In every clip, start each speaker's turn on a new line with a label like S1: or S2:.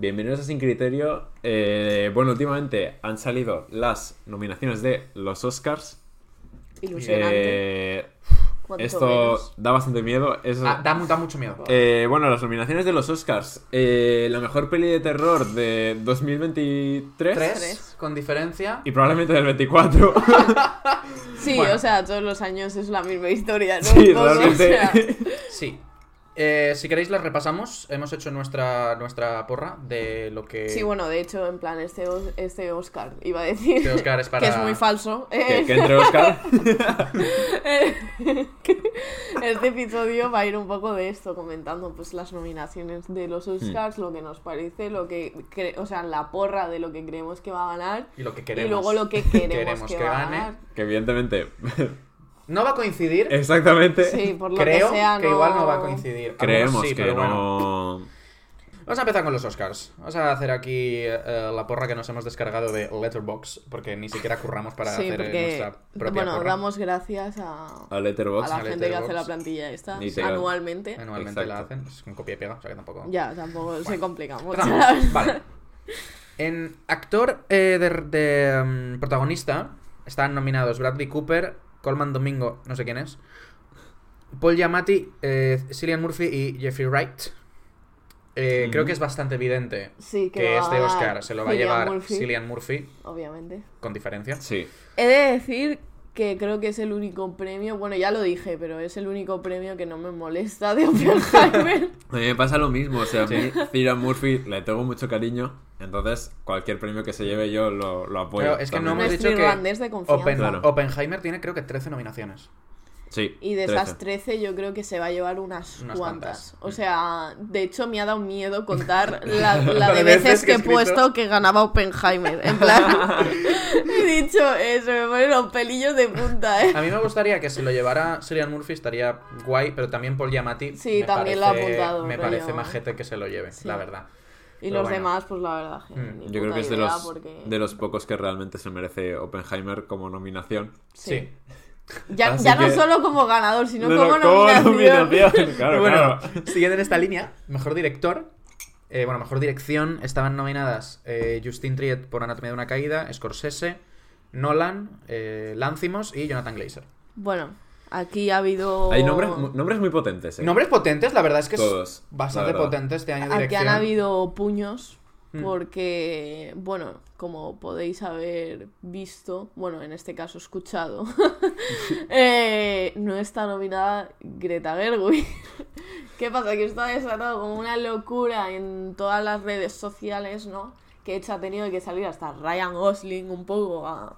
S1: Bienvenidos a Sin Criterio. Eh, bueno, últimamente han salido las nominaciones de los Oscars.
S2: Ilusionante.
S1: Eh,
S2: Cuanto
S1: esto
S2: menos.
S1: da bastante miedo. Es-
S3: Ah, da, mu- da mucho miedo.
S1: Eh, bueno, las nominaciones de los Oscars. Eh, la mejor peli de terror de 2023.
S3: Tres,
S2: tres.
S3: con diferencia.
S1: Y probablemente del 24.
S2: Sí,
S3: Bueno.
S2: o sea, todos los años es la misma historia, ¿no?
S1: sí,
S2: Un poco, o
S1: realmente.
S2: sea,
S3: Sí. Eh, si queréis las repasamos. Hemos hecho nuestra, nuestra porra de lo que...
S2: Sí, bueno, de hecho, en plan, este, os- este Oscar iba a decir.
S3: Este Oscar es para-
S2: Que es muy falso.
S1: que, que entre Oscar.
S2: Este episodio va a ir un poco de esto, comentando pues las nominaciones de
S1: Hmm.
S2: los Oscars, lo que nos parece, lo que cre- o sea, la porra de lo que creemos que va a ganar
S3: Y lo que queremos.
S2: y luego lo que queremos,
S3: Queremos
S2: que,
S3: que
S2: va
S3: gane.
S2: a ganar.
S1: Que evidentemente.
S3: No va a coincidir.
S1: Exactamente.
S2: Sí, por lo
S3: Creo
S2: que sea, no...
S3: igual no va a coincidir. Algunos
S1: Creemos
S3: sí,
S1: que
S3: pero bueno.
S1: no.
S3: Vamos a empezar con los Oscars. Vamos a hacer aquí eh, la porra que nos hemos descargado de Letterbox, porque ni siquiera curramos para
S2: sí,
S3: hacer eh,
S2: porque
S3: nuestra propia
S2: bueno,
S3: porra.
S2: damos gracias a,
S1: A
S2: a
S1: Letterboxd.
S2: la
S3: a
S2: gente que hace
S3: Letterboxd.
S2: la plantilla esta
S1: Literal.
S2: anualmente.
S3: Manualmente la
S1: Exacto.
S3: hacen, es con copia y pega, o sea que tampoco.
S2: Ya, tampoco se complica mucho.
S3: Empezamos. Pues vale. En actor eh, de, de, mm, protagonista están nominados Bradley Cooper, Colman Domingo, no sé quién es, Paul Giamatti, eh, Cillian Murphy y Jeffrey Wright. Eh,
S1: Mm.
S3: Creo que es bastante evidente
S2: Sí, que,
S3: que
S2: lo va a
S3: este
S2: ganar
S3: Oscar se lo va a
S2: Cillian
S3: llevar
S2: Murphy,
S3: Cillian Murphy,
S2: Obviamente.
S3: con diferencia.
S1: Sí.
S2: He de decir que creo que es el único premio, bueno, ya lo dije, pero es el único premio que no me molesta de Oppenheimer.
S1: A mí me pasa lo mismo, o sea, a mí
S3: Sí.
S1: Cillian Murphy le tengo mucho cariño, entonces cualquier premio que se lleve yo lo, lo apoyo.
S3: Pero es que no
S1: también.
S3: hemos
S2: Nuestro
S3: dicho que
S2: irlandés de confianza.
S3: Oppen-
S1: Claro.
S3: Oppenheimer tiene creo que 13 nominaciones.
S1: Sí,
S2: Y de
S1: 13.
S2: esas 13 yo creo que se va a llevar unas,
S3: Unas
S2: cuantas.
S3: cuantas.
S2: O
S3: Mm.
S2: sea, de hecho me ha dado miedo contar la, la
S3: Lo
S2: de
S3: de
S2: veces
S3: veces
S2: que
S3: que
S2: he
S3: he escrito.
S2: puesto que ganaba Oppenheimer. En plan, he dicho, eh, se me ponen los pelillos de punta, ¿eh?
S3: A mí me gustaría que se lo llevara Cillian Murphy, estaría guay, pero también Paul Giamatti.
S2: Sí,
S3: me
S2: también lo ha apuntado,
S3: Me
S2: rollo.
S3: parece majete que se lo lleve,
S2: Sí.
S3: la verdad.
S2: Y los
S3: Pero bueno.
S2: demás, pues la verdad, que
S3: Mm,
S2: ni
S1: Yo creo
S2: puta
S1: que es de
S2: idea
S1: los,
S2: porque-
S1: de los pocos que realmente se merece Oppenheimer como nominación.
S2: Sí.
S3: Sí.
S2: Ya,
S1: Así
S2: ya no
S1: que-
S2: solo como ganador, sino
S1: No, no,
S2: como nominación.
S1: Claro,
S3: bueno,
S1: claro.
S3: siguiendo en esta línea, mejor director. eh, bueno, mejor dirección estaban nominadas eh, Justin Triet por Anatomía de una Caída, Scorsese, Nolan, eh, Lancimos y Jonathan Glazer.
S2: Bueno, aquí ha habido.
S1: Hay nombres, mu- nombres muy potentes, eh.
S3: Nombres potentes, la verdad es que
S1: Todos,
S3: es bastante
S1: la verdad.
S3: potente este año
S2: Aquí
S3: dirección.
S2: han habido puños.
S3: Mm.
S2: Porque, bueno, como podéis haber visto, bueno, en este caso escuchado, eh, no está nominada Greta Gerwig. ¿Qué pasa? Que está desatado como una locura en todas las redes sociales, ¿no? Que de hecho ha tenido que salir hasta Ryan Gosling un poco a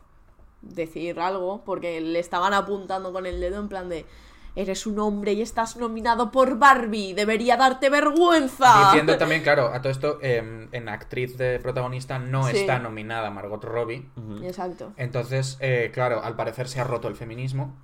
S2: decir algo, porque le estaban apuntando con el dedo en plan de... Eres un hombre y estás nominado por Barbie, debería darte vergüenza.
S3: Diciendo también, claro, a todo esto, em, en actriz de protagonista no
S2: Sí.
S3: está nominada Margot Robbie.
S1: Ujú.
S2: Exacto.
S3: Entonces, eh, claro, al parecer se ha roto el feminismo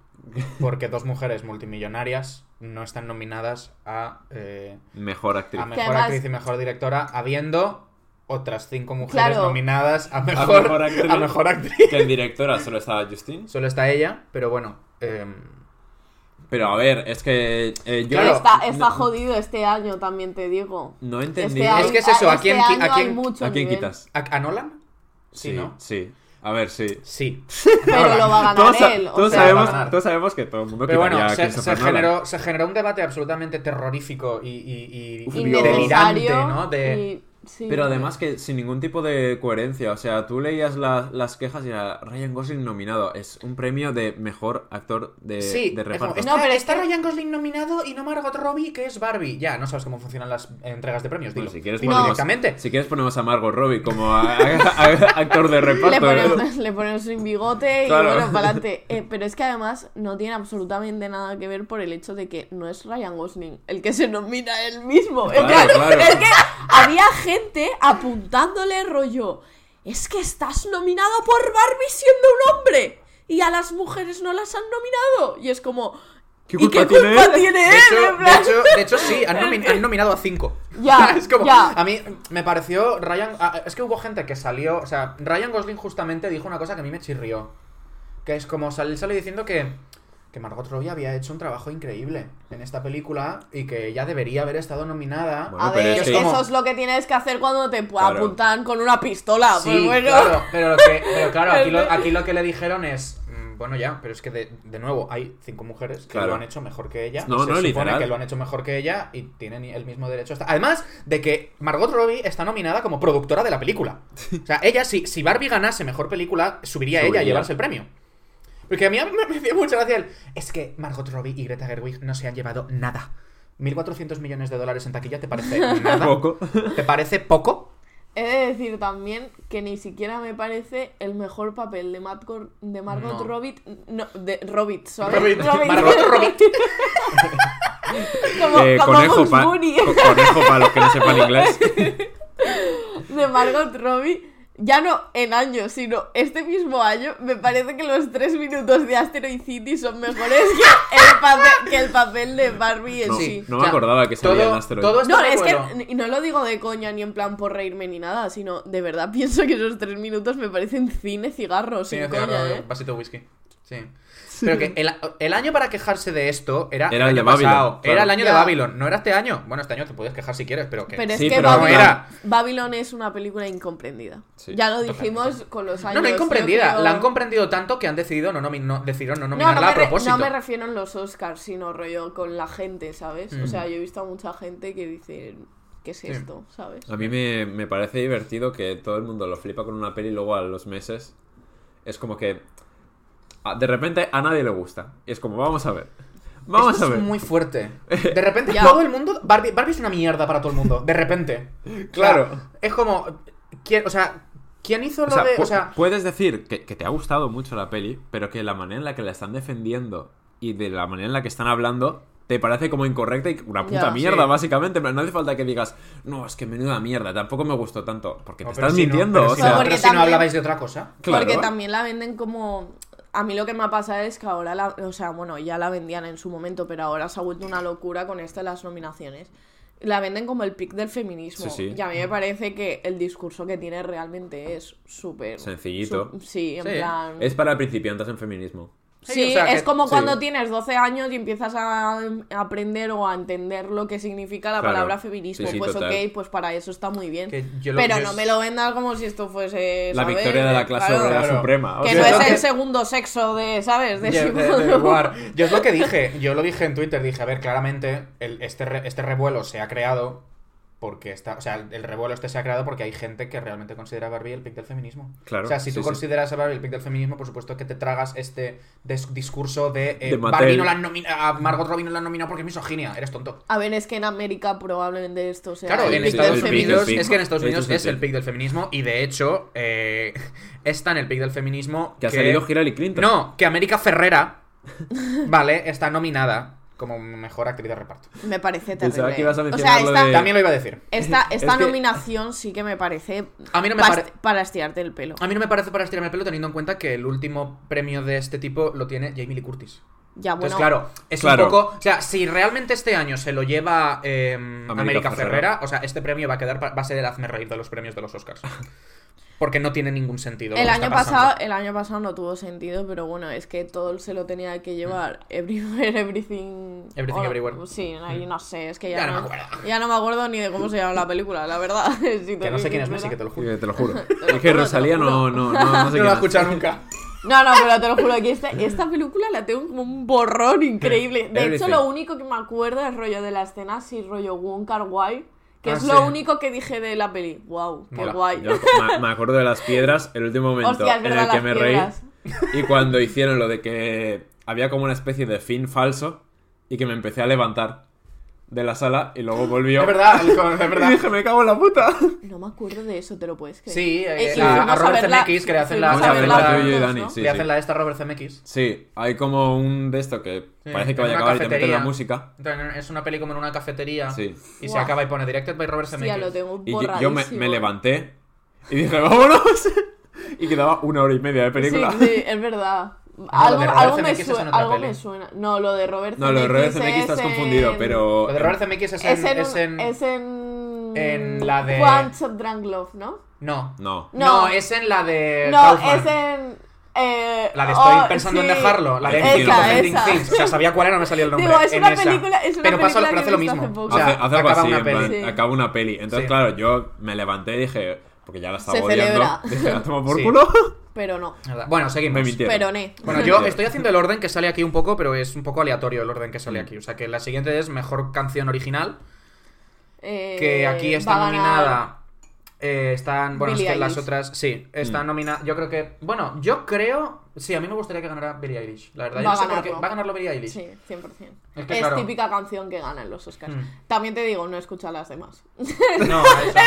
S3: porque dos mujeres multimillonarias no están nominadas a, eh,
S1: Mejor actriz.
S3: a
S1: A
S3: Mejor
S2: además-
S3: Actriz y Mejor Directora, habiendo otras cinco mujeres
S2: Claro.
S3: nominadas a Mejor, a
S1: mejor
S3: mejor,
S1: actriz.
S3: actriz.
S1: Que en directora solo estaba Justin.
S3: Solo está ella, pero bueno... em,
S1: Pero a ver, es que. eh, yo
S3: Claro,
S2: está está
S1: no-
S2: jodido este año, también te digo.
S1: No entendí.
S2: Este año,
S3: Es que es eso, ¿a
S2: este
S3: quién qui-
S2: año
S3: a
S2: hay
S3: quién-
S2: mucho
S1: ¿A quién
S2: nivel.
S1: quitas?
S3: ¿a, a Nolan? Sí, ¿no?
S1: Sí. A ver, sí.
S3: Sí.
S2: Pero lo va a ganar
S1: Todos, sa-
S2: él. o
S1: todos
S2: sea,
S3: va a
S1: sabemos,
S3: ganar.
S1: todos sabemos que todo el mundo
S3: Pero bueno,
S1: quitaría a
S3: se, se
S1: Christopher Nolan.
S3: generó, se generó un debate absolutamente terrorífico y, y- y-
S1: Uf,
S3: y
S1: Dios.
S3: delirante,
S2: innecesario
S3: ¿no? De...
S2: y- sí.
S1: Pero además que sin ningún tipo de coherencia, o sea, tú leías la- las quejas y era Ryan Gosling nominado, es un premio de mejor actor de,
S3: sí,
S1: de
S3: es
S1: reparto.
S3: como,
S2: No,
S3: está,
S2: pero es
S3: está
S2: que-
S3: Ryan Gosling nominado y no Margot Robbie, que es Barbie. Ya, no sabes cómo funcionan las entregas de premios,
S1: Bueno,
S3: dilo.
S1: si, quieres
S3: Dilo
S2: No.
S1: ponemos,
S3: directamente.
S1: si quieres ponemos a Margot Robbie como a- a- a- actor de
S2: Le
S1: reparto. ¿eh? ¿no?
S2: ponemos, le ponemos un bigote
S1: Claro.
S2: y bueno, para adelante. Eh, pero es que además no tiene absolutamente nada que ver por el hecho de que no es Ryan Gosling el que se nomina él mismo. En
S1: Claro,
S2: plan,
S1: claro.
S2: Es que había gente apuntándole rollo. Es que estás nominado por Barbie siendo un hombre y a las mujeres no las han nominado. Y es como.
S1: ¿Qué
S2: ¿Y qué
S1: culpa tiene
S2: culpa
S1: él?
S2: tiene él?
S3: De
S2: En
S3: hecho, de
S2: plan,
S3: hecho, de hecho, sí, han, nomi- han nominado a cinco.
S2: Ya,
S3: es como, "Ah,
S2: ya.
S3: a mí me pareció Ryan. ah, Es que hubo gente que salió. O sea, Ryan Gosling justamente dijo una cosa que a mí me chirrió. Que es como sal- sale diciendo que. que que Margot Robbie había hecho un trabajo increíble en esta película y que ya debería haber estado nominada.
S1: Bueno,
S2: a
S1: pero
S2: ver,
S1: es que-
S2: eso es lo que tienes que hacer cuando te pu-
S1: Claro.
S2: apuntan con una pistola.
S3: Sí,
S2: pues bueno.
S3: claro, pero, lo que- pero claro, aquí lo, aquí lo que le dijeron es, mm, bueno ya, pero es que de, de nuevo hay cinco mujeres que
S1: Claro.
S3: lo han hecho mejor que ella.
S1: No,
S3: se
S1: no,
S3: supone
S1: literal.
S3: que lo han hecho mejor que ella y tienen el mismo derecho. a estar- Además de que Margot Robbie está nominada como productora de la película. O sea, ella, si, si Barbie ganase mejor película, subiría, ella
S1: Subiría.
S3: a llevarse el premio. Porque a mí me, me hacía mucha gracia el... Es que Margot Robbie y Greta Gerwig no se han llevado nada. 1.400 millones de dólares en taquilla, ¿te parece nada?
S1: Poco.
S3: ¿Te parece poco?
S2: He de decir también que ni siquiera me parece el mejor papel de, Matt Cor- de Margot
S3: No.
S2: Robbie. No, de Robbie, ¿sabes?
S3: Robbie-
S2: Robbie.
S3: Margot Robbie.
S2: como,
S1: Eh,
S2: como
S1: conejo
S2: Bugs
S1: para
S2: Bunny.
S1: conejo para los que no sepan inglés.
S2: de Margot Robbie, ya no en años, sino este mismo año, me parece que los tres minutos de Asteroid City son mejores que el papel, que el papel de Barbie en
S1: No,
S2: sí.
S1: no me acordaba que salía
S3: todo-
S1: en Asteroid.
S3: todo
S2: No,
S3: estoy de
S2: es
S3: acuerdo.
S2: que y no lo digo de coña ni en plan por reírme ni nada, sino de verdad pienso que esos tres minutos me parecen cine cigarro,
S3: Sí,
S2: sin
S3: me
S2: coña,
S3: acuerdo,
S2: ¿eh?
S3: un vasito de whisky. Sí. Pero que el, el año para quejarse de esto era,
S1: Era el de
S3: año
S1: Babylon,
S3: pasado.
S1: claro.
S3: Era el año
S2: Ya.
S3: de Babylon, no era este año. Bueno, este año te puedes quejar si quieres, pero que.
S2: Pero es
S1: Sí,
S2: que
S1: pero
S2: Babylon,
S1: no
S3: era.
S2: Babylon es una película incomprendida.
S1: Sí,
S2: ya lo dijimos con los años.
S3: no, no
S2: yo
S3: incomprendida.
S2: creo-
S3: La han comprendido tanto que han decidido no, nomi- no- decidieron no
S2: No, no
S3: nominarla
S2: me,
S3: a
S2: re-
S3: propósito.
S2: no me refiero en los Oscars, sino rollo con la gente, ¿sabes? O
S3: Mm.
S2: sea, yo he visto a mucha gente que dice, ¿qué es
S3: Sí.
S2: esto? ¿Sabes?
S1: A mí me, me parece divertido que todo el mundo lo flipa con una peli y luego a los meses es como que ah, de repente a nadie le gusta. Y es como, vamos a ver. Vamos
S3: Esto
S1: a ver.
S3: es muy fuerte. De repente
S2: Ya.
S3: todo el mundo. Barbie, Barbie es una mierda para todo el mundo. De repente.
S1: Claro.
S3: O sea, es como. ¿quién, o sea, ¿quién hizo
S1: O
S3: lo
S1: sea,
S3: de.?
S1: pu-
S3: O sea,
S1: puedes decir que, que te ha gustado mucho la peli, pero que la manera en la que la están defendiendo y de la manera en la que están hablando te parece como incorrecta y una puta
S2: Ya,
S1: mierda,
S3: sí.
S1: básicamente. En plan, No hace falta que digas, no, es que menuda mierda, tampoco me gustó tanto. Porque te
S3: no, pero
S1: estás
S3: si no-
S1: mintiendo,
S3: pero
S1: o
S3: si
S1: sea.
S3: no-
S2: Porque
S3: pero si no
S2: también-
S3: hablabais de otra cosa.
S1: Claro.
S2: Porque también la venden como... A mí lo que me ha pasado es que ahora, la... o sea, bueno, ya la vendían en su momento, pero ahora se ha vuelto una locura con esto de las nominaciones. La venden como el pic del feminismo.
S1: Sí, sí.
S2: Y a mí me parece que el discurso que tiene realmente es súper...
S1: Sencillito.
S2: su- Sí, en
S3: Sí,
S2: plan...
S1: Es para principiantes en feminismo.
S2: Sí,
S3: Sí, o sea,
S2: es
S3: que-
S2: como
S1: sí.
S2: cuando tienes 12 años y empiezas a a aprender o a entender lo que significa la
S1: Claro.
S2: palabra feminismo.
S1: Sí, sí,
S2: pues
S1: total.
S2: ok, pues para eso está muy bien.
S3: Que yo lo-
S2: Pero
S3: yo
S2: no
S3: es-
S2: me lo vendas como si esto fuese...
S1: La
S2: ¿sabes?
S1: victoria de la clase
S2: Claro.
S1: obrera
S3: Claro.
S1: suprema. o
S2: Que
S3: Yo
S2: no
S1: sea.
S3: creo
S2: es el
S3: que-
S2: segundo sexo de, ¿sabes? De
S3: Yo-
S2: Shimon.
S3: de- de lugar. Yo es lo que dije, yo lo dije en Twitter, dije, a ver, claramente el- este, re- este revuelo se ha creado porque está, o sea, el, el revuelo este se ha creado porque hay gente que realmente considera a Barbie el pic del feminismo.
S1: Claro,
S3: o sea, si
S1: sí,
S3: tú
S1: sí.
S3: consideras a Barbie el pic del feminismo, por supuesto que te tragas este des- discurso de, eh,
S1: De Mattel.
S3: Barbie no la han nomina- a Margot Robbie no la han nominado porque es misoginia, eres tonto.
S2: A ver, es que en América probablemente esto sea...
S3: Claro,
S2: el
S3: en
S2: pic
S1: sí,
S3: Estados
S2: del
S1: pic, el
S3: Unidos
S1: pic.
S2: feminismo.
S3: es que en Estados
S1: Sí, sí,
S3: Unidos
S1: sí,
S3: es
S1: sí.
S3: el pic del feminismo y de hecho eh, está en el pic del feminismo
S1: Que ha salido Hillary Clinton.
S3: No, que América Ferrera, vale, está nominada como mejor actriz de reparto.
S1: Eh.
S2: Me parece
S1: Pensaba
S2: terrible.
S1: que ibas a
S2: o sea,
S1: mencionar lo
S2: esta,
S1: de-
S3: También lo iba a decir.
S2: esta, esta
S1: Es que-
S2: nominación sí que me parece...
S3: A mí no me
S2: pa-
S3: pare-
S2: Para estirarte el pelo.
S3: A mí no me parece para estirarme el pelo teniendo en cuenta que el último premio de este tipo lo tiene Jamie Lee Curtis.
S2: Ya, Ah, bueno...
S3: Entonces, claro, es
S1: Pues Claro.
S3: un poco... O sea, si realmente este año se lo lleva eh, América, Ferrera,
S1: Ferrera,
S3: o sea, este premio va a quedar pa- va a ser el hazme reír de los premios de los Oscars. Porque no tiene ningún sentido. lo
S2: El
S3: que está
S2: año,
S3: pasando.
S2: pasado, el año pasado no tuvo sentido, pero bueno, es que todo se lo tenía que llevar Everywhere, Everything...
S3: Mm. Everything, Everywhere. Mm.
S2: Sí, no, yo no sé, es que ya,
S3: Ya no
S2: no,
S3: me acuerdo.
S2: ya no me acuerdo ni de cómo se llama la película, la verdad. si te
S3: Que no sé
S2: soy
S3: quién
S2: sincera.
S3: es Messi, que te lo juro.
S1: Eh, Te lo juro.
S2: lo
S1: Es que
S2: juro,
S1: Rosalía
S2: te lo
S1: no,
S2: juro.
S1: no, no, no sé quién
S3: No lo he
S1: es.
S3: escuchado nunca.
S2: No, no, pero te lo juro que esta, esta película la tengo como un borrón increíble. De hecho,
S1: Everything.
S2: lo único que me acuerdo es rollo de la escena así, rollo Wong Kar Wai, que
S3: Ah,
S2: es
S3: sí.
S2: lo único que dije de la peli. Wow, qué
S3: Mola.
S2: guay.
S1: Yo me- me acuerdo de las piedras, el último momento
S2: Hostia, es
S1: en
S2: verdad,
S1: el que
S2: las
S1: me
S2: piedras.
S1: reí. Y cuando hicieron lo de que había como una especie de fin falso y que me empecé a levantar de la sala y luego volvió.
S3: Es verdad, el- es
S1: Y
S3: verdad.
S1: dije, me cago en la puta.
S2: No me acuerdo de eso, te lo puedes creer.
S3: Sí, eh,
S2: y
S3: la-
S2: fuimos
S3: a Robert
S2: verla-
S3: Zemeckis, que le hacen la-
S2: fuimos a
S3: la-
S2: verla
S3: la-
S2: juntos,
S1: yo y
S2: ¿no?
S1: Dani, sí.
S3: Le hacen la de esta Robert Zemeckis.
S1: Sí, hay como un de esto que
S3: Sí,
S1: parece que
S3: en
S1: vaya a
S3: una
S1: acabar y te meten
S3: cafetería.
S1: la música.
S3: Entonces, Es una peli como en una cafetería
S1: Sí.
S3: y se
S2: Guau.
S3: acaba y pone Directed by Robert Zemeckis.
S2: Hostia, lo tengo
S1: Y yo- yo, me,
S2: borradísimo.
S1: me levanté y dije, vámonos. y quedaba una hora y "Ah". media de
S2: Sí,
S1: película.
S2: sí, es verdad. Algo,
S3: Robert
S2: algo me
S3: Zemeckis es en
S2: suena,
S3: otra
S2: algo
S3: peli.
S2: me suena. No, lo de Robert
S1: No, lo de Robert Zemeckis
S2: es
S1: estás confundido,
S2: en-
S1: pero...
S3: Lo de Robert Zemeckis es en...
S2: Es en...
S3: es en-
S2: es en-
S3: en la de-
S2: Punch of Drunk Love, ¿no?
S3: No.
S1: No.
S2: No.
S3: es en la de
S2: No,
S3: Eh, Kaufman.
S2: es en... Eh,
S3: La de estoy
S2: oh,
S3: pensando
S2: sí.
S3: en dejarlo. La de
S1: Esa,
S3: Ending of Ending
S2: esa.
S3: Things. O sea, sabía cuál era, no me salía el nombre.
S2: Digo, es
S3: en
S2: una
S3: esa.
S2: película- es una
S3: pero pasa
S2: película
S3: pero
S2: que
S3: hace lo
S2: he visto
S3: mismo.
S2: hace
S3: O sea,
S1: hace, hace algo
S3: acaba
S1: así,
S3: una
S1: en
S3: peli.
S1: plan,
S2: Sí.
S1: acaba una peli. Entonces,
S3: Sí.
S1: claro, yo me levanté y dije, porque ya la estaba
S2: Se
S1: odiando.
S2: celebra.
S1: Dije, "A tomar por
S3: Sí.
S1: culo.
S2: Pero no.
S3: Nada, Bueno, seguimos.
S1: Me mintieron.
S2: Pero ne.
S3: Bueno, yo estoy haciendo el orden que sale aquí un poco, pero es un poco aleatorio el orden que sale
S1: Mm.
S3: aquí. O sea, que la siguiente es mejor canción original,
S2: Eh,
S3: que aquí está
S2: va a ganar-
S3: nominada. eh, están, bueno, es
S2: Billie
S3: que las
S2: Eilish.
S3: otras, sí, está
S1: Mm.
S3: nominada. Yo creo que, bueno, yo creo, sí, a mí me gustaría que ganara Billie Eilish, la verdad. Yo
S2: Va
S3: no
S2: a
S3: sé por qué-
S2: ganarlo.
S3: va a ganarlo Billie Eilish.
S2: Sí, 100%.
S3: Es
S2: Es,
S3: que, claro.
S2: típica canción que ganan los Oscars.
S3: Mm.
S2: También te digo, no escucha las demás.
S3: No, eso.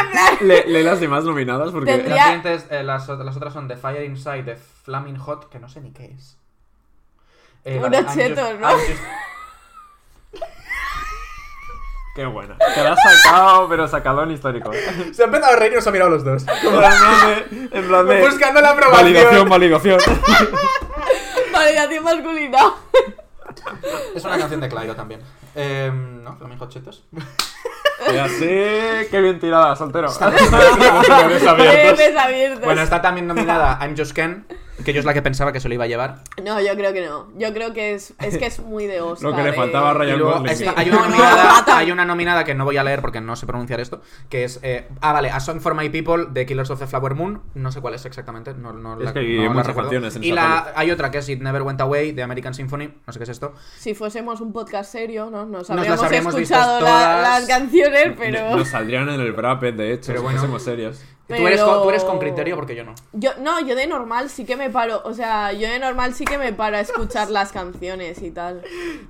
S1: Le, lee las demás nominadas porque.
S2: Tendría-
S3: Las siguientes, eh, las, ot- las otras son The Fire Inside, The Flaming Hot, que no sé ni qué es. Eh,
S2: Unos
S3: I'm just-
S2: chetos, ¿no?
S3: I'm just-
S1: Qué buena. Te la has sacado, pero sacado en histórico. En
S3: Se ha empezado a reír y nos ha mirado los dos.
S1: plan de- en plan de-
S3: Buscando la aprobación.
S1: Validación, validación.
S2: Validación masculina.
S3: Es una canción de Clairo también. Eh, ¿No? Flaming Hot Chetos.
S1: Y así, qué bien tirada, soltero.
S3: Botones abiertos.
S2: Bebes abiertos.
S3: bueno, está también nominada I'm Just Ken, que yo es la que pensaba que se lo iba a llevar.
S2: No, yo creo que no. Yo creo que es, es que es muy de Oscar. eh.
S1: Lo que le faltaba a
S3: Y
S1: Ryan
S3: luego
S1: Gosling.
S3: está- hay, una nominada, hay una nominada que no voy a leer porque no sé pronunciar esto, que es... eh, ah, vale, A Song for My People de Killers of the Flower Moon. No sé cuál es exactamente. No, no
S1: Es
S3: la-
S1: que
S3: no
S1: hay
S3: la
S1: muchas
S3: recuerdo.
S1: canciones en
S3: Y
S1: esa
S3: la, hay otra que es It Never Went Away de American Symphony. No sé qué es esto.
S2: Si fuésemos un podcast serio, ¿no? Nos
S3: Nos las
S2: habríamos,
S3: habríamos visto
S2: escuchado la-
S3: todas.
S2: las canciones, pero.
S1: Nos saldrían en el bracket, de hecho,
S3: Pero
S1: si
S3: bueno.
S1: fuésemos serios.
S3: Tú, eres
S2: Pero-
S3: con, tú eres con criterio porque yo no.
S2: Yo, no, yo de normal sí que me paro. O sea, yo de normal sí que me paro a escuchar las canciones y tal.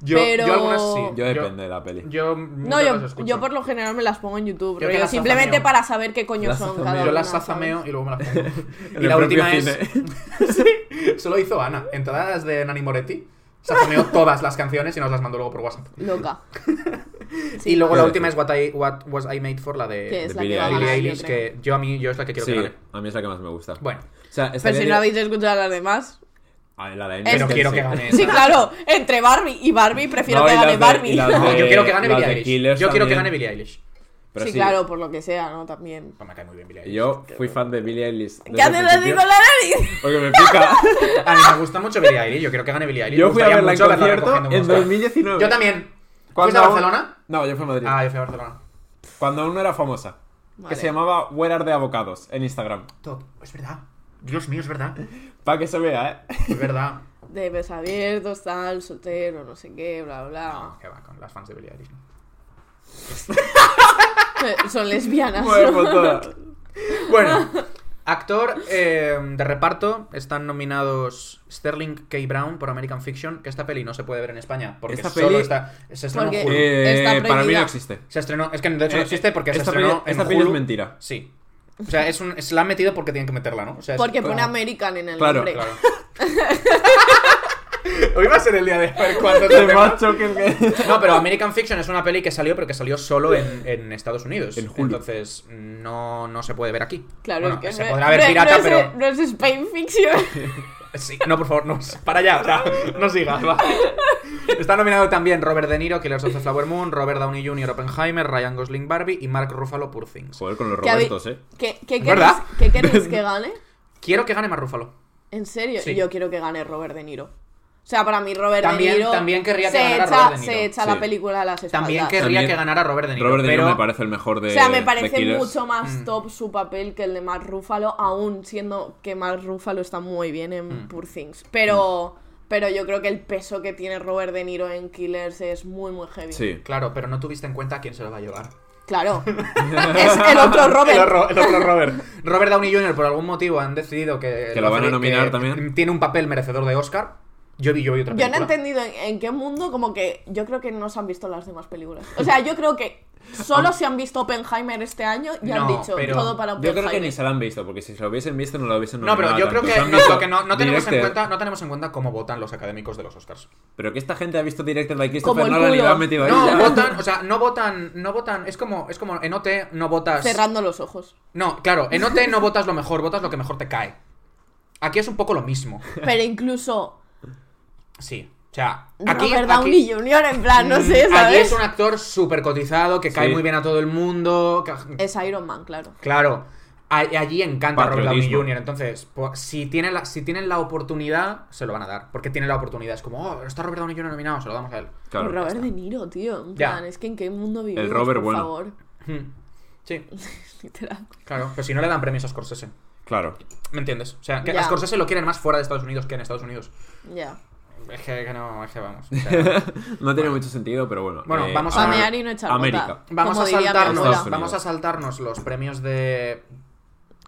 S3: Yo,
S2: Pero-
S3: yo algunas sí.
S1: Yo depende de la peli.
S3: Yo,
S2: No,
S3: las
S2: yo,
S3: escucho.
S2: yo por lo general me las pongo en YouTube.
S3: Yo
S2: rollo,
S3: que las
S2: simplemente
S3: zazameo.
S2: para saber qué coño
S1: Las
S2: son
S1: zazameo.
S2: cada
S3: Yo
S2: una.
S3: las
S2: ¿sabes?
S3: zazameo y luego me las pongo.
S1: En
S3: y
S1: el
S3: la
S1: propio
S3: última
S1: cine.
S3: es. sí, solo hizo Ana. En todas las de Nani Moretti. Zafameó todas las canciones y nos las mandó luego por WhatsApp.
S2: Loca.
S3: y luego la
S1: Claro.
S3: última es What, I, What Was I Made For, la
S2: Que
S3: de,
S2: es
S1: de
S2: la que
S1: Billie
S2: va a
S3: de Billie
S2: ganar, yo
S3: Eilish,
S2: creo.
S3: que yo a mí, yo es la que quiero
S1: Sí,
S3: que gane.
S1: a mí es la que más me gusta.
S3: Bueno,
S1: O sea, esta
S2: Pero si
S1: idea-
S2: no habéis Este escuchado las demás.
S1: Ah, la de
S2: Pero
S1: Endgame,
S3: quiero
S1: sí.
S3: que gane.
S2: Sí, claro. Entre Barbie y Barbie prefiero
S1: No,
S2: que
S1: y las
S2: gane
S1: de-
S2: Barbie.
S1: y las
S3: No,
S1: de-
S3: yo quiero que gane
S1: las
S3: Billie
S1: de
S3: Eilish. Yo
S1: Killers
S3: quiero que
S1: también.
S3: gane Billie Eilish.
S1: Pero
S2: sí, claro, por lo que sea, ¿no? También.
S3: Pues me cae muy bien Billie Eilish.
S1: Yo fui fan de Billie Eilish. desde
S2: ¿Qué haces
S1: el
S2: así
S1: principio,
S2: con la nariz?
S1: Porque me pica.
S3: A mí me gusta mucho Billie Eilish. Yo quiero que gane Billie Eilish.
S1: Yo
S3: Me
S1: fui a
S3: gustaría
S1: verla en
S3: mucho verla
S1: concierto
S3: recogiendo un
S1: en
S3: Oscar.
S1: 2019.
S3: Yo también. ¿Fuiste
S1: Cuando
S3: a
S1: aún-
S3: Barcelona?
S1: No, yo fui a Madrid.
S3: Ah, yo fui a Barcelona.
S1: Cuando aún no era famosa.
S2: Vale.
S1: Que se llamaba Where Are the Avocados en Instagram.
S3: Top. Es verdad. Dios mío, es verdad.
S1: Para que se vea, ¿eh?
S3: Es verdad.
S2: De besos abiertos, tal, soltero, no sé qué, bla,
S3: No,
S2: bla.
S3: Ah, que va con las fans de Billie Eilish.
S2: Eh, Son lesbianas.
S1: Bueno, pues toda.
S3: Bueno, actor eh, de reparto están nominados Sterling K. Brown por American Fiction, que esta peli no se puede ver en España porque
S1: Esta
S3: solo
S1: peli-
S3: está se estrenó en
S2: Porque-
S3: Hulu.
S1: Eh,
S2: Está
S1: para mí
S2: prohibida.
S1: no existe.
S3: Se estrenó, es que de hecho no
S1: Eh,
S3: existe porque se
S1: esta
S3: estrenó
S1: peli-
S3: en
S1: esta peli es
S3: Hulu.
S1: mentira.
S3: Sí. O sea, es un, se la han metido porque tienen que meterla, ¿no? O sea, es
S2: Porque
S3: como-
S2: pone American en el
S1: Claro,
S2: nombre.
S3: Claro. Hoy va a ser el día de a ver cuándo
S1: Te
S3: te
S1: macho que...
S3: No, pero American Fiction es una peli que salió, pero que salió solo en, en Estados Unidos.
S1: En Hulu.
S3: Entonces, no, no se puede ver aquí.
S2: Claro,
S3: Bueno,
S2: es que
S3: se
S2: no-
S3: podrá ver
S2: no-
S3: pirata,
S2: no es-
S3: pero.
S2: No es Spain Fiction.
S3: Sí, no, por favor, no. Para allá, o sea, no sigas, va. Está nominado también Robert De Niro, Killers of the Flower Moon, Robert Downey Jr., Oppenheimer, Ryan Gosling, Barbie y Mark Ruffalo, Poor Things.
S1: Joder, con los
S2: Que habe-
S1: Robertos, ¿eh?
S2: ¿Qué, qué,
S3: Es
S2: queréis,
S3: verdad.
S2: ¿Qué queréis que gane?
S3: Quiero que gane Mark Ruffalo.
S2: ¿En serio?
S3: Sí.
S2: Yo quiero que gane Robert De Niro. O sea, para mí Robert
S3: También-
S2: De Niro...
S3: también querría que
S2: se
S3: ganara
S2: echa,
S3: Robert De Niro.
S2: Se echa
S1: Sí.
S2: la película a las espaldas.
S3: También querría
S1: También-
S3: que ganara Robert De Niro.
S1: Robert De Niro
S3: pero
S1: me parece el mejor de
S2: O sea, me
S1: de
S2: parece
S1: Killers.
S2: mucho
S3: Mm.
S2: más top su papel que el de Mark Ruffalo, aún siendo que Mark Ruffalo está muy bien en
S3: Mm.
S2: Poor Things. Pero, pero yo creo que el peso que tiene Robert De Niro en Killers es muy, muy heavy.
S1: Sí.
S3: Claro, pero no tuviste en cuenta quién se lo va a llevar.
S2: Claro. es el otro
S3: El,
S2: Robert.
S3: otro- el otro Robert. Robert Downey Jr. por algún motivo han decidido que...
S1: Que lo van a
S3: que
S1: nominar también.
S3: Tiene un papel merecedor de Oscar. Yo vi, yo vi otra
S2: Yo no he
S3: película.
S2: entendido en, en qué mundo, como que yo creo que no se han visto las demás películas. O sea, yo creo que solo se han visto Oppenheimer este año y han
S3: No,
S2: dicho
S3: pero
S2: todo para
S1: Yo
S2: Oppenheimer.
S1: creo que ni se la han visto, porque si se lo hubiesen visto no lo hubiesen
S3: No, pero
S1: nominado
S3: yo creo
S1: tanto.
S3: que,
S1: Se han
S3: no,
S1: visto
S3: lo que no, no tenemos en
S1: Directed,
S3: cuenta, no tenemos en cuenta cómo votan los académicos de los Oscars.
S1: Pero que esta gente ha visto Directed like
S2: Como
S1: Christopher
S2: el
S1: Nolan y lo
S2: culo.
S1: han metido ahí.
S3: No, votan, o sea, no votan, no votan, es como, es como en OT no votas...
S2: Cerrando los ojos.
S3: No, claro, en OT no votas lo mejor, votas lo que mejor te cae. Aquí es un poco lo mismo.
S2: Pero incluso
S3: Sí, o sea, aquí...
S2: Robert
S3: aquí-
S2: Downey Jr., en plan, no sé,
S3: Mm, Aquí
S2: ¿sabes?
S3: es un actor súper cotizado, que cae
S1: Sí.
S3: muy bien a todo el mundo. que-
S2: Es Iron Man, claro.
S3: Claro. a- allí encanta Robert Downey
S1: Patriotismo.
S3: Jr. Entonces, po- si, tiene la, si tienen la oportunidad, se lo van a dar. Porque tienen la oportunidad. Es como, oh, está Robert Downey Jr. nominado, se lo damos a él.
S1: Claro.
S2: Robert De Niro, tío. En
S3: Ya.
S2: plan, es que en qué mundo vivimos,
S1: Robert
S2: por
S1: bueno.
S2: favor.
S3: Hmm. Sí,
S2: Literal.
S3: claro. Pero si no le dan premios a Scorsese.
S1: Claro.
S3: ¿Me entiendes? O sea, que
S2: Ya.
S3: a Scorsese lo quieren más fuera de Estados Unidos que en Estados Unidos.
S2: Ya.
S3: Es que, que no, es que vamos. o sea,
S1: No tiene mucho sentido, pero bueno.
S3: Bueno, vamos a-
S1: ver.
S2: Pamear y no echar
S1: América.
S2: bota.
S3: vamos,
S2: Como
S3: a
S2: diría mi
S3: saltarnos,
S2: abuela.
S1: Estados
S3: vamos a
S1: Unidos.
S3: saltarnos los premios de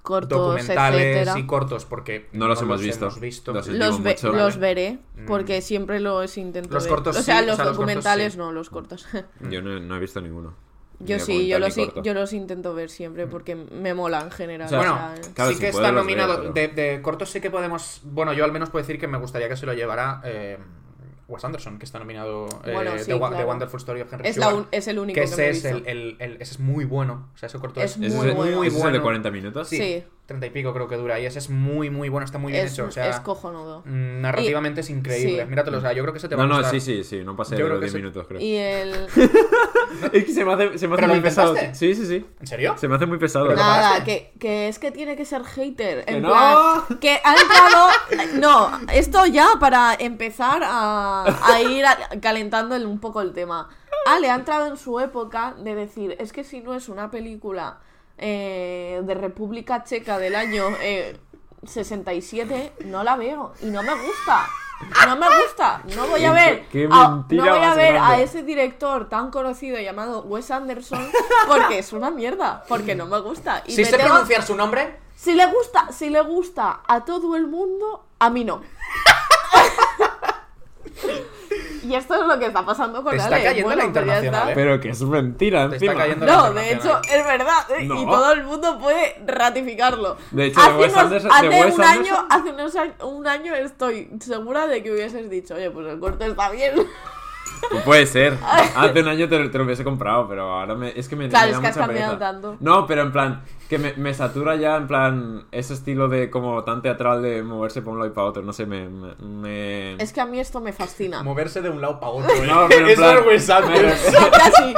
S2: Cortos,
S3: documentales
S2: etcétera.
S3: y cortos porque
S1: No los hemos visto. Los- Te
S2: Los,
S1: digo
S2: ve-
S1: mucho,
S2: los
S1: ¿vale?
S2: veré, porque
S3: Mm.
S2: siempre los intento
S3: Los
S2: ver.
S3: cortos
S2: O sea,
S3: sí, o
S2: los
S3: sea, los cortos
S2: documentales
S3: sí.
S2: no, los cortos.
S3: Mm.
S1: Yo no, no he visto ninguno.
S2: yo
S1: Ni
S2: sí,
S1: documental
S2: yo los,
S1: ni
S2: i-
S1: corto.
S2: yo los intento ver siempre, porque me mola en general.
S1: O sea,
S2: o
S3: Mm. Bueno,
S2: sea, eh.
S1: claro,
S3: sí
S1: si
S3: que
S1: puedo
S3: está
S1: los
S3: nominado.
S1: veo,
S3: de,
S1: pero-
S3: de cortos sí que podemos. Bueno, yo al menos puedo decir que me gustaría que se lo llevara eh, Wes Anderson, que está nominado eh,
S2: Bueno, sí,
S3: The, Wa- The
S2: claro.
S3: Wonderful Story of Henry
S2: es, la
S3: Sugar,
S2: un- es el único que,
S3: que
S2: me
S3: ese
S2: he
S3: es
S2: visto.
S3: el, el- el- ese es muy bueno. O sea, ese corto
S2: Es
S3: es,
S1: ¿Ese
S2: Muy
S1: es el,
S2: bueno.
S1: ese es el de
S3: Bueno.
S1: 40 minutos?
S2: Sí,
S3: 30 y pico creo que dura. Y ese es muy, muy bueno. Está muy bien
S2: es,
S3: hecho. O sea,
S2: es cojonudo.
S3: mm, narrativamente es increíble.
S2: sí.
S3: Míratelo. O sea, yo creo que se te
S1: No,
S3: va a
S1: no, sí,
S3: gustar.
S1: sí, sí. No pasé
S3: Yo
S1: de
S3: creo
S1: los
S3: que
S1: 10
S3: se-
S1: minutos, creo.
S2: Y el...
S1: Es que se me hace, se me hace
S3: ¿Pero lo
S1: muy pesado.
S3: intentaste?
S1: Sí, sí, sí.
S3: ¿En serio?
S1: Se me hace muy pesado.
S3: Pero lo
S2: Nada,
S3: pagaste.
S2: que, que es que tiene que ser hater.
S1: Que
S2: En
S1: no.
S2: plan, que ha entrado. No, esto ya para empezar a, a ir a- calentando el- un poco el tema. Ale ha entrado en su época de decir: es que si no es una película eh, de República Checa del año eh, 67, no la veo y no me gusta. No me gusta, no voy a ver.
S1: Qué
S2: a-
S1: mentira
S2: no voy a
S1: más
S2: ver a
S1: grande.
S2: ese director tan conocido llamado Wes Anderson porque es una mierda, porque no me gusta. Y
S3: Si
S2: me
S3: sé
S2: tengo-
S3: pronunciar su nombre,
S2: Si le gusta, si le gusta a todo el mundo, a mí no. y esto es lo que está pasando con
S3: Te está
S2: Ale.
S3: cayendo la
S2: pues ya
S3: internacional,
S2: está.
S3: ¿eh?
S1: Pero que es mentira,
S3: Te está
S1: encima.
S3: cayendo-
S2: No, de hecho, es verdad. ¿eh?
S1: No.
S2: Y todo el mundo puede ratificarlo.
S1: De hecho, de Wes Anderson- de
S2: hace
S1: Wes
S2: un
S1: Anderson-
S2: año, hace unos a- un año estoy segura de que hubieses dicho, oye, pues el corte está bien.
S1: Pues puede ser. Hace un año te, lo- te lo hubiese comprado, pero ahora me, es que me,
S2: Claro,
S1: me
S2: es
S1: da
S2: que has
S1: mucha
S2: cambiado
S1: pereza.
S2: tanto.
S1: No, pero en plan, que me, me satura ya, en plan, ese estilo de como tan teatral de moverse por un lado y para otro. No sé, me. me, me-
S2: es que a mí esto me fascina.
S3: moverse de un lado para otro. ¿eh?
S1: No, pero en
S3: Eso
S1: plan-
S3: es Wes Anderson.
S2: Casi.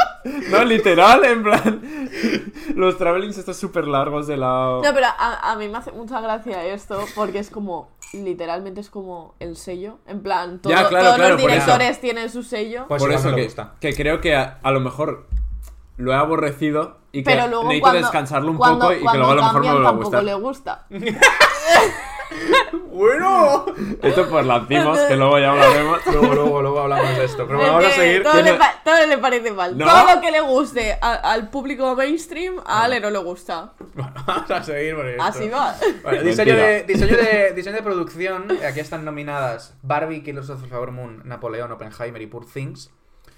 S1: No, literal, en plan. Los travelings estos súper largos de lado.
S2: No, pero a, a mí me hace mucha gracia esto porque es como, literalmente es como el sello. En plan, todo-
S1: Ya, claro,
S2: todos
S1: claro,
S2: los
S1: por eso.
S2: directores tienen su sello.
S3: Pues
S1: por
S3: igual
S1: eso
S3: no le
S1: que,
S3: gusta.
S1: que creo que a, a lo mejor lo he aborrecido y que
S2: pero luego
S1: necesito
S2: cuando,
S1: descansarlo un
S2: cuando-
S1: poco y que
S2: cuando
S1: luego a lo mejor
S2: cambian,
S1: me va a
S2: tampoco
S1: gustar.
S2: le gusta.
S3: Bueno.
S1: Esto pues lo hacemos, que luego ya hablaremos.
S3: Luego, luego, luego hablamos de esto. Pero bueno, vamos a
S2: Es que
S3: seguir.
S2: Todo, le,
S1: Tiene-
S2: pa- todo le parece mal.
S1: ¿No?
S2: Todo lo que le guste a- al público mainstream, a
S1: Ah.
S2: Ale no le gusta.
S3: Bueno, vamos a seguir por esto.
S2: Así va.
S3: Vale,
S1: Mentira.
S3: diseño, de, diseño, de, diseño de producción. eh, Aquí están nominadas Barbie, Killers of the Flower Moon, Napoleón, Oppenheimer y Poor Things.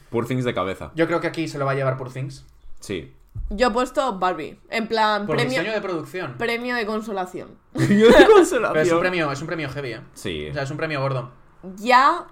S1: Poor Things de cabeza.
S3: Yo creo que aquí se lo va a llevar Poor Things.
S1: Sí.
S2: Yo he puesto Barbie. En plan,
S3: Por
S2: premio,
S3: diseño de producción. Pero
S2: premio de consolación.
S1: Yo de
S3: es un
S1: consolación.
S3: premio, es un premio heavy, ¿eh?
S1: Sí.
S3: O sea, es un premio gordo.
S2: Ya,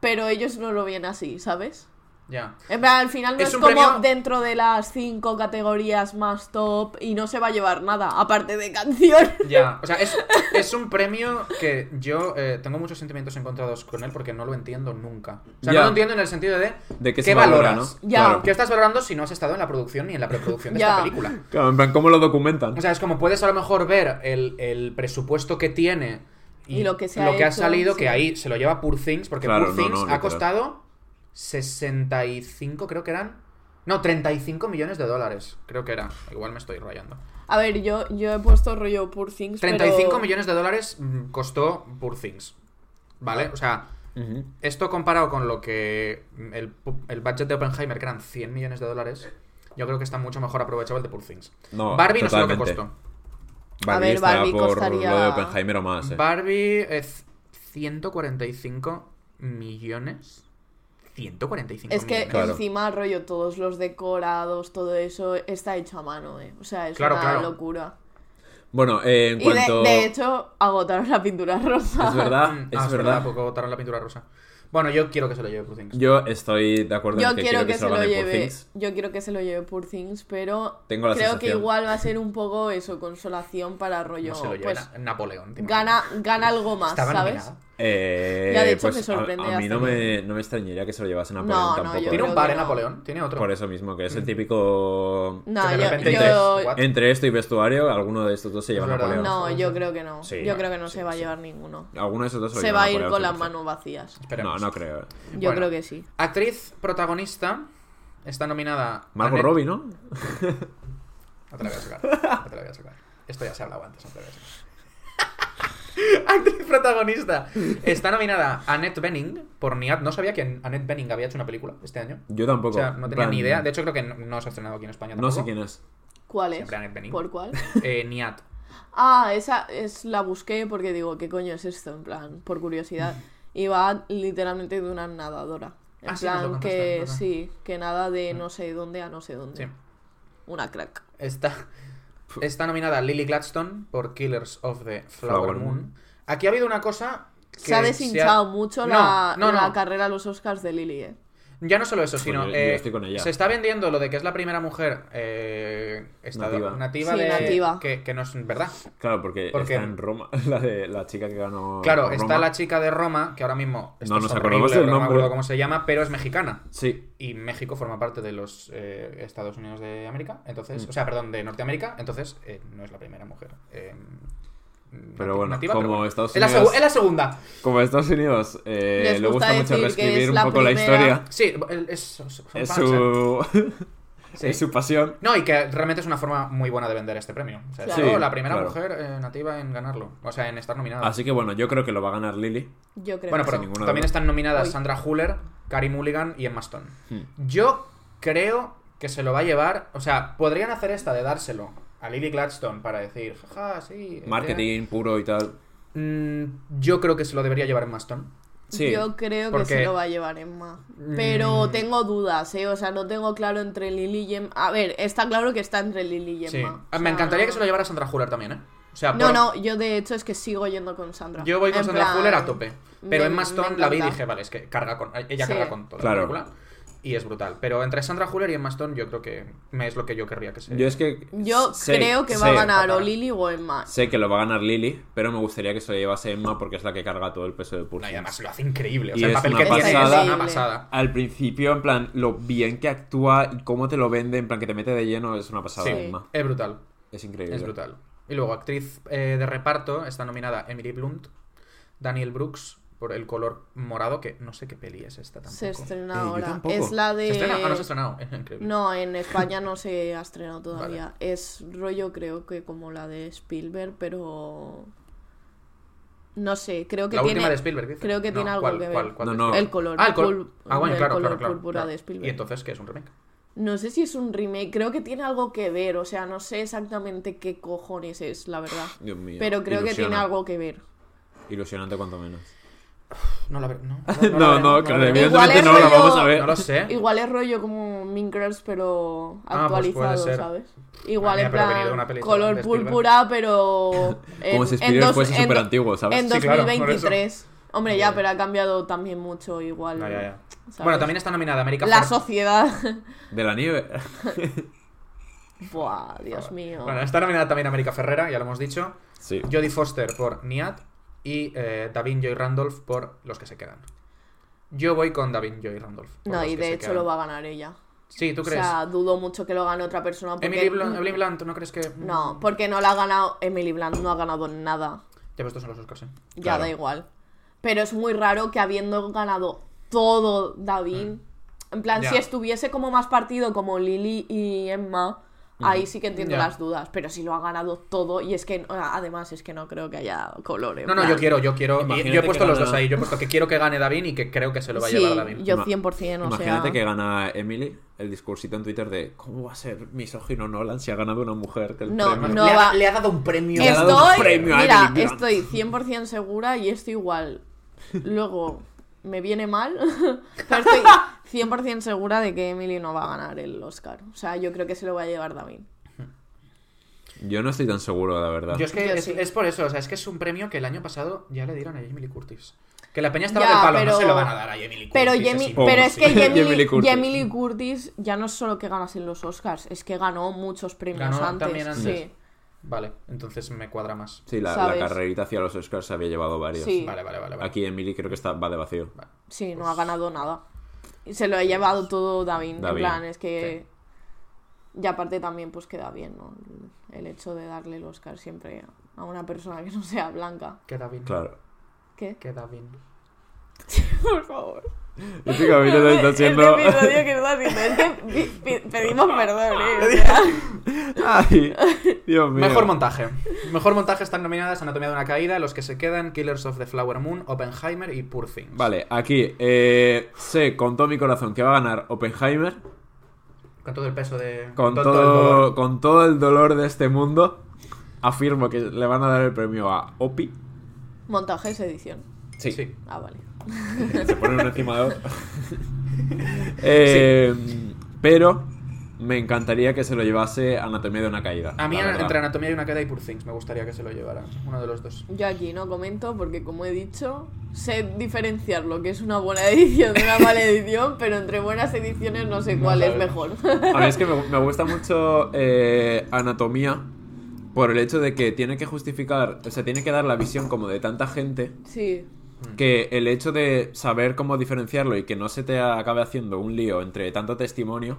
S2: pero ellos no lo ven así, ¿sabes?
S3: Ya.
S2: En plan, al final no
S3: Es
S2: es,
S3: un
S2: como
S3: premio-
S2: dentro de las cinco categorías más top y no se va a llevar nada, aparte de canción.
S3: Ya. O sea, es, es un premio que yo eh, tengo muchos sentimientos encontrados con él porque no lo entiendo nunca. O sea,
S1: Ya.
S3: no lo entiendo en el sentido de.
S1: ¿De qué,
S3: ¿Qué
S1: se valora,
S3: valoras?
S1: no?
S2: Ya.
S1: Claro.
S3: ¿Qué estás valorando si no has estado en la producción ni en la preproducción de
S2: Ya.
S3: esta película?
S1: Claro, en plan, ¿cómo lo documentan?
S3: O sea, es como puedes a lo mejor ver el, el presupuesto que tiene
S2: Y lo que se ha
S3: ha
S2: hecho,
S3: salido,
S2: sí.
S3: que ahí se lo lleva Poor Things, porque
S1: Claro,
S3: Poor
S1: no, no,
S3: Things ha
S1: literal.
S3: costado 65, creo que eran. No, 35 millones de dólares, creo que era. Igual me estoy rayando.
S2: A ver, yo, yo he puesto rollo Poor Things.
S3: 35
S2: Pues pero...
S3: millones de dólares mm, costó Poor Things. ¿Vale? O sea,
S1: Ujú.
S3: esto comparado con lo que mm, el, pu- el budget de Oppenheimer, que eran 100 millones de dólares, yo creo que está mucho mejor aprovechado el de Poor Things.
S1: No,
S3: Barbie no sé lo que
S1: totalmente.
S3: costó.
S2: A ver,
S1: estará
S2: Barbie
S1: por
S2: costaría-
S1: lo de Oppenheimer o más, eh.
S3: Barbie es 145 millones. 145
S2: Es que
S3: millones.
S1: Claro.
S2: encima, rollo, todos los decorados, todo eso está hecho a mano, ¿eh? O sea, es
S3: Claro,
S2: una
S3: claro.
S2: locura.
S1: Bueno, eh, en
S2: Y de,
S1: cuanto...
S2: de hecho, agotaron la pintura rosa.
S1: Es verdad,
S3: Mm,
S1: es
S3: ah,
S1: verdad.
S3: Porque votaron la pintura rosa. Bueno, yo quiero que se lo lleve Poor Things.
S1: Yo estoy de acuerdo
S2: Yo
S1: en que
S2: quiero
S1: quiero
S2: que, se lo
S1: gane Poor
S2: lleve.
S1: Things.
S2: Yo quiero que se lo lleve Poor Things, pero
S1: Tengo la
S2: creo que
S1: sensación.
S2: igual va a ser un poco eso, consolación para rollo.
S3: No se lo lleve
S2: pues
S3: Na- Napoleón. ¿te imaginas?
S2: gana, gana algo más,
S3: Estaba
S2: ¿sabes?
S3: nominada.
S1: Eh,
S2: Ya, de hecho,
S1: pues,
S2: me sorprende
S1: A, a mí
S2: hasta
S1: no
S2: que-
S1: me, no me extrañaría que se lo llevasen a
S2: No,
S1: Napoleón
S2: no,
S1: tampoco.
S2: yo
S1: ¿eh?
S2: creo
S3: Tiene un
S2: que
S3: par en
S2: no.
S3: Napoleón, tiene otro.
S1: Por eso mismo, que es el típico.
S2: No,
S3: Que de
S2: yo,
S3: repente
S2: yo-
S1: dices,
S3: "What?".
S1: Entre esto y vestuario, alguno de estos dos se lleva
S3: Es
S1: a
S3: verdad.
S1: Napoleón.
S2: no, yo creo que no.
S1: Sí,
S2: yo
S1: no,
S2: creo que no
S1: sí,
S2: se va a
S1: sí.
S2: llevar ninguno.
S1: Alguno de esos dos se, lo
S2: Se
S1: lleva
S2: va a ir con
S1: 100%.
S2: las manos vacías.
S1: No,
S3: Esperemos.
S1: no creo. eh.
S2: Yo
S3: Bueno.
S2: creo que sí.
S3: Actriz protagonista está nominada.
S1: Margot
S3: Annette-
S1: Robbie, ¿no?
S3: No te la voy a sacar. No te la voy a sacar. Esto ya se ha hablado antes, no te la voy a sacar. Actriz protagonista. Está nominada Annette Benning por Niad. No sabía que Annette Benning había hecho una película este año.
S1: Yo tampoco.
S3: O sea, no tenía
S1: Plan,
S3: ni idea. De hecho, creo que no, no se ha estrenado aquí en España tampoco.
S1: no sé quién es.
S2: ¿Cuál es?
S3: Siempre Annette Bening.
S2: ¿Por cuál?
S3: Eh, Niad.
S2: Ah, esa es la busqué porque digo, ¿qué coño es esto? En plan, por curiosidad. Y va literalmente de una nadadora. En
S3: Ah, sí, nos lo
S2: plan,
S3: contaste,
S2: que
S3: ¿verdad? Mm.
S2: sí, que nada de no sé dónde a no sé dónde.
S3: Sí.
S2: Una crack.
S3: Está, está nominada Lily Gladstone por Killers of the Flower,
S1: Flower
S3: Moon.
S1: Moon.
S3: Aquí ha habido una cosa. Que
S2: Se ha deshinchado mucho la,
S3: No, no,
S2: la
S3: no.
S2: carrera a los Oscars de Lily, ¿eh?
S3: Ya no solo eso,
S1: Coño,
S3: sino.
S1: yo
S3: eh,
S1: estoy con ella.
S3: Se está vendiendo lo de que es la primera mujer eh, estado-
S1: Nativa.
S2: Sí,
S3: de-
S2: nativa.
S3: Que, que no es verdad.
S1: Claro, porque,
S3: Porque-
S1: está en Roma, la de la chica que ganó.
S3: claro,
S1: Roma.
S3: está la chica de Roma, que ahora mismo. esto
S1: No
S3: es
S1: nos
S3: horrible,
S1: acordamos del
S3: pero no me
S1: nombre.
S3: acuerdo cómo se llama, pero es mexicana.
S1: Sí,
S3: Y México forma parte de los eh, Estados Unidos de América, entonces.
S1: Mm.
S3: O sea, perdón, de Norteamérica, entonces eh, no es la primera mujer. eh,
S1: Pero
S3: nati-
S1: bueno,
S3: nativa,
S1: como
S3: pero bueno.
S1: Estados
S3: Es la,
S1: Unidos-
S3: segu- es la segunda.
S1: como a Estados Unidos eh,
S2: Les
S1: le
S2: gusta
S1: gusta mucho
S2: decir que es
S1: reescribir un
S2: la
S1: poco la
S2: primera-
S1: historia,
S3: Sí, el- es, son
S1: es
S3: fans, ¿eh?
S1: su,
S3: Sí.
S1: es su pasión.
S3: No, y que realmente es una forma muy buena de vender este premio. O sea, es
S2: Claro.
S3: todo
S1: Sí,
S3: la primera
S1: claro.
S3: mujer eh, nativa en ganarlo. O sea, en estar nominada.
S1: Así que bueno, yo creo que lo va a ganar Lily.
S2: Yo creo.
S3: bueno,
S2: que
S3: pero
S1: sin
S2: sí.
S1: ninguna
S3: también
S1: duda.
S3: están nominadas
S2: Uy.
S3: Sandra Huller, Carey Mulligan y Emma Stone.
S1: Hmm.
S3: Yo creo que se lo va a llevar. O sea, podrían hacer esta de dárselo a Lily Gladstone para decir, jaja, sí. eh,
S1: Marketing puro y tal.
S3: Mm, yo creo que se lo debería llevar Emma Stone.
S1: Sí.
S2: Yo creo que
S3: porque-
S2: se lo va a llevar Emma. Pero
S3: Mm.
S2: tengo dudas, ¿eh? O sea, no tengo claro entre Lily y Emma. A ver, está claro que está entre Lily y Emma.
S3: Sí.
S2: O
S3: Ah,
S2: sea,
S3: Me encantaría que se lo llevara Sandra Huller también, ¿eh? O sea,
S2: No,
S3: por-
S2: no, yo de hecho es que sigo yendo con Sandra.
S3: Yo voy con
S2: En
S3: Sandra
S2: plan,
S3: Huller a tope. Pero
S2: me-
S3: Emma Stone
S2: me
S3: la vi y
S2: encanta.
S3: dije, vale, es que carga con. Ella
S2: Sí.
S3: carga con toda
S1: Claro.
S3: la película. Y es brutal. Pero entre Sandra Huller y Emma Stone, yo creo que me es lo que yo querría que se.
S1: Yo es que
S2: Yo
S1: sé-
S2: creo que va a
S1: sé-
S2: ganar o
S3: fatal.
S2: Lily o Emma.
S1: Sé que lo va a ganar Lily, pero me gustaría que se lo llevase Emma porque es la que carga todo el peso de
S3: No,
S1: Pulse.
S3: y además lo hace increíble. O
S1: Y
S3: sea, el
S1: es
S3: papel
S1: una
S3: que tiene es
S1: pasada.
S3: una pasada.
S1: Al principio, en plan, lo bien que actúa y cómo te lo vende, en plan, que te mete de lleno, es una pasada,
S3: Sí.
S1: Emma.
S3: Es brutal.
S1: Es increíble.
S3: Es brutal. Y luego, actriz eh, de reparto, está nominada Emily Blunt, Daniel Brooks, por el color morado, que no sé qué peli es esta tampoco.
S2: Se estrena
S1: Eh, yo
S2: ahora.
S1: tampoco.
S2: Es la
S3: ¿Se
S2: de.
S3: estrena? Ah, no se ha estrenado. Increíble.
S2: No, en España no se ha estrenado todavía. Es rollo, creo que como la de Spielberg, pero. No sé, creo que
S3: la
S2: tiene.
S3: última de Spielberg, dice.
S2: creo que tiene algo
S3: ¿cuál-
S2: que ver.
S3: cuál- cuál
S1: No,
S3: de
S1: no.
S3: Spielberg?
S2: El color.
S3: Ah, el color.
S2: pul-
S3: Ah, bueno,
S2: el
S3: claro,
S2: color
S3: claro, claro,
S2: púrpura
S3: claro.
S2: de Spielberg.
S3: ¿Y entonces qué es un remake?
S2: No sé si es un remake, creo que tiene algo que ver. O sea, no sé exactamente qué cojones es, la verdad.
S1: Dios mío.
S2: Pero creo que tiene
S1: Ilusiona.
S2: algo que ver.
S1: Ilusionante, cuanto menos.
S3: No la ver- no,
S1: No, no, que
S3: la veremos.
S2: Igual
S1: evidentemente
S2: es
S1: no la
S2: rollo-
S1: vamos a ver.
S3: No lo sé.
S2: Igual es rollo como Mean Girls, pero
S3: ¿Eh? Ah, pues puede
S2: actualizado,
S3: ser.
S2: ¿sabes? Igual
S3: Madre mía,
S2: en
S3: pero venido de
S2: plan
S3: una peli de
S2: color
S3: Spielberg.
S2: púrpura, pero. en-
S1: Como si
S2: en
S1: Spielberg
S2: dos-
S1: fuese
S2: en
S1: súper
S2: do-
S1: antiguo, ¿sabes?
S2: En
S3: Sí, claro, por
S2: 2023. Hombre,
S3: Ya,
S2: ya,
S3: ya.
S2: pero ha cambiado también mucho, igual.
S3: Ya, ya, ya.
S2: ¿sabes?
S3: Bueno, también está nominada América
S2: La
S3: Ferb-
S2: sociedad.
S1: De la nieve.
S2: Buah, Dios mío.
S3: Bueno, está nominada también América Ferrera, ya lo hemos dicho.
S1: Sí.
S3: Jodie Foster por Niad y eh, Davin Joy Randolph por Los que se quedan. Yo voy con Davin Joy Randolph. por
S2: no,
S3: Los
S2: y
S3: que se
S2: de hecho
S3: quedan.
S2: lo va a ganar ella.
S3: Sí, ¿tú
S2: O
S3: crees?
S2: sea, dudo mucho que lo gane otra persona. Porque... mm,
S3: Emily, Blunt, Emily Blunt, ¿no crees que.?
S2: No, porque no la ha ganado. Emily Blunt no ha ganado nada.
S3: Ya, pues estos son los Oscars, ¿eh?
S2: Ya
S1: Claro.
S2: da igual. Pero es muy raro que habiendo ganado todo David, en plan,
S3: Mm. Ya.
S2: si estuviese como más partido como Lily y Emma, ahí sí que entiendo
S3: Ya.
S2: las dudas. Pero si lo ha ganado todo, y es que ah, además es que no creo que haya colores.
S3: No, no, yo quiero, yo quiero. y- Yo he
S1: Imagínate
S3: puesto
S1: que
S3: los
S1: gana-
S3: dos ahí. Yo he puesto que quiero que gane Davin y que creo que se lo va a
S2: sí,
S3: llevar Davin.
S2: yo
S1: Ima-
S2: 100%, o
S1: Imagínate
S2: sea...
S1: que gana Emily el discursito en Twitter de cómo va a ser misógino Nolan si ha ganado una mujer. Que el
S2: No,
S1: premio-
S2: no. va-
S3: ha dado un premio.
S1: Le ha dado un
S2: Estoy,
S1: premio a
S2: mira,
S1: Emily Blunt.
S2: estoy 100% segura y esto igual. Luego me viene mal, pero estoy 100% segura de que Emily no va a ganar el Oscar. O sea, yo creo que se lo va a llevar David.
S1: Yo no estoy tan seguro, la verdad.
S3: Yo es que
S2: Yo
S3: es,
S2: sí.
S3: es por eso, o sea, es que es un premio que el año pasado ya le dieron a Jamie Lee Curtis. Que la peña estaba
S2: Ya,
S3: del palo, no
S2: pero-
S3: se lo van a dar a Jamie Lee Curtis.
S2: Pero,
S3: es
S2: Jamie-
S3: imposible.
S2: pero es que Jamie,
S1: Jamie Lee Curtis.
S2: Jamie Lee Curtis ya no es solo que ganas en los Oscars, es que ganó muchos premios
S3: Ganó
S2: antes.
S3: también antes.
S2: Sí.
S3: Vale, entonces me cuadra más.
S1: Sí, la, la
S2: ¿Sabes?
S1: carrerita hacia los Oscars se había llevado varios.
S2: Sí.
S3: Vale, vale, vale. vale.
S1: Aquí Emily creo que está, va de vacío.
S3: Vale.
S2: Sí,
S3: Pues
S2: no ha ganado nada. Y se lo ha llevado todo Davin. En
S1: Davin,
S2: plan, es que. Y aparte también, pues queda bien, ¿no? El hecho de darle el Oscar siempre a una persona que no sea blanca.
S3: Queda bien.
S1: Claro.
S2: ¿Qué?
S3: Queda bien.
S2: Por favor.
S1: Y este capítulo está
S2: Este
S1: siendo.
S2: episodio que está haciendo. Es que pi- pi- pedimos perdón, ¿eh? O sea,
S1: Ay, Dios mío.
S3: Mejor montaje. Mejor montaje están nominadas Anatomía de una caída, Los que se quedan, Killers of the Flower Moon, Oppenheimer y Poor Things.
S1: Vale, aquí eh, sé con todo mi corazón que va a ganar Oppenheimer.
S3: Con todo el peso de.
S1: Con
S3: el
S1: todo,
S3: dolor.
S1: con todo el dolor de este mundo, afirmo que le van a dar el premio a Opi.
S2: Montajes, edición.
S3: Sí.
S2: Ah, vale.
S1: Se ponen uno encima de otro. Eh, Pero me encantaría que se lo llevase Anatomía de una caída.
S3: A mí,
S1: la verdad.
S3: entre Anatomía de una caída y Poor Things, me gustaría que se lo llevara. Uno de los dos.
S2: Yo aquí no comento porque, como he dicho, sé diferenciar lo que es una buena edición de una mala edición, pero entre buenas ediciones no sé
S3: No
S2: cuál es
S3: sabes.
S2: mejor.
S1: A mí es que me, me gusta mucho eh, Anatomía por el hecho de que tiene que justificar, o sea, tiene que dar la visión como de tanta gente
S2: sí,
S1: que el hecho de saber cómo diferenciarlo y que no se te acabe haciendo un lío entre tanto testimonio,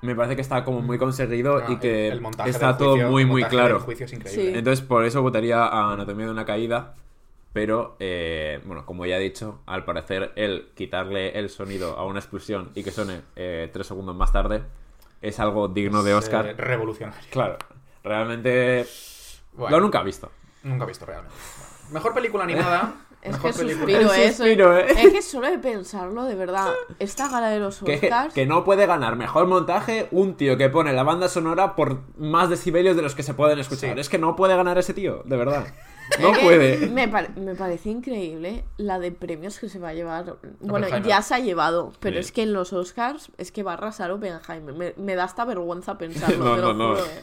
S1: me parece que está como muy conseguido
S3: Ah,
S1: y que
S3: el- el montaje
S1: está
S3: del
S1: todo
S3: juicio-
S1: muy
S3: el
S1: muy
S3: montaje
S1: claro.
S3: del juicio es increíble.
S2: Sí.
S1: Entonces por eso votaría a Anatomía de una caída, pero eh, bueno, como ya he dicho, al parecer el quitarle el sonido a una explosión y que suene eh, tres segundos más tarde es algo digno de
S3: Es,
S1: Oscar.
S3: eh, revolucionario.
S1: Claro, realmente
S3: Bueno,
S1: lo nunca he visto.
S3: nunca he visto realmente. Bueno, Mejor película animada.
S2: es
S3: mejor
S2: que
S3: película.
S2: suspiro,
S1: El
S2: ¿eh?
S1: suspiro, ¿eh?
S2: Es que solo de pensarlo, de verdad, esta gala de los
S1: Que,
S2: Oscars.
S1: que no puede ganar mejor montaje un tío que pone la banda sonora por más decibelios de los que se pueden escuchar.
S3: Sí.
S1: Es que no puede ganar ese tío, de verdad. No
S2: es que
S1: puede.
S2: Me, par- me parece increíble la de premios que se va a llevar. Bueno,
S3: Oppenheimer.
S2: ya se ha llevado, pero
S1: Sí.
S2: es que en los Oscars es que va a arrasar Oppenheimer. Me, me da hasta vergüenza pensarlo,
S1: No,
S2: te
S1: no,
S2: lo
S1: no.
S2: juro, ¿eh?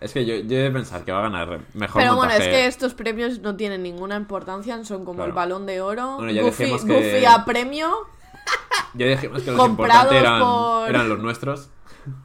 S1: Es que yo, yo he de pensar que va a ganar mejor
S2: Pero bueno,
S1: montaje.
S2: es que estos premios no tienen ninguna importancia, son como
S1: Claro.
S2: el balón de oro,
S1: Bueno, ya
S2: Goofy,
S1: decíamos que-
S2: Goofy a premio,
S1: Ya dijimos que los
S2: Comprados
S1: importantes eran,
S2: por-
S1: eran los nuestros.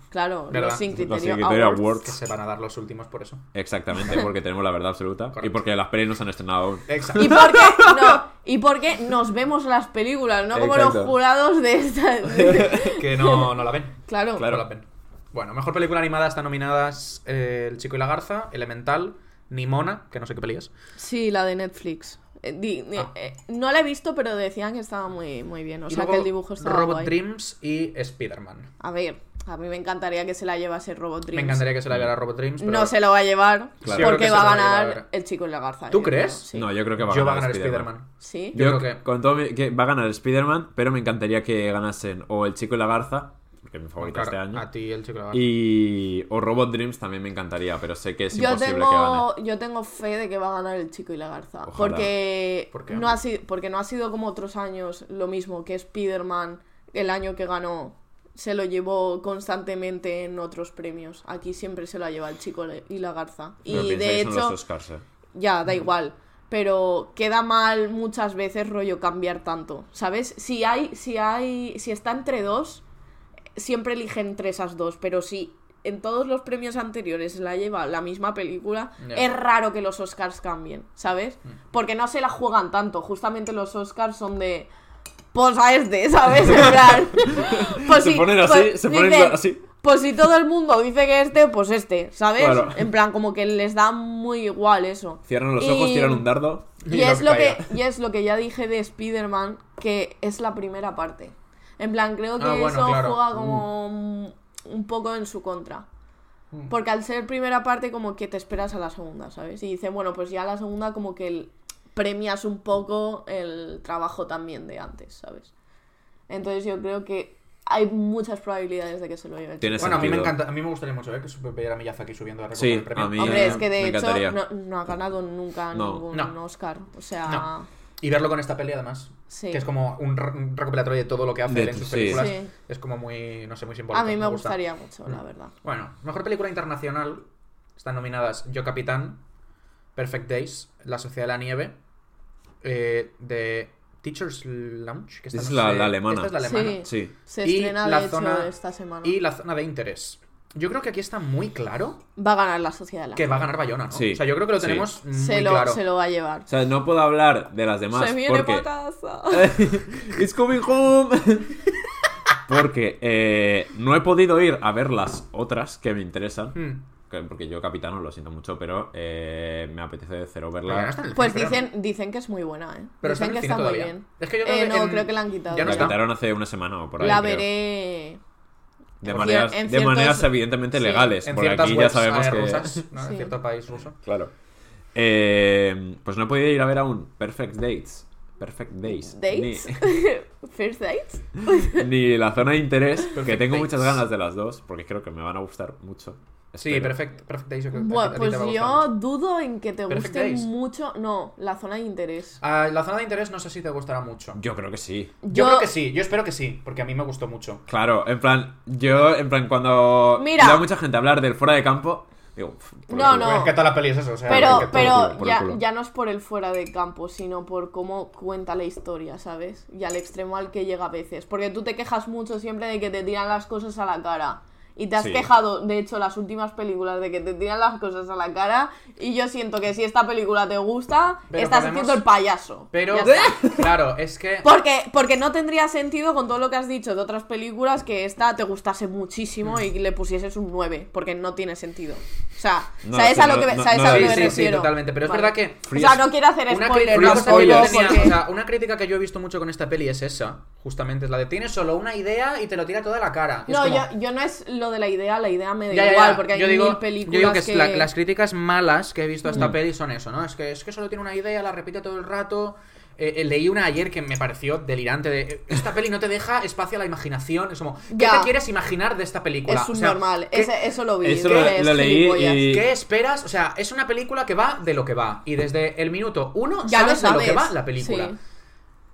S2: claro,
S3: ¿Verdad?
S2: los sin
S1: Los
S2: criterio,
S1: Sin Criterio
S2: Awards.
S1: Awards.
S3: Que se van a dar los últimos por eso.
S1: Exactamente, porque tenemos la verdad absoluta. Y
S3: Correcto. Eh,
S1: porque las pelis no se han estrenado aún.
S3: Exacto.
S2: Y porque, no, y porque nos vemos las películas, no como los
S1: Exacto.
S2: jurados de esta... de-
S3: que no, no la ven.
S2: Claro.
S1: Claro.
S3: No la ven. Bueno, mejor película animada están nominadas eh, El Chico y la Garza, Elemental, Nimona, que no sé qué peli es.
S2: Sí, la de Netflix. Eh, di- di-
S3: Ah.
S2: eh, no la he visto, pero decían que estaba muy, muy bien, o
S3: Y
S2: sea
S3: luego
S2: que el dibujo estaba
S3: Robot
S2: guay.
S3: Dreams y Spider-Man.
S2: A ver, a mí me encantaría que se la llevase Robot
S3: Me
S2: Dreams.
S3: encantaría que se la viera Robot Dreams. Pero
S2: No se lo va a llevar,
S1: Claro. Yo creo
S2: porque
S3: que
S2: va a
S3: se lo va a
S2: ganar
S3: llevar.
S2: el chico en la garza.
S3: ¿Tú
S2: yo creo,
S3: crees?
S2: sí.
S1: No, yo creo que va a
S3: Yo va a
S1: ganar,
S3: ganar
S1: Spider-Man.
S3: Spider-Man.
S2: ¿Sí?
S1: Yo,
S3: Yo creo
S1: creo
S3: que-
S1: que... Con todo mi- que va a ganar Spider-Man, pero me encantaría que ganasen o El Chico y la Garza, porque es mi favorita
S3: Claro,
S1: este año.
S3: A ti el Chico y la Garza.
S1: Y. O Robot Dreams también me encantaría, pero sé que es
S2: yo
S1: imposible que gane.
S2: tengo, yo tengo fe de que va a ganar el chico y la garza.
S1: Ojalá.
S2: Porque
S3: ¿Por qué?
S2: no, ha sido, porque no ha sido como otros años lo mismo que Spider-Man el año que ganó. Se lo llevó constantemente en otros premios. Aquí siempre se lo lleva el chico y la garza.
S1: Pero
S2: y
S1: piensa
S2: de
S1: que son los
S2: hecho,
S1: Oscars, eh.
S2: ya, da igual. Pero queda mal muchas veces rollo cambiar tanto. ¿Sabes? Si hay, si hay, si está entre dos, siempre eligen entre esas dos. Pero si en todos los premios anteriores la lleva la misma película,
S3: Ya.
S2: es raro que los Oscars cambien, ¿sabes?
S1: Mm.
S2: Porque no se la juegan tanto. Justamente los Oscars son de. Pues a este, ¿sabes? En plan, pues
S1: Se
S2: si-
S1: ponen así,
S2: pues
S1: se ponen
S2: dicen,
S1: así.
S2: Pues si todo el mundo dice que este, pues este, ¿sabes?
S1: Claro.
S2: En plan, como que les da muy igual eso.
S1: Cierran los ojos,
S2: Y-
S1: tiran un dardo.
S2: Y,
S3: Y lo
S2: es
S3: que
S2: lo que,
S3: caiga.
S2: y es lo que ya dije de Spider-Man, que es la primera parte. En plan, creo que
S3: Ah, bueno,
S2: eso
S3: claro.
S2: juega como un- un poco en su contra.
S3: Mm.
S2: Porque al ser primera parte, como que te esperas a la segunda, ¿sabes? Y dice, bueno, pues ya la segunda, como que el- premias un poco el trabajo también de antes, ¿sabes? Entonces yo creo que hay muchas probabilidades de que se lo lleve el
S1: Tienes-
S3: Bueno, a mí, me
S1: sentido.
S3: encanta, a mí me gustaría mucho ver que supe- ver a Miyazaki subiendo a recoger
S1: Sí,
S3: el premio.
S1: a mí-
S2: chico. Hombre, es que de
S1: me
S2: hecho
S1: encantaría.
S2: no, no ha ganado nunca
S1: No.
S2: ningún
S3: No.
S2: Oscar. O sea,
S3: No. Y verlo con esta peli, además.
S2: Sí.
S3: Que es como un, re- un recopilatorio de todo lo que hace
S1: De-
S3: él en sus
S1: sí.
S3: películas.
S2: Sí.
S3: Es como muy, no sé, muy simbólico.
S2: a mí me
S3: gusta. Mm.
S2: gustaría mucho, la verdad.
S3: Bueno, mejor película internacional. Están nominadas Yo Capitán, Perfect Days, La Sociedad de la Nieve, eh, de Teacher's Lounge. Que esta
S1: Esa
S3: no
S1: es la-
S3: sé-
S1: la alemana.
S3: Esta es la alemana.
S2: Sí.
S1: Sí.
S2: Se
S3: Y
S2: estrena,
S3: la
S2: de hecho,
S3: zona-
S2: esta semana.
S3: Y La Zona de Interés, Yo creo que aquí está muy claro
S2: Va a ganar la sociedad. Alarma.
S3: que va a ganar Bayona, ¿no?
S1: Sí,
S3: O sea, yo creo que lo
S1: sí.
S3: tenemos muy
S2: se, lo,
S3: claro.
S2: se lo va a llevar.
S1: O sea, no puedo hablar de las demás
S2: se viene
S1: porque...
S2: pa' casa.
S1: It's coming home. porque eh, no he podido ir a ver las otras que me interesan.
S3: Hmm.
S1: que- Porque yo, capitano, lo siento mucho, pero eh, me apetece cero
S3: Bayona
S1: verla.
S3: está en el
S2: Pues
S3: cine, pero-
S2: dicen, dicen que es muy buena, ¿eh?
S3: pero
S2: dicen
S3: en
S2: que
S3: el
S2: está
S3: cine
S2: muy
S3: todavía.
S2: bien.
S3: Es que yo
S2: Eh,
S3: creo
S2: no,
S3: en-
S2: creo que la han quitado. ¿eh?
S3: Ya no
S1: La
S3: está.
S1: quitaron hace una semana o por ahí.
S2: La
S1: creo.
S2: veré.
S1: De
S2: en
S1: maneras,
S2: cier- en
S1: de maneras
S2: ciertos-
S1: evidentemente
S2: sí.
S1: legales.
S3: En
S1: porque
S3: ciertas
S1: aquí ya
S3: webs
S1: sabemos
S3: eh,
S1: que.
S3: rusas, ¿no?
S2: Sí.
S3: En cierto país ruso.
S1: Claro. Eh, pues no he podido ir a ver aún Perfect Dates. Perfect Days.
S2: ¿Dates? ¿First dates?
S1: Ni, ni la zona de interés, que
S3: Perfect
S1: tengo
S3: Dates.
S1: muchas ganas de las dos, porque creo que me van a gustar mucho.
S3: Sí,
S1: Espero.
S3: Perfect, perfect Days, yo creo que a
S2: Bueno,
S3: ti- a ti
S2: pues
S3: te va a
S2: yo
S3: gustar.
S2: dudo en que te
S3: Perfect
S2: guste
S3: days.
S2: mucho. No, la zona de interés.
S3: Ah, la zona de interés no sé si te gustará mucho.
S1: Yo creo que sí.
S3: Yo creo que sí, yo espero que sí, porque a mí me gustó mucho.
S1: Claro, en plan, yo, en plan, cuando
S2: Mira.
S1: veo a mucha gente hablar del fuera de campo, digo, "Pf, por el
S2: No,
S1: culo".
S3: Pues Es que toda la peli es eso, o sea,
S2: Pero,
S3: que todo-
S1: por el
S2: pero
S1: culo, por el
S2: ya,
S1: culo.
S2: ya no es por el fuera de campo, sino por cómo cuenta la historia, ¿sabes? Y al extremo al que llega a veces. Porque tú te quejas mucho siempre de que te tiran las cosas a la cara. Y te has
S1: Sí.
S2: quejado, de hecho, las últimas películas de que te tiran las cosas a la cara. Y yo siento que si esta película te gusta,
S3: Pero
S2: estás
S3: podemos-
S2: haciendo el payaso.
S3: Pero,
S2: Ya está.
S3: claro, es que...
S2: Porque, porque no tendría sentido con todo lo que has dicho de otras películas que esta te gustase muchísimo y le pusieses un 9, porque no tiene sentido. O sea,
S1: No,
S2: ¿sabes
S1: sí,
S2: a lo
S1: no,
S2: que, me-
S1: no,
S2: ¿sabes
S1: no,
S2: a lo
S1: sí,
S2: que me
S1: sí,
S3: sí,
S2: refiero?
S3: totalmente, pero es verdad que-
S2: O sea, no quiero hacer
S3: Una,
S2: spoiler,
S3: crítica-
S2: no
S1: free
S3: una cosa que yo
S1: spoilers.
S3: tenía-
S2: porque-
S3: o sea, una crítica que yo he visto mucho con esta peli es esa, justamente, es la de tienes solo una idea y te lo tira toda la cara. Y es
S2: No,
S3: como-
S2: yo, yo no es lo de la idea, la idea me da
S3: Ya, ya, ya.
S2: igual, porque hay
S3: yo digo,
S2: mil películas
S3: yo digo que, es
S2: que...
S3: la- las críticas malas que he visto a
S1: Mm.
S3: esta peli son eso, ¿no? Es que, es que solo tiene una idea, la repite todo el rato. Eh, eh, leí una ayer que me pareció delirante de eh, esta peli no te deja espacio a la imaginación. Es como, ¿qué
S2: Ya.
S3: te quieres imaginar de esta película?
S2: Es
S3: O
S2: un
S3: sea,
S2: normal,
S3: ¿qué-
S2: ese- eso lo vi.
S1: Eso
S2: que
S1: lo-
S2: es
S1: lo leí
S2: gilipollas.
S1: y-
S3: ¿Qué esperas? O sea, es una película que va de lo que va. Y desde el minuto uno
S2: Ya
S3: sabes,
S2: lo
S3: de lo
S2: sabes.
S3: que va la película.
S2: sí.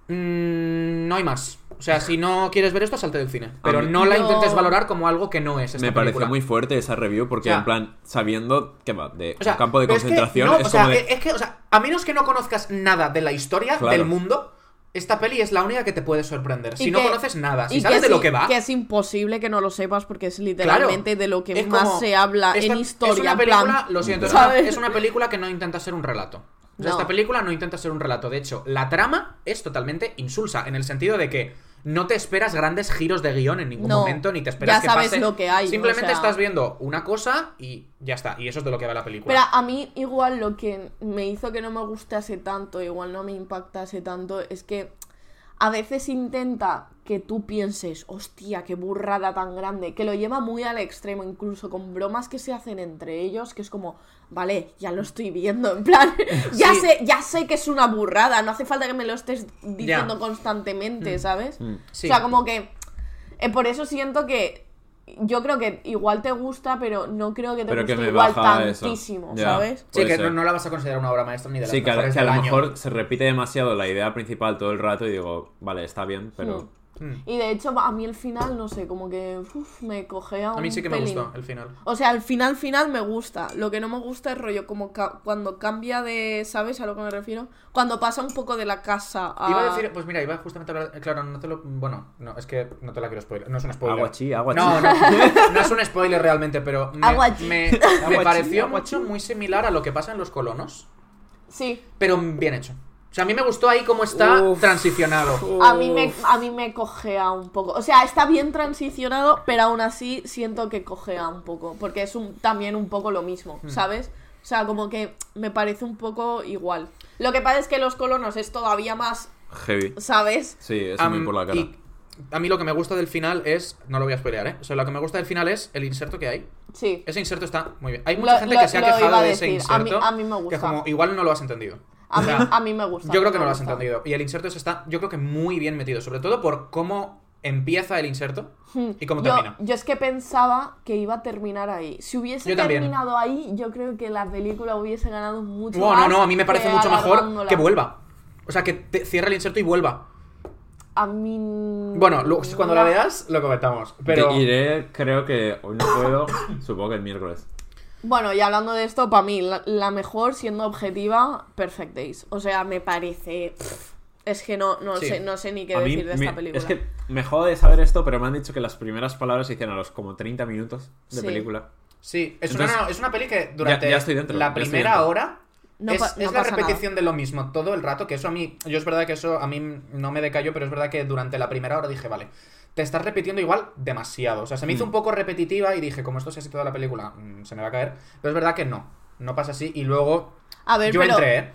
S3: Mm, no hay más. O sea, si no quieres ver esto, salte del cine. Pero
S1: mí-
S3: no la
S2: Yo-
S3: intentes valorar como algo que no es. Esta
S1: me pareció
S3: película.
S1: muy fuerte esa review, porque
S3: O sea,
S1: en plan, sabiendo que va de
S3: O sea,
S1: un campo de
S3: pero es que
S1: concentración,
S3: no,
S1: es,
S3: o sea,
S1: como de-
S3: e- es que, o sea, a menos que no conozcas nada de la historia
S1: Claro.
S3: del mundo, esta peli es la única que te puede sorprender. Si
S2: Y
S3: no
S2: que-
S3: conoces nada, si
S2: y
S3: sabes de
S2: sí-
S3: lo que va.
S2: Que es imposible que no lo sepas porque es
S3: Claro,
S2: literalmente de lo que
S3: es
S2: más
S3: como-
S2: se habla
S3: esta-
S2: en historia.
S3: Es una
S2: en
S3: película,
S2: plan,
S3: lo siento, es una,
S2: ¿sabes?
S3: es una película que no intenta ser un relato. O sea,
S2: No.
S3: Esta película no intenta ser un relato. De hecho, la trama es totalmente insulsa, en el sentido de que no te esperas grandes giros de guión en ningún
S2: No,
S3: momento, ni te esperas
S2: ya
S3: que
S2: sabes
S3: pase.
S2: lo que hay, ¿no?
S3: Simplemente
S2: O sea-
S3: estás viendo una cosa y ya está. Y eso es de lo que va la película.
S2: Pero a mí igual lo que me hizo que no me gustase tanto, igual no me impactase tanto, es que a veces intenta que tú pienses, hostia, qué burrada tan grande, que lo lleva muy al extremo, incluso con bromas que se hacen entre ellos, que es como, vale, ya lo estoy viendo, en plan, ya,
S3: Sí.
S2: sé, ya sé que es una burrada, no hace falta que me lo estés diciendo
S3: Ya.
S2: constantemente, ¿sabes?
S1: Mm.
S3: Sí.
S2: O sea, como que... eh, por eso siento que... Yo creo que igual te gusta, pero no creo que te
S1: pero
S2: guste
S1: que me
S2: igual
S1: baja eso.
S2: tantísimo,
S1: Ya,
S2: ¿sabes?
S3: Sí,
S1: puede
S3: que
S1: ser.
S3: no, no la vas a considerar una obra maestra ni de las
S1: Sí, que a,
S3: mejores
S1: que a lo
S3: del año.
S1: mejor se repite demasiado la idea principal todo el rato y digo, vale, está bien, pero...
S2: Hmm.
S3: Mm.
S2: Y de hecho, a mí el final, no sé, como que uf, me cogea un
S3: A mí sí que me
S2: pelín.
S3: gustó el final.
S2: O sea, al final, final me gusta. Lo que no me gusta es rollo como ca- cuando cambia de... ¿Sabes a lo que me refiero? Cuando pasa un poco de la casa a...
S3: Iba a decir, pues mira, iba justamente a hablar. eh, Claro, no te lo. Bueno, no, es que no te la quiero spoiler. No es un spoiler.
S1: Aguachí, aguachí.
S3: No, no, no es un spoiler realmente, pero me,
S2: Aguachí.
S3: me, me
S1: Aguachí,
S3: pareció
S1: aguachí.
S3: mucho muy similar a lo que pasa en los colonos,
S2: Sí.
S3: pero bien hecho. O sea, a mí me gustó ahí cómo está
S1: Uf.
S3: transicionado.
S2: A mí, me, a mí me cogea un poco. O sea, está bien transicionado, pero aún así siento que cogea un poco. Porque es un, también un poco lo mismo,
S3: Hmm.
S2: ¿sabes? O sea, como que me parece un poco igual. Lo que pasa es que los colonos es todavía más,
S1: Heavy.
S2: ¿sabes?
S1: Sí, es
S3: Am,
S1: muy por la cara.
S3: y a mí lo que me gusta del final es. No lo voy a spoilear, ¿eh? O sea, lo que me gusta del final es el inserto que hay.
S2: Sí.
S3: Ese inserto está muy bien. Hay mucha
S2: Lo-
S3: gente
S2: lo-
S3: que se ha
S2: lo iba
S3: quejado
S2: a
S3: de ese
S2: decir. A mí-
S3: inserto.
S2: a mí me gusta.
S3: Que es como, igual no lo has entendido.
S2: A
S3: O
S2: mí,
S3: sea,
S2: a mí me gusta.
S3: Yo creo que
S2: me
S3: no lo has
S2: gusta.
S3: entendido. Y el inserto ese está, yo creo que muy bien metido, sobre todo por cómo empieza el inserto y cómo
S2: Hmm. Yo,
S3: termina.
S2: yo es que pensaba que iba a terminar ahí. Si hubiese
S3: Yo también.
S2: terminado ahí, yo creo que la película hubiese ganado mucho
S3: No,
S2: más.
S3: no, no, a mí me parece
S2: que
S3: mucho mejor
S2: alargándola.
S3: que vuelva. O sea, que te- cierre el inserto y vuelva.
S2: A mí.
S3: Bueno, lo- cuando la
S2: Mm, no.
S3: veas, lo comentamos. Pero.
S1: Te Iré, creo que hoy no puedo, supongo que el miércoles.
S2: Bueno, y hablando de esto, para mí, la, la mejor, siendo objetiva, Perfect Days. O sea, me parece pff, Es que no, no,
S3: Sí.
S2: sé, no sé ni qué
S1: A mí
S2: decir de esta
S1: me-
S2: película.
S1: es que me jode saber esto, pero me han dicho que las primeras palabras se hicieron a los como 30 minutos de
S2: Sí.
S1: película.
S3: Sí, es,
S1: Entonces,
S3: una, no, es una peli que durante
S1: ya estoy dentro,
S3: la
S1: ya estoy
S3: primera
S1: dentro.
S3: hora
S2: No
S3: es,
S2: pa- no
S3: es la
S2: pasa nada.
S3: repetición de lo mismo todo el rato, que eso a mí, yo es verdad que eso a mí no me decayó, pero es verdad que durante la primera hora dije, vale, te estás repitiendo igual demasiado. O sea, se me hizo
S1: Mm.
S3: un poco repetitiva y dije, como esto es así toda la película, mm, se me va a caer. Pero es verdad que no, no pasa así y luego
S2: A ver,
S3: yo
S2: pero
S3: entré, ¿eh?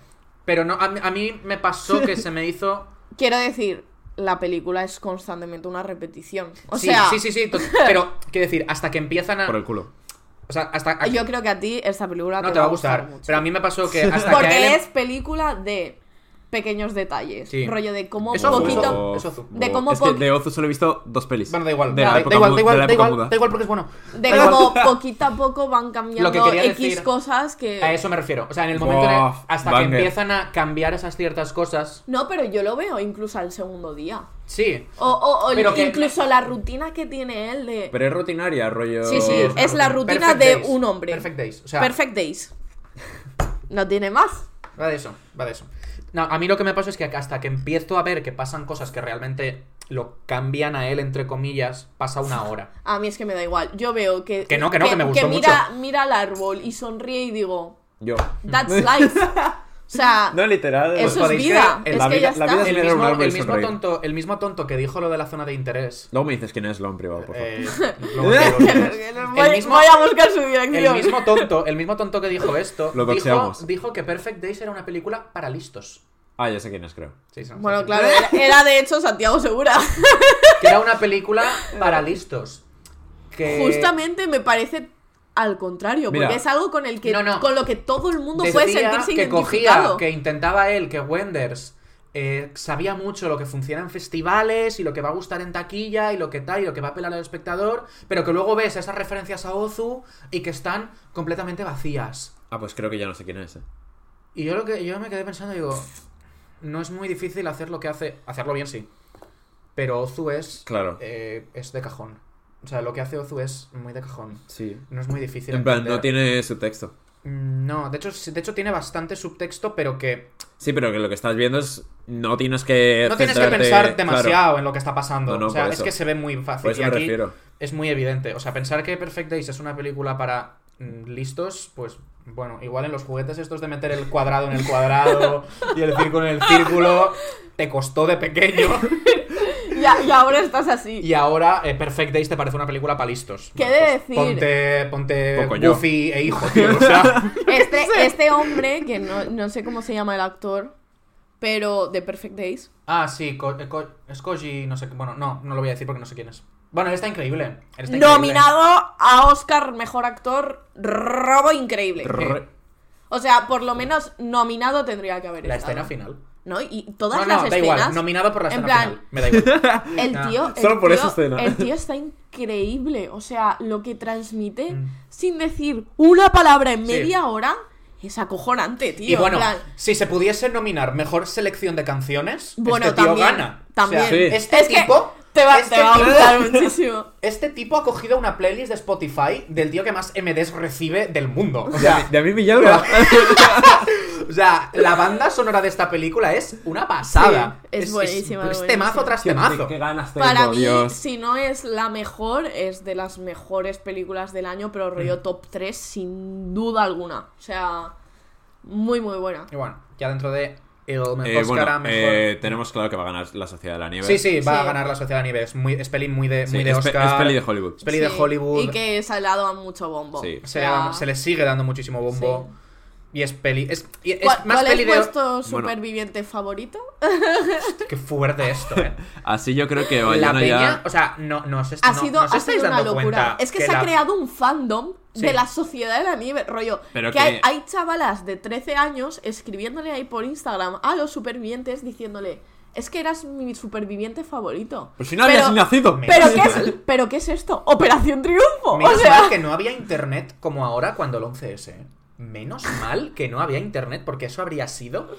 S3: Pero no, a, mí- a mí me pasó que se me hizo...
S2: quiero decir, la película es constantemente una repetición. O
S3: sí,
S2: sea,
S3: sí, sí, sí, to- pero quiero decir, hasta que empiezan
S2: Ah.
S3: a...
S1: Por el culo.
S3: O sea, hasta...
S2: yo creo que a ti esta película
S3: no te va a gustar,
S2: mucho.
S3: pero a mí me pasó que hasta
S2: Porque
S3: que a Ellen-
S2: es película de pequeños detalles.
S3: Sí.
S2: Rollo de cómo
S3: Eso,
S2: poquito.
S3: eso. Ozu.
S2: De cómo
S1: es que
S2: poqui-
S1: de Ozu solo he visto dos pelis.
S3: Bueno, da igual,
S1: De
S3: da,
S1: la
S3: da
S1: época
S3: igual,
S1: mu-
S3: da
S1: de
S3: igual,
S1: la
S3: da
S1: época
S3: igual,
S1: muda.
S3: da igual porque es bueno.
S2: De
S3: Da igual.
S2: cómo poquito a poco van cambiando
S3: Lo que quería
S2: X
S3: decir-
S2: cosas que.
S3: A eso me refiero. O sea, en el momento en el-
S1: Buah,
S3: hasta
S1: banger.
S3: que empiezan a cambiar esas ciertas cosas.
S2: No, pero yo lo veo incluso al segundo día.
S3: Sí.
S2: O, o- o
S3: Pero que-
S2: incluso la rutina que tiene él de.
S1: Pero es rutinaria, rollo.
S2: Sí, sí,
S3: una
S2: es la rutina
S3: Perfect
S2: de
S3: Days.
S2: un hombre.
S3: Perfect Days. O sea,
S2: Perfect Days. No tiene más.
S3: va de eso, va de eso. No, a mí lo que me pasa es que hasta que empiezo a ver que pasan cosas que realmente lo cambian a él, entre comillas, pasa una hora.
S2: A mí es que me da igual. Yo veo que.
S3: Que no, que no, que me gustó
S2: mira, mira al árbol y sonríe y digo,
S1: Yo.
S3: Mm.
S2: that's life. O sea,
S1: No, literal.
S2: Eso
S1: pues,
S2: es
S3: podéis
S2: vida.
S3: creer,
S2: es
S1: la
S2: que
S1: vida-
S2: ya
S1: la
S2: está.
S1: vida es-
S3: El
S1: Mira, un
S3: mismo,
S1: árbol
S3: el mismo
S1: sonreír.
S3: tonto, el mismo tonto que dijo lo de la zona de interés.
S1: Luego me dices quién es, lo en privado, por favor.
S3: eh, luego te lo diré.
S2: voy,
S3: El mismo-
S2: voy a buscar su dirección.
S3: El mismo tonto, el mismo tonto que dijo esto,
S1: Lo
S3: dijo,
S1: doxeamos.
S3: dijo que Perfect Days era una película para listos.
S1: Ah, ya sé quién es, creo.
S3: Sí, sí, sí,
S2: Bueno,
S3: sí.
S2: claro, era, era de hecho Santiago Segura.
S3: Que era una película para listos. Que
S2: Justamente me parece al contrario, porque
S1: Mira.
S2: es algo con el que
S3: No, no.
S2: con lo que todo el mundo
S3: decía
S2: puede sentirse
S3: que cogía,
S2: identificado.
S3: que intentaba él, que Wenders eh, sabía mucho lo que funciona en festivales y lo que va a gustar en taquilla y lo que tal y lo que va a apelar al espectador, pero que luego ves esas referencias a Ozu y que están completamente vacías.
S1: Ah, pues creo que ya no sé quién es. eh.
S3: Y yo lo que yo me quedé pensando digo, no es muy difícil hacer lo que hace, hacerlo bien sí. Pero Ozu es
S1: Claro.
S3: eh, es de cajón. O sea, lo que hace Ozu es muy de cajón.
S1: Sí.
S3: No es muy difícil.
S1: En plan,
S3: entender.
S1: no tiene su texto.
S3: Mm, No, de hecho, sí- de hecho tiene bastante subtexto, pero que
S1: Sí, pero que lo que estás viendo es. No tienes que.
S3: no tienes que
S1: centrarte-
S3: pensar
S1: claro,
S3: demasiado en lo que está pasando.
S1: No, no,
S3: o sea,
S1: por
S3: es
S1: eso.
S3: que se ve muy fácil.
S1: por eso
S3: y
S1: me
S3: aquí
S1: refiero.
S3: es muy evidente. O sea, pensar que Perfect Days es una película para mm, listos, pues bueno, igual en los juguetes estos de meter el cuadrado en el cuadrado y el círculo en el círculo, te costó de pequeño.
S2: Y, a- y ahora estás así.
S3: Y ahora eh, Perfect Days te parece una película para listos.
S2: ¿Qué
S3: Bueno, pues,
S2: decir?
S3: Ponte, ponte
S1: Poco yo.
S3: Goofy e hijo, tío. O sea,
S2: Este, este hombre, que no, no sé cómo se llama el actor, pero de Perfect Days.
S3: Ah, sí, Ko- eh, Ko- es Koji, no sé, qué- bueno, no, no lo voy a decir porque no sé quién es. Bueno, él está increíble. él está increíble.
S2: Nominado a Oscar Mejor Actor Robo
S3: eh,
S2: Increíble.
S1: Re-
S2: O sea, por lo menos nominado tendría que haber
S3: La
S2: estado.
S3: escena final.
S2: ¿No? Y todas
S3: no, no,
S2: las
S3: da
S2: escenas.
S3: igual, nominado por la
S2: en
S3: escena
S2: plan-
S3: final. Me da igual.
S2: El
S3: Ah.
S2: tío, el
S1: Solo por
S2: tío-
S1: esa escena.
S2: El tío está increíble. O sea, lo que transmite
S3: Mm.
S2: sin decir una palabra en
S3: Sí.
S2: media hora es acojonante, tío.
S3: y bueno,
S2: en plan,
S3: si se pudiese nominar mejor selección de canciones,
S2: Bueno,
S3: este tío
S2: también,
S3: gana.
S2: también.
S3: O sea,
S1: Sí.
S3: este
S2: Es que
S3: tipo.
S2: te va,
S3: este
S2: te va a
S3: tipo-
S2: gustar muchísimo.
S3: Este tipo ha cogido una playlist de Spotify del tío que más MDs recibe del mundo. O
S1: De,
S3: sea,
S1: a mí- de a mí Villalba.
S3: O sea, la banda sonora de esta película es una pasada.
S2: Sí, es buenísima,
S3: Es,
S2: buenísima.
S3: temazo tras
S1: Qué-
S3: temazo.
S1: qué ganas tengo,
S3: Oh,
S2: Para mí,
S1: Dios.
S2: si no es la mejor, es de las mejores películas del año, pero
S3: Mm.
S2: rollo top 3 sin duda alguna. O sea, muy, muy buena.
S3: Y bueno, ya dentro de el mejor
S1: Eh, bueno,
S3: Oscar a mejor.
S1: eh, tenemos claro que va a ganar la Sociedad de la Nieve.
S3: sí, sí, va a
S2: Sí.
S3: ganar la Sociedad de la Nieve. Es, muy, es peli muy de,
S1: Sí,
S3: muy de
S1: es, pe-
S3: Oscar.
S1: es peli de Hollywood.
S3: Es peli de
S2: Sí,
S3: Hollywood.
S2: Y que se le ha dado mucho bombo.
S1: Sí.
S2: O
S3: se, le,
S2: sea,
S3: se le sigue dando muchísimo bombo. Y es peli. Es, y es
S2: ¿Cuál,
S3: más
S2: cuál
S3: peli
S2: es
S3: de.
S2: vuestro superviviente favorito?
S3: Qué fuerte esto, eh.
S1: Así yo creo que
S3: La
S1: Bayona
S3: peña,
S1: ya.
S3: o sea, no, no os est-
S2: Ha
S3: no-
S2: sido,
S3: no os
S2: ha
S3: estáis
S2: sido una
S3: dando
S2: locura.
S3: cuenta
S2: Es que, se ha
S3: la-
S2: creado un fandom
S3: Sí.
S2: de la sociedad de la nieve, rollo.
S1: Pero
S2: que
S1: que-
S2: Hay, hay chavalas de 13 años escribiéndole ahí por Instagram a los supervivientes diciéndole, es que eras mi superviviente favorito.
S1: Pues si no habías
S2: Pero-
S1: nacido.
S3: Me-
S2: ¿Pero qué, es, ¿Pero qué es esto? ¿Operación Triunfo?
S3: Menos
S2: o sea,
S3: mal que no había internet como ahora cuando el 11S. ¿eh? Menos mal que no había internet porque eso habría sido.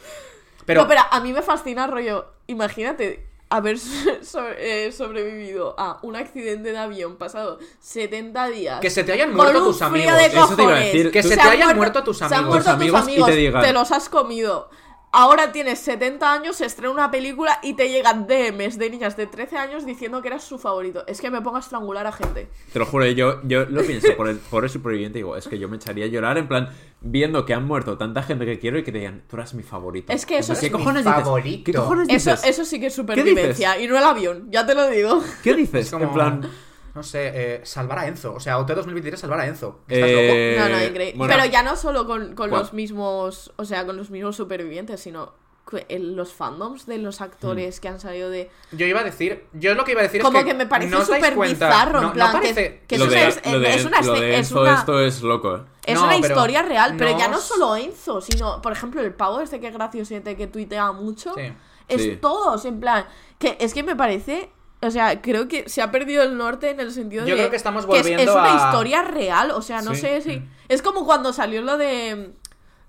S3: Pero,
S2: No, pero a mí me fascina, rollo. Imagínate haber so- sobre- eh, sobrevivido a un accidente de avión pasado 70 días.
S3: que se te hayan
S2: con
S3: muerto
S2: un
S3: tus
S2: frío
S3: amigos.
S1: Eso
S2: de
S1: te iba a
S2: cojones,
S1: decir,
S3: que se te
S2: han
S3: hayan muerto tus
S2: Se han
S3: amigos.
S2: muerto
S1: Tus
S2: tus
S1: amigos y
S2: amigos.
S1: te digan-
S2: los has comido. ahora tienes 70 años, se estrena una película y te llegan DMs de niñas de 13 años diciendo que eras su favorito. Es que me pongo a estrangular a gente.
S1: Te lo juro, yo, yo lo pienso por el, por el superviviente y digo, es que yo me echaría a llorar en plan viendo que han muerto tanta gente que quiero y que te digan, tú eras mi favorito.
S2: Es que eso
S1: Entonces,
S2: es
S1: ¿qué
S3: mi
S1: cojones dices?
S3: favorito.
S1: ¿Qué cojones
S2: Eso,
S1: dices?
S2: eso sí que es supervivencia y no el avión, ya te lo digo.
S1: ¿Qué dices?
S3: Es como,
S1: En plan...
S3: no sé, eh, salvar a Enzo. O sea, OT 2023 salvar a Enzo. ¿Estás
S1: eh,
S2: No, no, increíble.
S1: bueno,
S2: Pero ya no solo con, con
S1: ¿Cuál?
S2: los mismos, o sea, con los mismos supervivientes, sino que el- los fandoms de los
S1: Mm.
S2: actores que han salido de...
S3: loco? Yo iba a decir, yo lo que iba a decir
S2: Como
S3: es que
S2: que me parece
S3: no os dais
S2: súper
S3: cuenta.
S2: bizarro, en
S3: No- no
S2: plan, que-
S3: parece-
S2: que
S1: lo
S2: eso
S1: de-
S2: es-
S1: lo de-
S2: es una
S1: lo de
S2: escena- es
S1: Enzo
S2: una-
S1: esto es loco, eh.
S2: Es
S3: No,
S2: una
S3: pero
S2: historia real, pero ya
S3: no
S2: no
S3: s-
S2: solo Enzo, sino, por ejemplo, el pavo este que es graciosete que tuitea mucho.
S3: Sí.
S2: Es
S1: Sí.
S2: todos, en plan. Que es que me parece. O sea, creo que se ha perdido el norte en el sentido de.
S3: Yo creo que
S2: es-
S3: estamos
S2: es,
S3: volviendo
S2: una
S3: a- Mm.
S2: historia real, o sea, no
S1: Sí.
S2: sé si. Es como cuando salió lo de.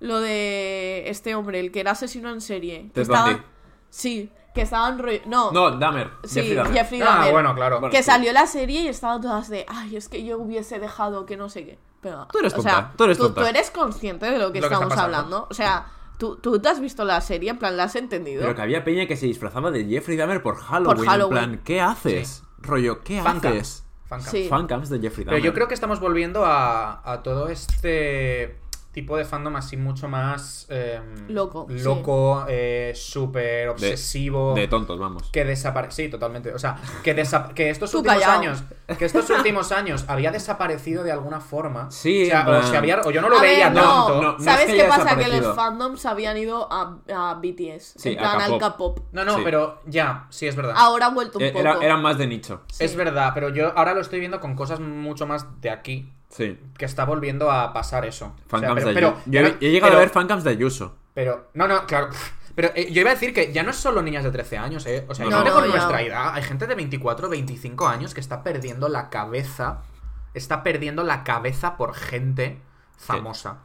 S2: Lo de este hombre, el que era asesino en serie. Que
S1: Ted
S2: estaba-
S1: Bundy.
S2: Sí, que estaban. rollo- No,
S1: No, Dahmer.
S2: sí,
S1: Jeffrey Dahmer.
S2: Jeffrey
S3: Ah,
S2: Dahmer.
S3: bueno, claro.
S1: Bueno, sí.
S2: que salió la serie y estaban todas de, ay, es que yo hubiese dejado que no sé qué. Pero,
S1: Tú eres
S2: o
S1: tonta,
S2: sea,
S1: tú eres tonta.
S2: eres consciente de lo que
S3: Lo que está
S2: estamos
S3: pasando.
S2: hablando. O sea, ¿tú, tú te has visto la serie, en plan, la has entendido.
S1: Pero que había peña que se disfrazaba de Jeffrey Dahmer por Halloween.
S2: Halloween.
S1: En plan, ¿qué haces? Rollo, ¿qué
S3: Fancam.
S1: haces?
S3: Fancam.
S2: Sí.
S1: Fancams de Jeffrey
S3: Pero
S1: Dahmer.
S3: yo creo que estamos volviendo a, a todo este tipo de fandom así mucho más... em,
S2: Loco, sí.
S3: Loco, eh, súper obsesivo.
S1: De tontos, vamos.
S3: que desaparece sí totalmente o sea que desa- que estos
S2: Tú
S3: últimos
S2: callao.
S3: años que estos últimos años había desaparecido de alguna forma
S1: Sí,
S3: o, sea,
S1: en
S3: o
S1: plan-
S3: se había- o yo no lo
S2: A ver,
S3: veía
S2: no,
S3: tanto
S1: no, no es
S2: ¿Sabes
S1: que
S2: qué
S1: haya
S2: pasa? Que
S1: desaparecido.
S2: los fandoms habían ido a, a BTS.
S1: Sí,
S2: en plan,
S1: a
S2: al
S1: K-pop.
S2: K-pop.
S3: no no
S1: Sí.
S3: pero ya sí es verdad
S2: Ahora ha vuelto un
S1: Eh,
S2: poco.
S1: Era, eran más de nicho.
S3: es verdad pero yo ahora lo estoy viendo con cosas mucho más de aquí
S1: Sí.
S3: que está volviendo a pasar eso O sea,
S1: Fancams
S3: pero,
S1: de
S3: pero-
S1: Ayuso. Yo he- he llegado
S3: pero-
S1: a ver fancams de Ayuso.
S3: pero no no claro pero eh, yo iba a decir que ya no es solo niñas de 13 años, ¿eh? O sea,
S1: No,
S3: hay gente
S1: no,
S3: con
S2: ya.
S3: nuestra edad, hay gente de 24, 25 años que está perdiendo la cabeza, está perdiendo la cabeza por gente famosa.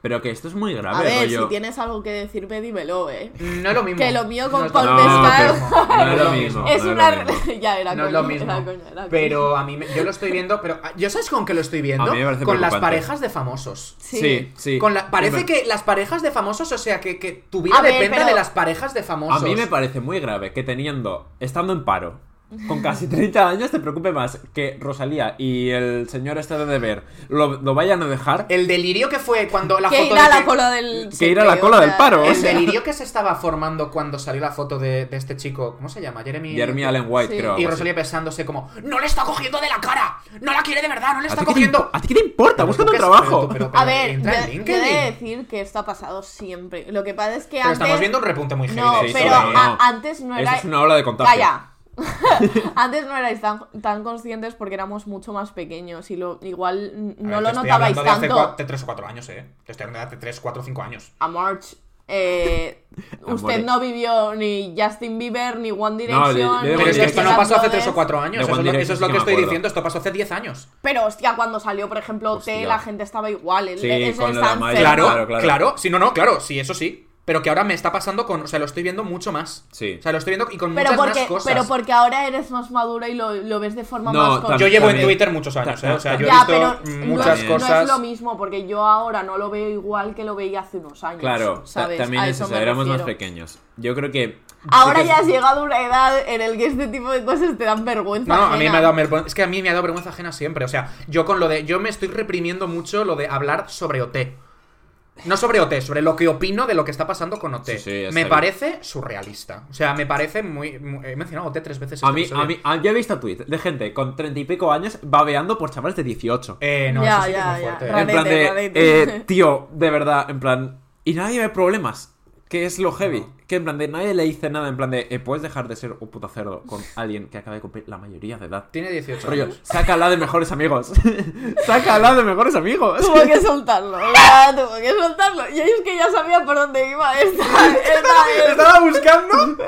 S1: Pero que esto es muy grave,
S2: A ver,
S1: rollo.
S2: si tienes algo que decirme, dímelo, eh.
S3: No es lo mismo.
S2: Que lo mío con
S3: No es
S2: Paul
S3: lo
S1: Mescal-
S3: mismo. No, pero-
S1: No es lo mismo.
S2: es
S1: no
S2: una.
S1: era lo mismo.
S2: ya era
S3: No es
S2: coña,
S3: lo mismo.
S2: era coña, era coña.
S3: Pero a mí, me- yo lo estoy viendo, pero ah, ¿yo sabes con qué lo estoy viendo?
S1: A mí me parece
S3: Con las
S1: preocupante.
S3: parejas de famosos.
S2: Sí.
S1: Sí, sí.
S3: Con la, parece
S1: Sí,
S3: que las parejas de famosos, o sea, que, que tu vida
S2: A ver,
S3: depende
S2: pero-
S3: de las parejas de famosos.
S1: A mí me parece muy grave que teniendo, estando en paro, con casi 30 años, te preocupe más que Rosalía y el señor este de deber lo, lo vayan a dejar
S3: El delirio que fue cuando la
S2: que
S3: foto
S2: ir a
S3: de
S2: la
S3: que-
S2: cola del.
S1: que ir a la
S2: sorteo,
S1: cola
S2: o
S1: del
S2: sea,
S1: paro.
S3: El delirio que se estaba formando cuando salió la foto de, de este chico, ¿cómo se llama? Jeremy.
S1: Jeremy Allen White,
S2: Sí.
S1: creo. algo
S3: Y
S1: así.
S3: Rosalía pensándose como, no le está cogiendo de la cara, no la quiere de verdad, no le
S1: ¿A
S3: está
S1: ti, qué te
S3: cogiendo.
S1: impo- ¿A ti qué te importa?
S3: Pero tú
S1: Búscate
S3: qué
S1: un
S3: es-
S1: trabajo.
S3: pero tú- pero-
S2: A
S3: pero
S2: ver,
S3: entra en
S2: yo- yo
S3: LinkedIn.
S2: he de decir que esto ha pasado siempre. Lo que pasa es que
S3: Pero
S2: antes.
S3: estamos viendo un repunte muy heavy.
S2: No,
S3: de esto,
S2: pero
S3: ¿eh?
S1: no,
S2: a-
S1: no.
S2: antes no
S1: Eso
S2: era.
S1: es una ola de contagio.
S2: Calla. Antes no erais tan, tan conscientes porque éramos mucho más pequeños y lo igual n-
S3: A
S2: no
S3: ver,
S2: lo
S3: te estoy
S2: notabais
S3: hablando de hace cua-
S2: tanto.
S3: de 3 o 4 años, eh. Te estoy hablando de hace 3, 4, 5 años.
S2: A March, eh, usted
S1: Amore.
S2: no vivió ni Justin Bieber ni One
S1: No,
S2: Direction.
S1: de- de
S2: ni
S1: Pero
S3: Pero es que
S1: One
S3: esto no
S2: Jonas
S3: pasó hace 3
S2: Brothers.
S3: o 4 años.
S1: De
S3: Eso
S1: One
S3: es, lo, eso
S1: Direction
S3: es
S1: sí
S3: lo que,
S1: que me
S3: estoy
S1: acuerdo.
S3: diciendo. Esto pasó hace 10 años.
S2: Pero hostia, cuando salió, por ejemplo, T,
S1: Hostia.
S2: la gente estaba igual. El,
S1: Sí,
S2: ese
S1: con lo
S2: está
S1: de Miley.
S2: enfermo.
S3: Claro,
S1: claro,
S3: claro, claro.
S1: claro.
S3: Sí, no, no, claro. Sí, eso sí. Pero que ahora me está pasando con. O sea, lo estoy viendo mucho más.
S1: Sí.
S3: O sea, lo estoy viendo y con
S2: Pero
S3: muchas
S2: porque,
S3: más cosas.
S2: pero porque ahora eres más madura y lo, lo ves de forma
S1: No,
S2: más
S1: también-
S3: Yo llevo en
S1: También. mm,
S3: Twitter muchos años, ¿eh? O sea, yo he
S2: ya,
S3: visto
S2: pero
S3: muchas
S2: no, es- no
S3: cosas.
S2: es lo mismo, porque yo ahora no lo veo igual que lo veía hace unos años.
S1: Claro, ta-
S2: ¿sabes?
S1: también
S2: A
S1: es
S2: eso
S1: eso,
S2: me
S1: éramos más
S2: refiero.
S1: pequeños. Yo creo que.
S2: Ahora
S1: creo que
S2: ya
S1: es-
S2: has llegado a una edad en el que este tipo de cosas te dan vergüenza.
S3: No, a mí
S2: ajena.
S3: me ha dado vergüenza. Es que a mí me ha dado vergüenza ajena siempre. O sea, yo con lo de. Yo me estoy reprimiendo mucho lo de hablar sobre OT. No sobre OT, sobre lo que opino de lo que está pasando con OT.
S1: Sí, sí, es
S3: me
S1: heavy.
S3: parece surrealista. O sea, me parece muy. muy- he mencionado OT tres veces.
S1: A
S3: este
S1: mí,
S3: episodio.
S1: a
S2: ¿eh?
S1: mí, a- yo he visto tweets de gente con treinta y pico años babeando por chavales de 18.
S3: Eh, no,
S2: Ya,
S3: eso sí que es
S2: ya,
S3: muy
S2: ya.
S3: fuerte.
S1: en
S3: ¿eh?
S2: Rarete,
S1: plan de.
S2: rarete.
S1: eh, tío, de verdad, en plan. Y nadie ve problemas. Que es lo heavy. Que en plan de nadie le dice nada. En plan de. eh, Puedes dejar de ser un puto cerdo con alguien que acaba de cumplir la mayoría de edad.
S3: Tiene 18
S1: Rollo,
S3: años.
S1: sácala de mejores amigos. sácala de mejores amigos.
S2: Tuvo que soltarlo, ya, tuvo que soltarlo. Y es que ya sabía por dónde iba esta. esta-
S1: Estaba buscando.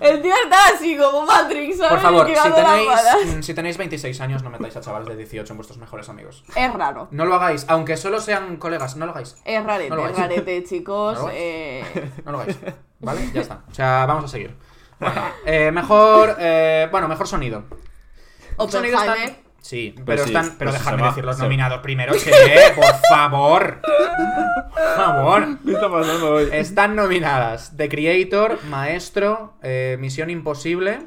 S2: el tío estaba así como Matrix, ¿sabes?
S3: Por favor, si
S2: Esquivando lámparas.
S3: tenéis, mm, si tenéis 26 años, no metáis a chavales de 18 en vuestros mejores amigos.
S2: Es raro.
S3: No lo hagáis, aunque solo sean colegas, no lo hagáis.
S2: Es
S3: No
S2: rarete,
S3: lo
S2: es
S3: hagáis.
S2: rarete, chicos.
S3: No lo hagáis.
S2: eh,
S3: No lo hagáis. ¿Vale? Ya está. O sea, vamos a seguir. Bueno, eh, mejor. eh, bueno, mejor sonido. Un sonido
S2: Oppenheimer.
S3: tan- Sí, pero,
S1: Pero sí,
S3: están. Pero
S1: pues
S3: dejadme
S1: se va,
S3: decir los
S1: se-
S3: nominados primero, che, por favor. Por favor.
S1: ¿Qué está pasando hoy?
S3: Están nominadas The Creator, Maestro, eh, Misión Imposible.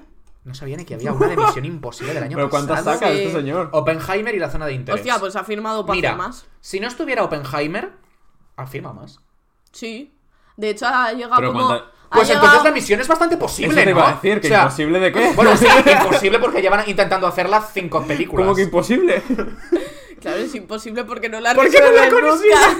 S3: No sabía ni que había una de Misión Imposible del año
S1: ¿Pero cuántas
S3: pasado.
S1: saca
S2: Sí.
S1: este señor?
S3: Oppenheimer y la zona de interés.
S2: Hostia, pues ha firmado para
S3: Mira,
S2: hacer más.
S3: si no estuviera Oppenheimer, afirma más.
S2: Sí. De hecho, ha llegado
S1: Pero
S2: como.
S1: cuando-
S2: ha
S3: Pues entonces
S2: llegado-
S3: la misión es bastante
S1: Eso
S3: posible,
S1: te
S3: ¿no?
S1: iba a decir, que
S3: O sea,
S1: imposible de qué.
S3: Bueno, sí, imposible porque llevan intentando hacerla cinco películas.
S1: ¿Cómo que imposible?
S2: Claro, es imposible porque no la han
S3: ¿Por qué no la
S2: resuelven nunca.
S3: conocías?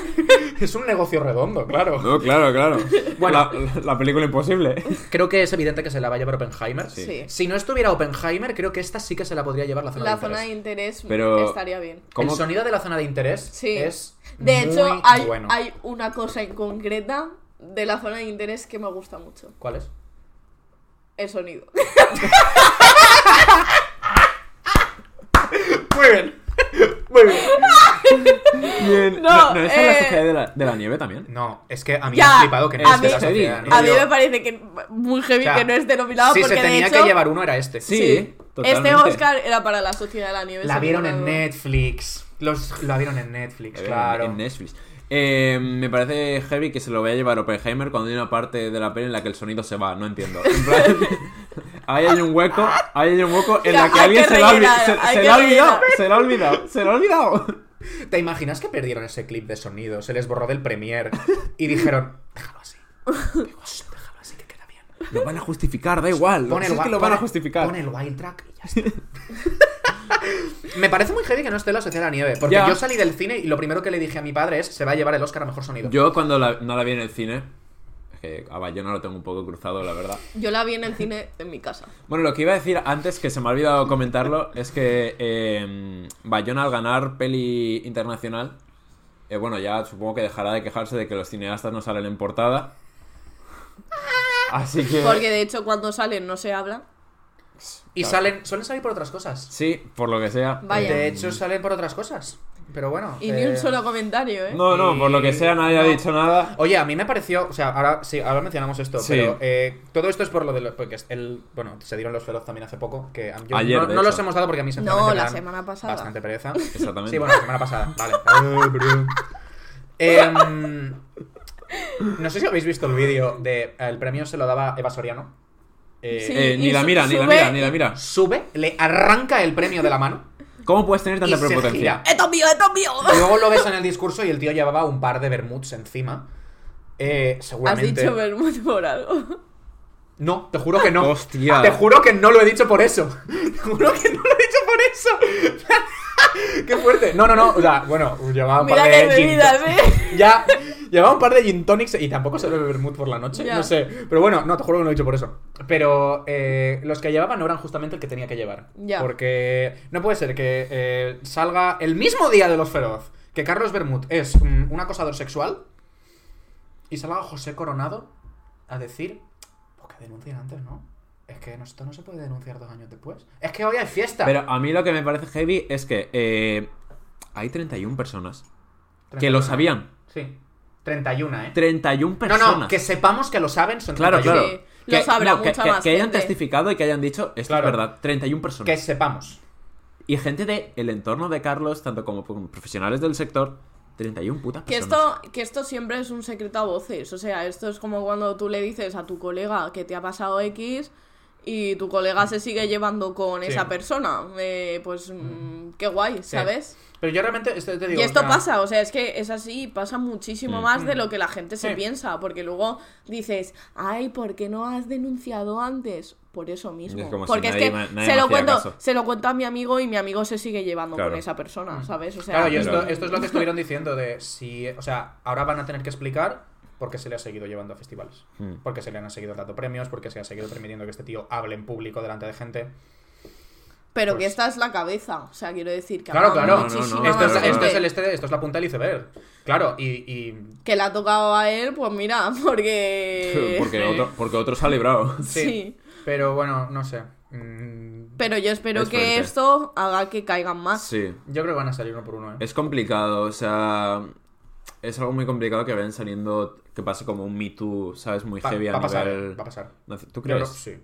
S3: Es un negocio redondo, claro.
S1: No, claro, claro.
S3: Bueno.
S1: la, la- la película imposible.
S3: Creo que es evidente que se la va a llevar Oppenheimer.
S1: Sí.
S2: Sí.
S3: Si no estuviera Oppenheimer, creo que esta sí que se la podría llevar la zona
S2: La
S3: de
S2: zona de
S3: interés.
S2: interés
S1: Pero-
S2: estaría bien.
S1: ¿Cómo?
S3: El sonido de la zona de interés
S2: Sí.
S3: es
S2: De
S3: muy
S2: hecho, hay,
S3: bueno.
S2: hay una cosa en concreta de la zona de interés que me gusta mucho.
S3: ¿Cuál es?
S2: El sonido.
S3: Muy bien. Muy bien.
S1: Bien.
S2: No,
S1: ¿No, no es
S2: eh,
S1: la sociedad de la, de la nieve también?
S3: No, es que a mí me
S2: Ya,
S3: ha flipado que no
S1: a
S3: es de
S1: mí-
S3: la sociedad.
S1: a
S3: ¿no?
S2: A mí
S1: Yo-
S2: me parece que muy heavy
S3: O sea,
S2: que no es denominado
S3: si
S2: porque
S3: se
S2: de
S3: tenía
S2: hecho-
S3: que llevar uno era este.
S1: Sí, totalmente.
S2: Este Oscar era para la Sociedad de la Nieve.
S3: La
S2: sin
S3: vieron
S2: embargo.
S3: en Netflix. Los, la vieron en Netflix,
S1: En-
S3: claro.
S1: Eh, En Netflix. Eh, me parece heavy que se lo vaya a llevar Oppenheimer cuando hay una parte de la peli en la que el sonido se va, no entiendo. En plan, ahí hay un hueco, ahí hay un hueco en la
S2: Ya,
S1: que
S2: hay
S1: alguien
S2: que
S1: se, lo ha olvi-
S2: rellenar,
S1: se-
S2: hay
S1: se
S2: que
S1: lo ha olvidado,
S2: rellenar.
S1: se lo ha olvidado, se lo ha olvidado.
S3: ¿Te imaginas que perdieron ese clip de sonido? Se les borró del Premiere y dijeron, déjalo así. Digo, "Shh, déjalo así que queda bien.
S1: Lo van a justificar, da igual.
S3: Pon
S1: si
S3: el,
S1: es que
S3: wi-
S1: lo van a
S3: pon-
S1: justificar.
S3: pon el wild track y ya está. Me parece muy heavy que no esté la Sociedad de la Nieve, porque
S1: Ya.
S3: yo salí del cine y lo primero que le dije a mi padre es, se va a llevar el Oscar a Mejor Sonido.
S1: Yo cuando la- no la vi en el cine, es que a Bayona lo tengo un poco cruzado, la verdad.
S2: Yo la vi en el cine en mi casa.
S1: Bueno, lo que iba a decir antes, que se me ha olvidado comentarlo, es que eh, Bayona al ganar peli internacional, eh, bueno, ya supongo que dejará de quejarse de que los cineastas no salen en portada. Así que...
S2: Porque de hecho, cuando salen no se habla.
S3: y
S1: claro.
S3: salen, suelen salir por otras cosas.
S1: Sí, por lo que sea.
S2: Vaya.
S3: De hecho, salen por otras cosas. Pero bueno.
S2: Y ni
S3: eh,
S2: un solo comentario, ¿eh?
S1: No, no, por lo que sea nadie ha
S3: No.
S1: dicho nada.
S3: Oye, a mí me pareció, o sea, ahora sí, ahora mencionamos esto,
S1: Sí.
S3: pero eh, todo esto es por lo de los, porque es el, bueno, se dieron los feroz también hace poco, que a- yo
S1: Ayer,
S3: no,
S1: de
S3: no
S1: hecho.
S3: los hemos dado porque a mí sinceramente
S2: No,
S3: me
S2: la
S3: dan
S2: semana pasada.
S3: bastante pereza.
S1: Exactamente.
S3: Sí, bueno, la semana pasada, vale. Eh, bro. Em, no sé si habéis visto el vídeo de el premio se lo daba Eva Soriano. Eh,
S2: Sí.
S1: Eh, ni
S2: y
S1: la
S2: su-
S1: mira, ni la
S2: sube
S1: mira, ni la mira.
S3: Sube, le arranca el premio de la mano
S1: ¿Cómo puedes tener
S3: y
S1: tanta
S3: se gira.
S1: prepotencia?
S2: ¡Esto es mío, esto es mío!
S3: Y Luego lo ves en el discurso y el tío llevaba un par de bermuds encima. Eh,
S2: Has
S3: seguramente.
S2: dicho Bermud por algo.
S3: No, te juro que no.
S1: Hostia.
S3: Te juro que no lo he dicho por eso. Te juro que no lo he dicho por eso. Qué fuerte. No, no, no. O sea, bueno, llevaba un
S2: Mira
S3: par
S2: qué
S3: de. gin
S2: bebidas,
S3: to-
S2: ¿eh?
S3: Ya, llevaba un par de gin tonics y tampoco se bebe vermut por la noche.
S2: Ya.
S3: No sé. Pero bueno, no, te juro que no lo he dicho por eso. Pero eh, los que llevaban no eran justamente el que tenía que llevar.
S2: Ya.
S3: Porque no puede ser que eh, salga el mismo día de los feroz que Carlos Bermud es mm, un acosador sexual y salga José Coronado a decir, pues que denuncien antes, ¿no? Es que no- esto no se puede denunciar dos años después. Es que hoy hay fiesta.
S1: Pero a mí lo que me parece heavy es que eh, hay 31 personas que lo
S3: 31.
S1: sabían.
S3: Sí. 31, ¿eh?
S1: 31
S3: No,
S1: personas.
S3: no, que sepamos que lo saben son
S1: Claro,
S3: 31.
S1: claro.
S2: Sí, lo sabrá
S1: que,
S2: mucha
S1: que-
S2: más
S1: que hayan
S2: gente.
S1: testificado y que hayan dicho, esto
S3: Claro.
S1: es verdad, 31 personas.
S3: Que sepamos.
S1: Y gente del el entorno de Carlos, tanto como como profesionales del sector, 31 putas
S2: Que
S1: personas.
S2: esto, que esto siempre es un secreto a voces. O sea, esto es como cuando tú le dices a tu colega que te ha pasado X y tu colega se sigue llevando con
S3: Sí.
S2: esa persona. Eh, pues mm, qué guay,
S3: Sí.
S2: ¿sabes?
S3: Pero yo realmente esto te digo.
S2: Y esto
S3: o sea,
S2: pasa, o sea, es que es así, pasa muchísimo
S1: Mm.
S2: más de lo que la gente se
S3: Sí.
S2: piensa, porque luego dices, ay, ¿por qué no has denunciado antes? Por eso mismo.
S1: Es como si
S2: porque
S1: nadie
S2: es
S1: me-
S2: que
S1: nadie
S2: se
S1: me
S2: lo,
S1: hacía
S2: cuento,
S1: caso.
S2: se lo cuento a mi amigo y mi amigo se sigue llevando
S1: Claro.
S2: con esa persona, ¿sabes? O sea,
S3: Mm. Claro, yo
S1: Pero-
S3: esto, esto es lo que estuvieron diciendo de si. O sea, ahora van a tener que explicar por qué se le ha seguido llevando a festivales.
S1: Mm.
S3: Porque se le han seguido dando premios, porque se ha seguido permitiendo que este tío hable en público delante de gente.
S2: pero
S3: pues-
S2: que esta es la cabeza, o sea, quiero decir que
S3: Claro,
S2: habrá
S3: claro.
S1: no, no,
S2: muchísima
S1: no,
S3: esto,
S2: más
S3: es,
S1: claro,
S3: esto
S2: gente
S3: es el este, esto es la punta del iceberg. Claro, y, y-
S2: que le ha tocado a él, pues mira, porque...
S1: Porque otro, porque otro se ha librado.
S2: Sí.
S3: sí. Pero bueno, no sé. Mm,
S2: Pero yo espero
S1: Es
S2: que
S1: fuerte.
S2: esto haga que caigan más.
S1: Sí.
S3: Yo creo que van a salir uno por uno, ¿eh?
S1: Es complicado, o sea. Es algo muy complicado que vayan saliendo. Que pase como un Me Too, ¿sabes? Muy
S3: Va-
S1: heavy
S3: va a
S1: a
S3: pasar,
S1: nivel.
S3: va a pasar.
S1: ¿Tú
S3: Yo creo-
S1: crees?
S3: sí.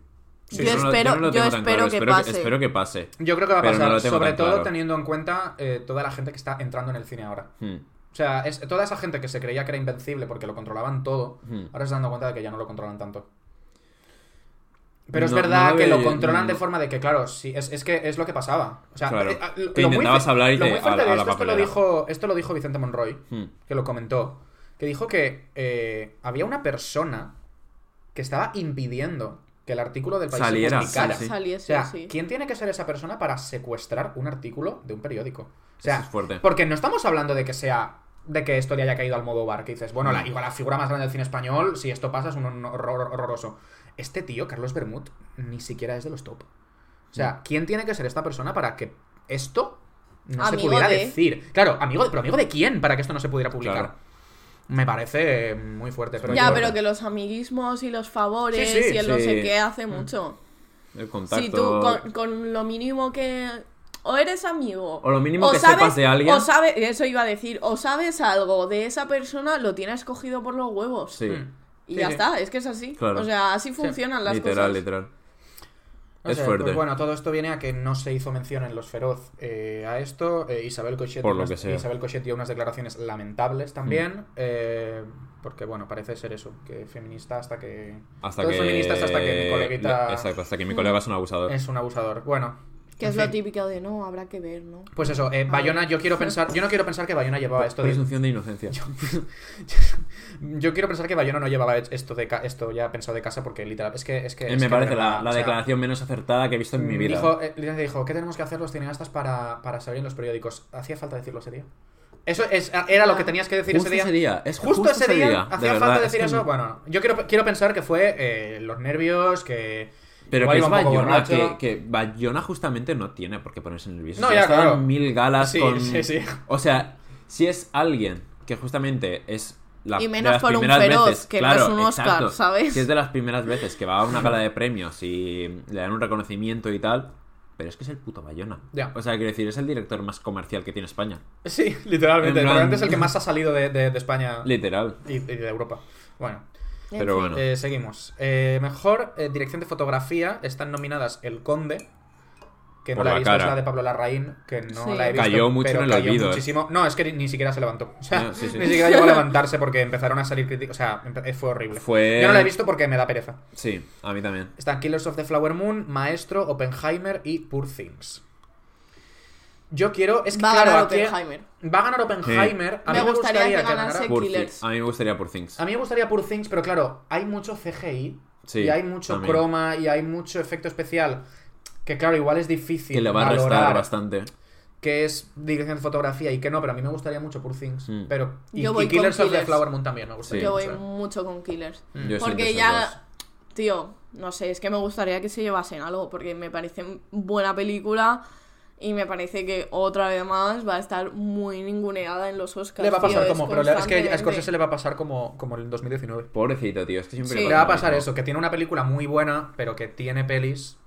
S1: Sí,
S2: yo
S1: no lo-
S2: espero,
S1: no lo
S2: yo
S1: tengo tan
S2: espero,
S1: claro,
S2: que
S1: espero
S2: pase.
S1: espero que pase.
S3: Yo creo que va a
S1: Pero no
S3: pasar,
S1: lo tengo
S3: sobre
S1: tan
S3: todo
S1: claro.
S3: teniendo en cuenta eh, toda la gente que está entrando en el cine ahora.
S1: Hmm.
S3: O sea, es, toda esa gente que se creía que era invencible porque lo controlaban todo,
S1: Hmm.
S3: ahora se están dando cuenta de que ya no lo controlan tanto. Pero es
S1: No-
S3: verdad
S1: no lo
S3: que lo
S1: veo-
S3: controlan de
S1: no.
S3: forma de que, claro, sí, es, es que es lo que pasaba. O sea,
S1: Claro,
S3: eh, ah,
S1: que
S3: muy
S1: intentabas
S3: fe-
S1: hablar y
S3: lo
S1: te-
S3: muy fuerte
S1: a-
S3: de
S1: a la
S3: esto, esto lo
S1: papelera.
S3: dijo, esto lo dijo Vicente Monroy,
S1: Hmm.
S3: que lo comentó, que dijo que eh, había una persona que estaba impidiendo que el artículo del país
S1: Saliera,
S3: se publicara.
S1: sí, sí.
S3: O
S2: Saliese
S3: sea,
S2: así.
S3: ¿quién tiene que ser esa persona para secuestrar un artículo de un periódico? O sea,
S1: Eso es fuerte.
S3: porque no estamos hablando de que sea. de que esto le haya caído al modo bar, que dices, bueno, la,
S1: Mm.
S3: igual la figura más grande del cine español, si esto pasa es un horror, horroroso. Este tío, Carlos Bermud, ni siquiera es de los top. O
S1: Mm.
S3: sea, ¿quién tiene que ser esta persona para que esto no se
S2: Amigo
S3: pudiera
S2: de.
S3: decir? Claro, amigo, de- pero amigo de quién para que esto no se pudiera publicar.
S1: Claro.
S3: Me parece eh, muy fuerte, pero
S2: ya,
S3: yo-
S2: pero que los amiguismos y los favores
S3: Sí, sí,
S2: y el no sé
S1: sí.
S2: qué hace mucho.
S1: El contacto.
S2: Si tú con, con lo mínimo que... O eres amigo.
S1: O lo mínimo que sepas de alguien.
S2: O sabes, eso iba a decir, o sabes algo de esa persona, lo tienes cogido por los huevos.
S1: Sí,
S3: Mm.
S2: Y
S3: Sí,
S2: ya
S3: sí.
S2: está, es que es así.
S1: Claro.
S2: O sea, así funcionan las
S1: literal,
S2: cosas.
S1: literal.
S3: No
S1: Es
S3: sé,
S1: fuerte.
S3: Pues bueno, todo esto viene a que no se hizo mención en Los Feroz eh, a esto. eh, Isabel, Cochet
S1: Por
S3: dio
S1: lo
S3: unas-
S1: que sea. Mm.
S3: Isabel Cochet dio unas declaraciones lamentables también. eh, porque, bueno, parece ser eso, que feminista hasta que...
S1: Hasta
S3: todo
S1: que...
S3: es feminista hasta que mi coleguita
S1: Exacto, hasta que mi colega es un abusador.
S3: es un abusador. Bueno,
S2: Que
S3: en
S2: es lo
S3: fin.
S2: típico de, no, habrá que ver, ¿no?
S3: Pues eso, eh, Bayona, yo quiero pensar... Yo no quiero pensar que Bayona llevaba esto de...
S1: Presunción de inocencia. Eh,
S3: Yo quiero pensar que Bayona no llevaba esto de ca- esto ya pensado de casa porque literal... Es que... Es que
S1: Eh,
S3: es que
S1: Me
S3: de
S1: parece
S3: verdad,
S1: la, la
S3: o sea,
S1: declaración menos acertada que he visto en mi vida.
S3: Dijo, eh, Lina dijo, ¿qué tenemos que hacer los cineastas para, para salir en los periódicos? Hacía falta decirlo ese día. Eso es, era lo que tenías que decir
S1: justo
S3: ese día.
S1: es
S3: Ah, Justo, ese día,
S1: de
S3: hacía
S1: verdad,
S3: falta
S1: es
S3: decir
S1: que-
S3: eso. Bueno, yo quiero, quiero pensar que fue eh, los nervios, que.
S1: Pero
S3: igual
S1: que
S3: iba
S1: es
S3: un poco
S1: Bayona,
S3: borracho.
S1: que, que Bayona justamente no tiene por qué ponerse nervioso.
S3: No,
S1: O sea,
S3: ya,
S1: estaban
S3: claro.
S1: mil galas
S3: Sí,
S1: con...
S3: sí, sí.
S1: O sea, si es alguien que justamente es la
S2: Y
S1: de
S2: menos
S1: las
S2: por un
S1: primeras
S2: feroz,
S1: veces,
S2: que no
S1: claro,
S2: es un Oscar,
S1: exacto.
S2: ¿sabes?
S1: Si es de las primeras veces que va a una gala de premios y le dan un reconocimiento y tal, pero es que es el puto Bayona.
S3: Ya.
S1: O sea, quiero decir, es el director más comercial que tiene España.
S3: Sí,
S1: En
S3: literalmente.
S1: plan-
S3: Probablemente es el que más ha salido de, de- de España
S1: Literal.
S3: y, y de Europa. Bueno,
S2: En
S1: Pero
S2: fin.
S1: bueno.
S3: eh, seguimos. Eh, mejor eh, dirección de fotografía están nominadas El Conde. Que no
S1: Por
S3: la he
S1: la
S3: visto, es
S1: cara.
S3: la de Pablo Larraín, que no
S2: Sí.
S3: la he visto.
S1: Cayó mucho
S3: pero
S1: en el
S3: cayó
S1: olvido, ¿eh?
S3: Muchísimo. No, es que ni, ni siquiera se levantó. O sea,
S1: No, sí, sí.
S3: ni siquiera llegó a levantarse porque empezaron a salir críticas. O sea, empe- eh, fue horrible.
S1: Fue-
S3: Yo no la he visto porque me da pereza.
S1: Sí, a mí también.
S3: Están Killers of the Flower Moon, Maestro, Oppenheimer y Poor Things. Yo quiero. Es que,
S2: Va a
S3: claro,
S2: ganar
S3: aquí-
S2: Oppenheimer.
S3: Va a ganar Oppenheimer. A mí
S2: Me gustaría
S3: me gustaría
S2: que
S3: que ganara.
S2: ganase-
S1: Poor
S2: Killers.
S1: Things. A mí me gustaría Poor Things.
S3: A mí me gustaría Poor Things, pero claro, hay mucho CGI.
S1: Sí,
S3: y hay mucho
S1: también.
S3: croma y hay mucho efecto especial. Que claro, igual es difícil.
S1: Que le va a restar
S3: valorar
S1: bastante.
S3: Que es dirección de fotografía y que no, pero a mí me gustaría mucho Poor Things.
S1: Mm.
S3: Pero. Y,
S2: Yo voy
S3: y Killers
S2: con
S3: of the
S2: Killers.
S3: Flower Moon también me gustaría.
S2: Yo voy
S3: mucho, eh. Mm.
S2: mucho con Killers.
S1: Yo soy de
S2: porque
S1: esos dos.
S2: ya, tío, no sé, es que me gustaría que se llevasen algo, porque me parece buena película y me parece que otra vez más va a estar muy ninguneada en los Oscars.
S3: Le va a pasar
S2: tío,
S3: como. Pero le- es que a
S2: constantemente.
S3: Scorsese le va a pasar como, como en el 2019.
S1: Pobrecito, tío. Es que siempre
S2: Sí.
S3: Le va a
S1: lo
S3: pasar
S1: mismo.
S3: eso, que tiene una película muy buena, pero que tiene pelis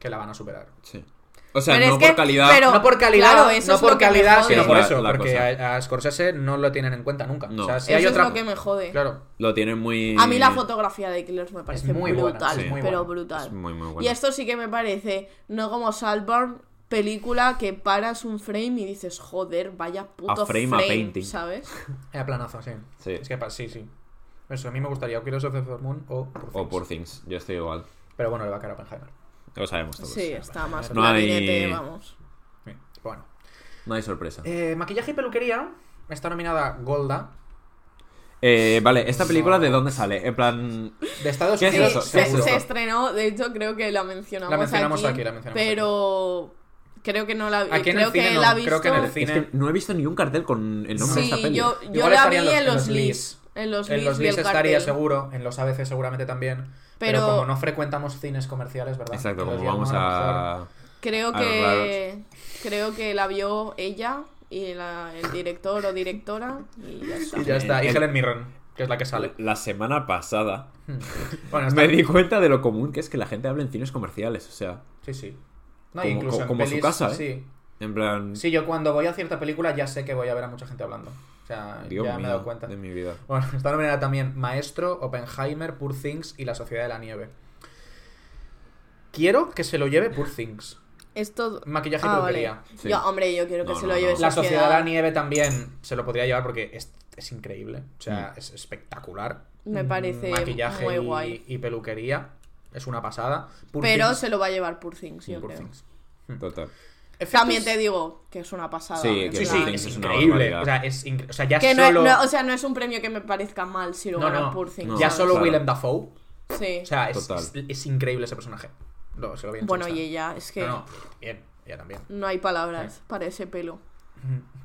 S3: que la van a superar.
S1: Sí. O sea,
S2: Pero
S1: no
S2: es
S1: por
S2: que-
S1: calidad.
S2: pero-
S3: no por calidad,
S2: claro, eso
S3: no
S2: es
S3: por
S2: lo que me
S3: calidad,
S2: jode.
S3: sino
S1: Sí,
S3: por
S1: la-
S3: eso,
S1: la
S3: porque
S1: cosa.
S3: a, a Scorsese no lo tienen en cuenta nunca.
S1: No.
S3: O sea, si
S2: Eso
S3: hay otra
S2: es lo que me jode.
S3: Claro.
S1: Lo tiene muy.
S2: A mí la fotografía de Killers me parece
S3: muy buena,
S2: brutal,
S3: sí. muy
S2: pero
S3: buena.
S2: brutal.
S1: Es muy, muy buena.
S2: Y esto sí que me parece, no como Saltburn, película que paras un frame y dices, joder, vaya puto
S1: A frame, a painting.
S2: ¿sabes?
S3: Era planazo, sí.
S1: Sí.
S3: Es que pa- sí, sí. Eso, a mí me gustaría o Killers of the Flower Moon o Poor
S1: O
S3: Things.
S1: por Things. Yo estoy igual.
S3: Pero bueno, le va a caer a Oppenheimer.
S1: Lo sabemos todos.
S2: Sí, está más
S1: No
S2: clarinete,
S1: hay-
S2: vamos.
S3: Bien, Bueno.
S1: No hay sorpresa. Eh,
S3: Eh, maquillaje y peluquería. Está nominada Golda,
S1: Eh, vale, ¿esta película de dónde sale? En plan.
S3: de Estados
S1: ¿Qué es
S3: Unidos.
S2: Sí,
S1: eso?
S2: se,
S1: Seguro.
S2: se estrenó, de hecho creo que la mencionamos,
S3: La mencionamos aquí, la mencionamos
S2: pero creo que no la vi,
S3: Aquí en
S2: creo
S3: el cine
S2: que
S3: no,
S2: la ha
S3: creo
S2: visto.
S3: que en el
S1: Es
S3: Cine.
S1: que no he visto ni un cartel con el nombre de esta
S2: sí,
S1: peli.
S2: yo, yo
S3: Igual
S2: la vi
S3: estaría
S2: en los, Lees, en los
S3: En
S2: Lees
S3: los Lees
S2: vi el
S3: estaría
S2: cartel.
S3: seguro, en los ABC seguramente también. Pero,
S2: Pero-
S3: como no frecuentamos cines comerciales, ¿verdad?
S1: Exacto,
S3: Los
S1: como
S3: llaman,
S1: vamos
S3: mejor.
S1: a.
S2: Creo
S1: A los
S2: que
S1: raros.
S2: creo que la vio ella y la- el director o directora y ya está.
S3: Y ya está, y
S1: El-
S3: Helen Mirren, que es la que sale. Hmm.
S1: La semana pasada
S3: Bueno, está.
S1: me di cuenta de lo común que es que la gente habla en cines comerciales. O sea,
S3: Sí, sí. No,
S1: Como-
S3: incluso
S1: co-
S3: en
S1: como su
S3: pelis,
S1: casa, ¿eh?
S3: Sí.
S1: en plan.
S3: Sí, yo cuando voy a cierta película ya sé que voy a ver a mucha gente hablando. O sea,
S1: Dios
S3: ya me he
S1: mío,
S3: dado cuenta.
S1: de mi vida.
S3: Bueno, está nominada también Maestro, Oppenheimer, Poor Things y La Sociedad de la Nieve. Quiero que se lo lleve Poor Things.
S2: Esto.
S3: Maquillaje y
S2: Ah,
S3: peluquería.
S2: vale.
S1: Sí.
S2: Yo, hombre, yo quiero que
S1: No,
S2: se
S1: no,
S2: lo
S1: no.
S2: lleve
S3: La
S2: Sociedad.
S3: Sociedad de la Nieve también se lo podría llevar porque es, es increíble. O sea,
S1: Mm.
S3: es espectacular.
S2: Me
S3: Mm,
S2: parece
S3: Maquillaje
S2: muy
S3: y-
S2: guay.
S3: Y, peluquería. Es una pasada. Poor
S2: Pero
S3: Things-
S2: se lo va a llevar Poor Things, yo
S3: Poor
S2: creo.
S3: Things.
S1: Total.
S2: También te digo que es una pasada.
S1: Sí,
S2: en
S1: que
S3: Sí,
S1: Poor
S3: sí,
S2: plan.
S1: Things
S3: es
S1: es una
S3: increíble.
S1: barbaridad.
S3: O sea, es incre- o sea, ya
S2: Que no, es-
S3: solo.
S2: no- o sea, no es un premio que me parezca mal si lo
S3: no,
S2: gana
S3: no.
S2: Poor Things.
S1: No.
S3: Ya
S2: ¿sabes?
S3: solo
S1: Claro.
S3: Willem Dafoe.
S2: Sí.
S3: O sea, es,
S1: Total.
S3: es- es increíble ese personaje. No, se lo voy a
S2: bueno,
S3: enseñar.
S2: y ella, es que
S3: No,
S2: no,
S3: no, bien, ella también.
S2: hay palabras para ese pelo.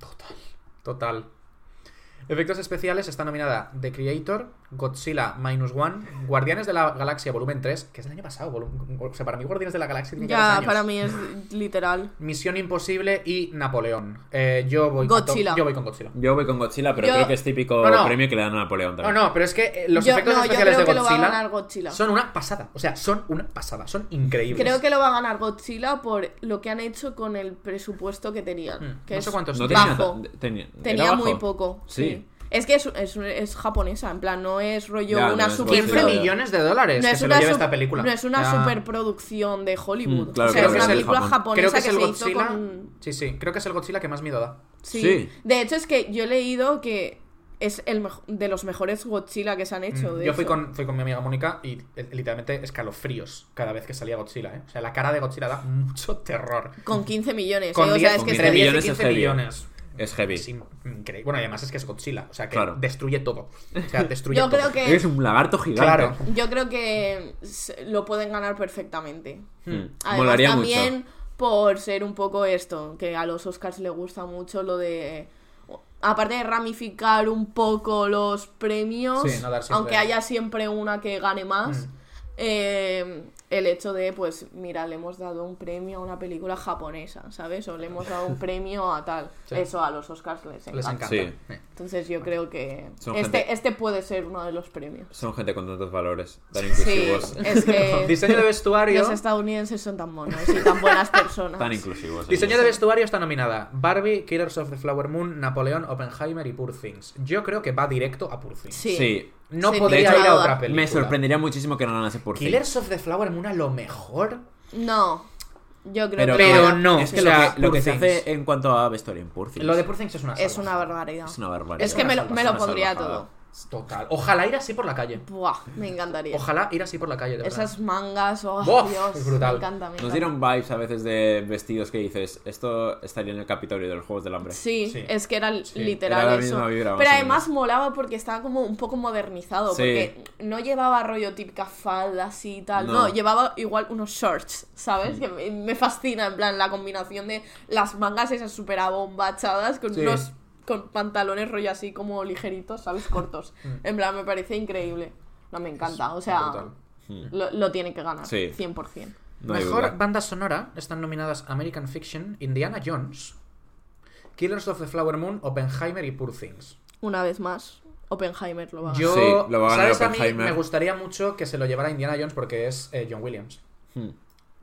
S3: Total. Total. Efectos especiales está nominada The Creator, Godzilla Minus One, Guardianes de la Galaxia Volumen 3, que es del año pasado. volum- O sea, para mí Guardianes de la Galaxia tiene dos
S2: Ya,
S3: años.
S2: para mí es literal.
S3: Misión Imposible y Napoleón. Eh, yo voy
S2: Godzilla.
S3: Con, yo voy con Godzilla.
S1: Yo voy con Godzilla, pero
S2: Yo-
S1: creo que es típico
S3: No, no.
S1: premio que le dan a Napoleón
S3: No,
S1: también.
S3: no, pero es que eh, los
S2: Yo-
S3: efectos
S2: no, yo
S3: especiales
S2: creo
S3: de
S2: que lo va a ganar
S3: Godzilla
S2: Godzilla.
S3: son una pasada. O sea, son una pasada. Son increíbles.
S2: Creo que lo va a ganar Godzilla por lo que han hecho con el presupuesto que tenían.
S3: Mm,
S2: que
S3: no
S2: es
S3: sé cuántos
S1: No
S3: tiene.
S1: tenía,
S2: bajo.
S1: ta- tenía, era
S2: Tenía muy
S1: bajo.
S2: poco. Sí.
S1: Sí.
S2: Es que es, es- es japonesa, en plan, no es rollo
S1: Ya,
S2: una
S1: no es
S2: super.
S1: Godzilla.
S3: 15 millones de dólares
S2: No
S3: que
S2: es
S3: se lo
S2: una,
S3: lleva
S2: sup-
S3: esta película.
S2: no es una
S3: Ya.
S2: superproducción de Hollywood.
S1: Mm, claro,
S2: o sea,
S3: creo
S2: es
S3: que
S2: una
S3: es el
S2: película
S1: Japón.
S2: japonesa
S3: Creo que
S2: que,
S3: es el
S2: se
S3: Godzilla.
S2: hizo con.
S3: Sí, sí. Creo que es el Godzilla que más miedo da.
S2: Sí.
S1: Sí.
S2: De hecho, es que yo he leído que es el mejo- de los mejores Godzilla que se han hecho. de
S3: Mm. Yo fui
S2: hecho.
S3: con, fui con mi amiga Mónica y eh, literalmente escalofríos cada vez que salía Godzilla, ¿eh? O sea, la cara de Godzilla da mucho terror.
S2: Con 15 millones.
S3: Con
S2: ¿eh? O
S3: 10,
S2: sea, es
S1: con
S2: que
S3: entre
S1: 15
S2: se-
S3: 10
S1: millones
S3: y
S1: es
S3: 15
S1: heavy.
S3: millones.
S1: Es heavy.
S3: Es in- increíble. Bueno, y además es que es Godzilla, o sea, que
S1: Claro.
S3: destruye todo. O sea, destruye
S2: Yo
S3: todo.
S2: creo que.
S1: Es un lagarto gigante.
S3: Claro.
S2: Yo creo que se- lo pueden ganar perfectamente.
S1: Mm.
S2: Hmm. Además,
S1: Molaría
S2: también
S1: mucho.
S2: por ser un poco esto, que a los Oscars le gusta mucho lo de. Aparte de ramificar un poco los premios,
S3: Sí, no dar siempre-
S2: aunque haya siempre una que gane más,
S3: Mm.
S2: eh, el hecho de, pues, mira, le hemos dado un premio a una película japonesa, ¿sabes? O le hemos dado un premio a tal.
S3: Sí.
S2: Eso a los Oscars les encanta.
S3: Les encanta.
S1: Sí.
S3: Eh.
S2: Entonces yo creo que
S1: Son
S2: este,
S1: gente-
S2: este puede ser uno de los premios.
S1: Son gente con tantos valores, tan
S2: Sí,
S1: inclusivos.
S2: es que
S3: Eh, Diseño de vestuario.
S2: los estadounidenses son tan monos y tan buenas personas.
S1: Tan inclusivos.
S3: Diseño de
S1: amigos.
S3: vestuario está nominada Barbie, Killers of the Flower Moon, Napoleón, Oppenheimer y Poor Things. Yo creo que va directo a Poor Things.
S2: Sí.
S1: Sí.
S3: No
S2: Sí,
S3: podría
S1: de hecho,
S3: ir a otra
S2: me
S3: película.
S1: Me sorprendería muchísimo que no ganase por fin.
S3: Killers of the Flower Moon a lo mejor.
S2: No, yo creo
S1: Pero-
S2: que
S1: pero
S2: ahora-
S3: no,
S1: Es que
S3: o
S1: lo
S3: sea,
S1: que, lo
S3: Poor
S1: que se
S3: Things.
S1: hace en cuanto a vestuario en Poor Things
S3: Lo de Poor Things es una
S2: es una
S3: salvajada.
S2: barbaridad.
S1: es una barbaridad.
S2: Es que me lo, me lo
S1: Una
S2: pondría
S1: salvajada.
S2: todo.
S3: Total. Ojalá ir así por la calle.
S2: Buah, me encantaría.
S3: Ojalá ir así por la calle, de verdad.
S2: Esas mangas, oh
S3: Buf,
S2: Dios,
S3: es brutal.
S2: me encanta, me
S1: Nos
S2: encanta.
S1: dieron vibes a veces de vestidos que dices, esto estaría en el Capitolio de los Juegos del Hambre.
S2: Sí,
S3: Sí.
S2: es que era
S3: Sí,
S2: literal
S1: era la
S2: eso.
S1: misma vibra, más
S2: Pero
S1: o
S2: además molaba porque estaba como un poco modernizado.
S1: Sí.
S2: Porque no llevaba rollo típica falda así y tal. No.
S1: No.
S2: llevaba igual unos shorts, ¿sabes? Que me, me fascina, en plan, la combinación de las mangas esas súper abombachadas con
S3: Sí.
S2: unos con pantalones rollo así como ligeritos, ¿sabes? Cortos. en plan, me parece increíble. No, me encanta. O sea,
S3: Brutal.
S2: lo, lo tiene que ganar,
S1: Sí.
S2: 100%.
S1: Hmm. No hay
S3: Mejor
S1: duda.
S3: banda sonora están nominadas American Fiction, Indiana Jones, Killers of the Flower Moon, Oppenheimer y Poor Things.
S2: Una vez más, Oppenheimer lo va a ganar.
S3: Yo,
S1: Sí, lo va a ganar
S3: ¿sabes? A mí
S1: Oppenheimer.
S3: me gustaría mucho que se lo llevara Indiana Jones porque es eh, John Williams.
S1: Hmm.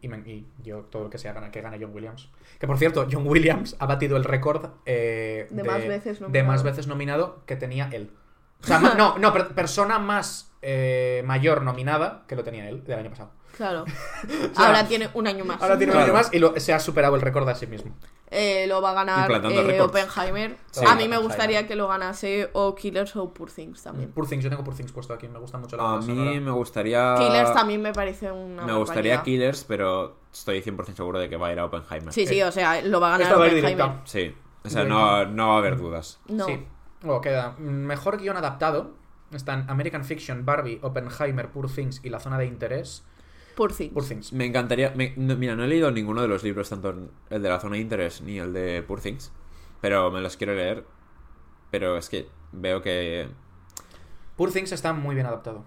S3: Y, me- y yo todo lo que sea gana- que gane John Williams. Que por cierto, John Williams ha batido el récord eh,
S2: De más veces
S3: de
S2: nominado.
S3: más veces nominado que tenía él. O sea, ma- no, no, per- persona más eh, mayor nominada que lo tenía él del año pasado.
S2: Claro.
S3: sea,
S2: ahora tiene un año más.
S3: Ahora tiene un
S1: Claro.
S3: año más y lo- se ha superado el récord a sí mismo.
S2: Eh, lo va a ganar
S1: Implantando
S2: eh,
S1: récords.
S2: Oppenheimer.
S1: Sí.
S2: a mí me
S3: Oppenheimer. Mm,
S2: gustaría que lo ganase o Killers o Poor Things también.
S3: Poor Things, yo tengo Poor Things puesto aquí, me gusta mucho la
S1: A
S3: banda
S1: mí
S3: sonora.
S1: me gustaría...
S2: Killers también me parece una.
S1: ah, Me gustaría
S2: barbaridad.
S1: Killers, pero estoy 100% seguro de que va a ir a Oppenheimer.
S2: Sí, sí, o sea, lo va a ganar
S3: Esta va a ir
S2: Oppenheimer.
S3: directa.
S1: Sí. O sea, no, no va a haber dudas.
S2: No.
S3: Sí. Luego queda mm, mejor guión adaptado. Están American Fiction, Barbie, Oppenheimer, Poor Things y La Zona de Interés.
S2: Poor Things.
S3: Poor Things.
S1: Me encantaría. me- no- mira, no he leído ninguno de los libros, tanto el de la zona de interés ni el de Poor Things, pero me los quiero leer. Pero es que veo que.
S3: Poor Things está muy bien adaptado.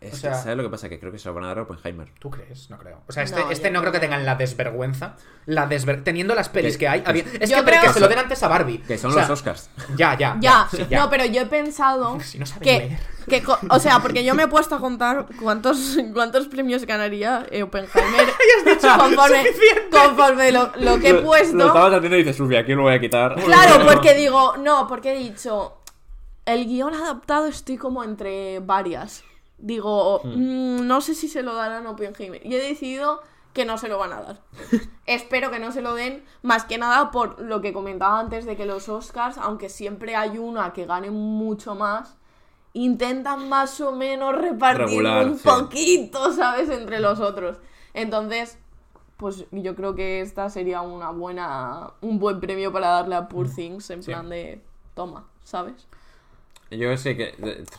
S1: Es
S3: O
S1: que,
S3: sea-
S1: ¿Sabes lo que pasa? Que creo que se lo van a dar a Oppenheimer.
S3: ¿Tú crees? No creo. O sea, este
S2: No,
S3: no, este
S2: yo
S3: no creo que tengan la desvergüenza. La desver- Teniendo las pelis
S1: Que-
S3: que hay. había- Es
S2: Yo
S3: que, pero
S2: creo-
S3: que se lo den antes a Barbie.
S1: Que son
S3: O sea,
S1: los Oscars.
S3: Ya, ya.
S2: Ya,
S3: sí, ya.
S2: no, pero yo he pensado
S3: Si no saben
S2: que,
S3: leer.
S2: que co- o sea, porque yo me he puesto a contar cuántos, cuántos premios ganaría eh, Oppenheimer conforme, conforme lo, lo que he puesto.
S1: Lo estabas haciendo y dices, Uy, aquí lo voy a quitar.
S2: Claro, porque digo, no, porque he dicho, el guión adaptado estoy como entre varias. digo,
S1: Hmm.
S2: "Mm, no sé si se lo darán a Oppenheimer. Y he decidido que no se lo van a dar. Espero que no se lo den, más que nada por lo que comentaba antes de que los Oscars, aunque siempre hay una que gane mucho más, intentan más o menos repartir
S1: Regular,
S2: un
S1: sí.
S2: poquito, ¿sabes?, entre los otros. Entonces, pues yo creo que esta sería una buena, un buen premio para darle a Poor Things, en
S1: Mm. Sí.
S2: plan de, toma, ¿sabes?
S1: Yo sé que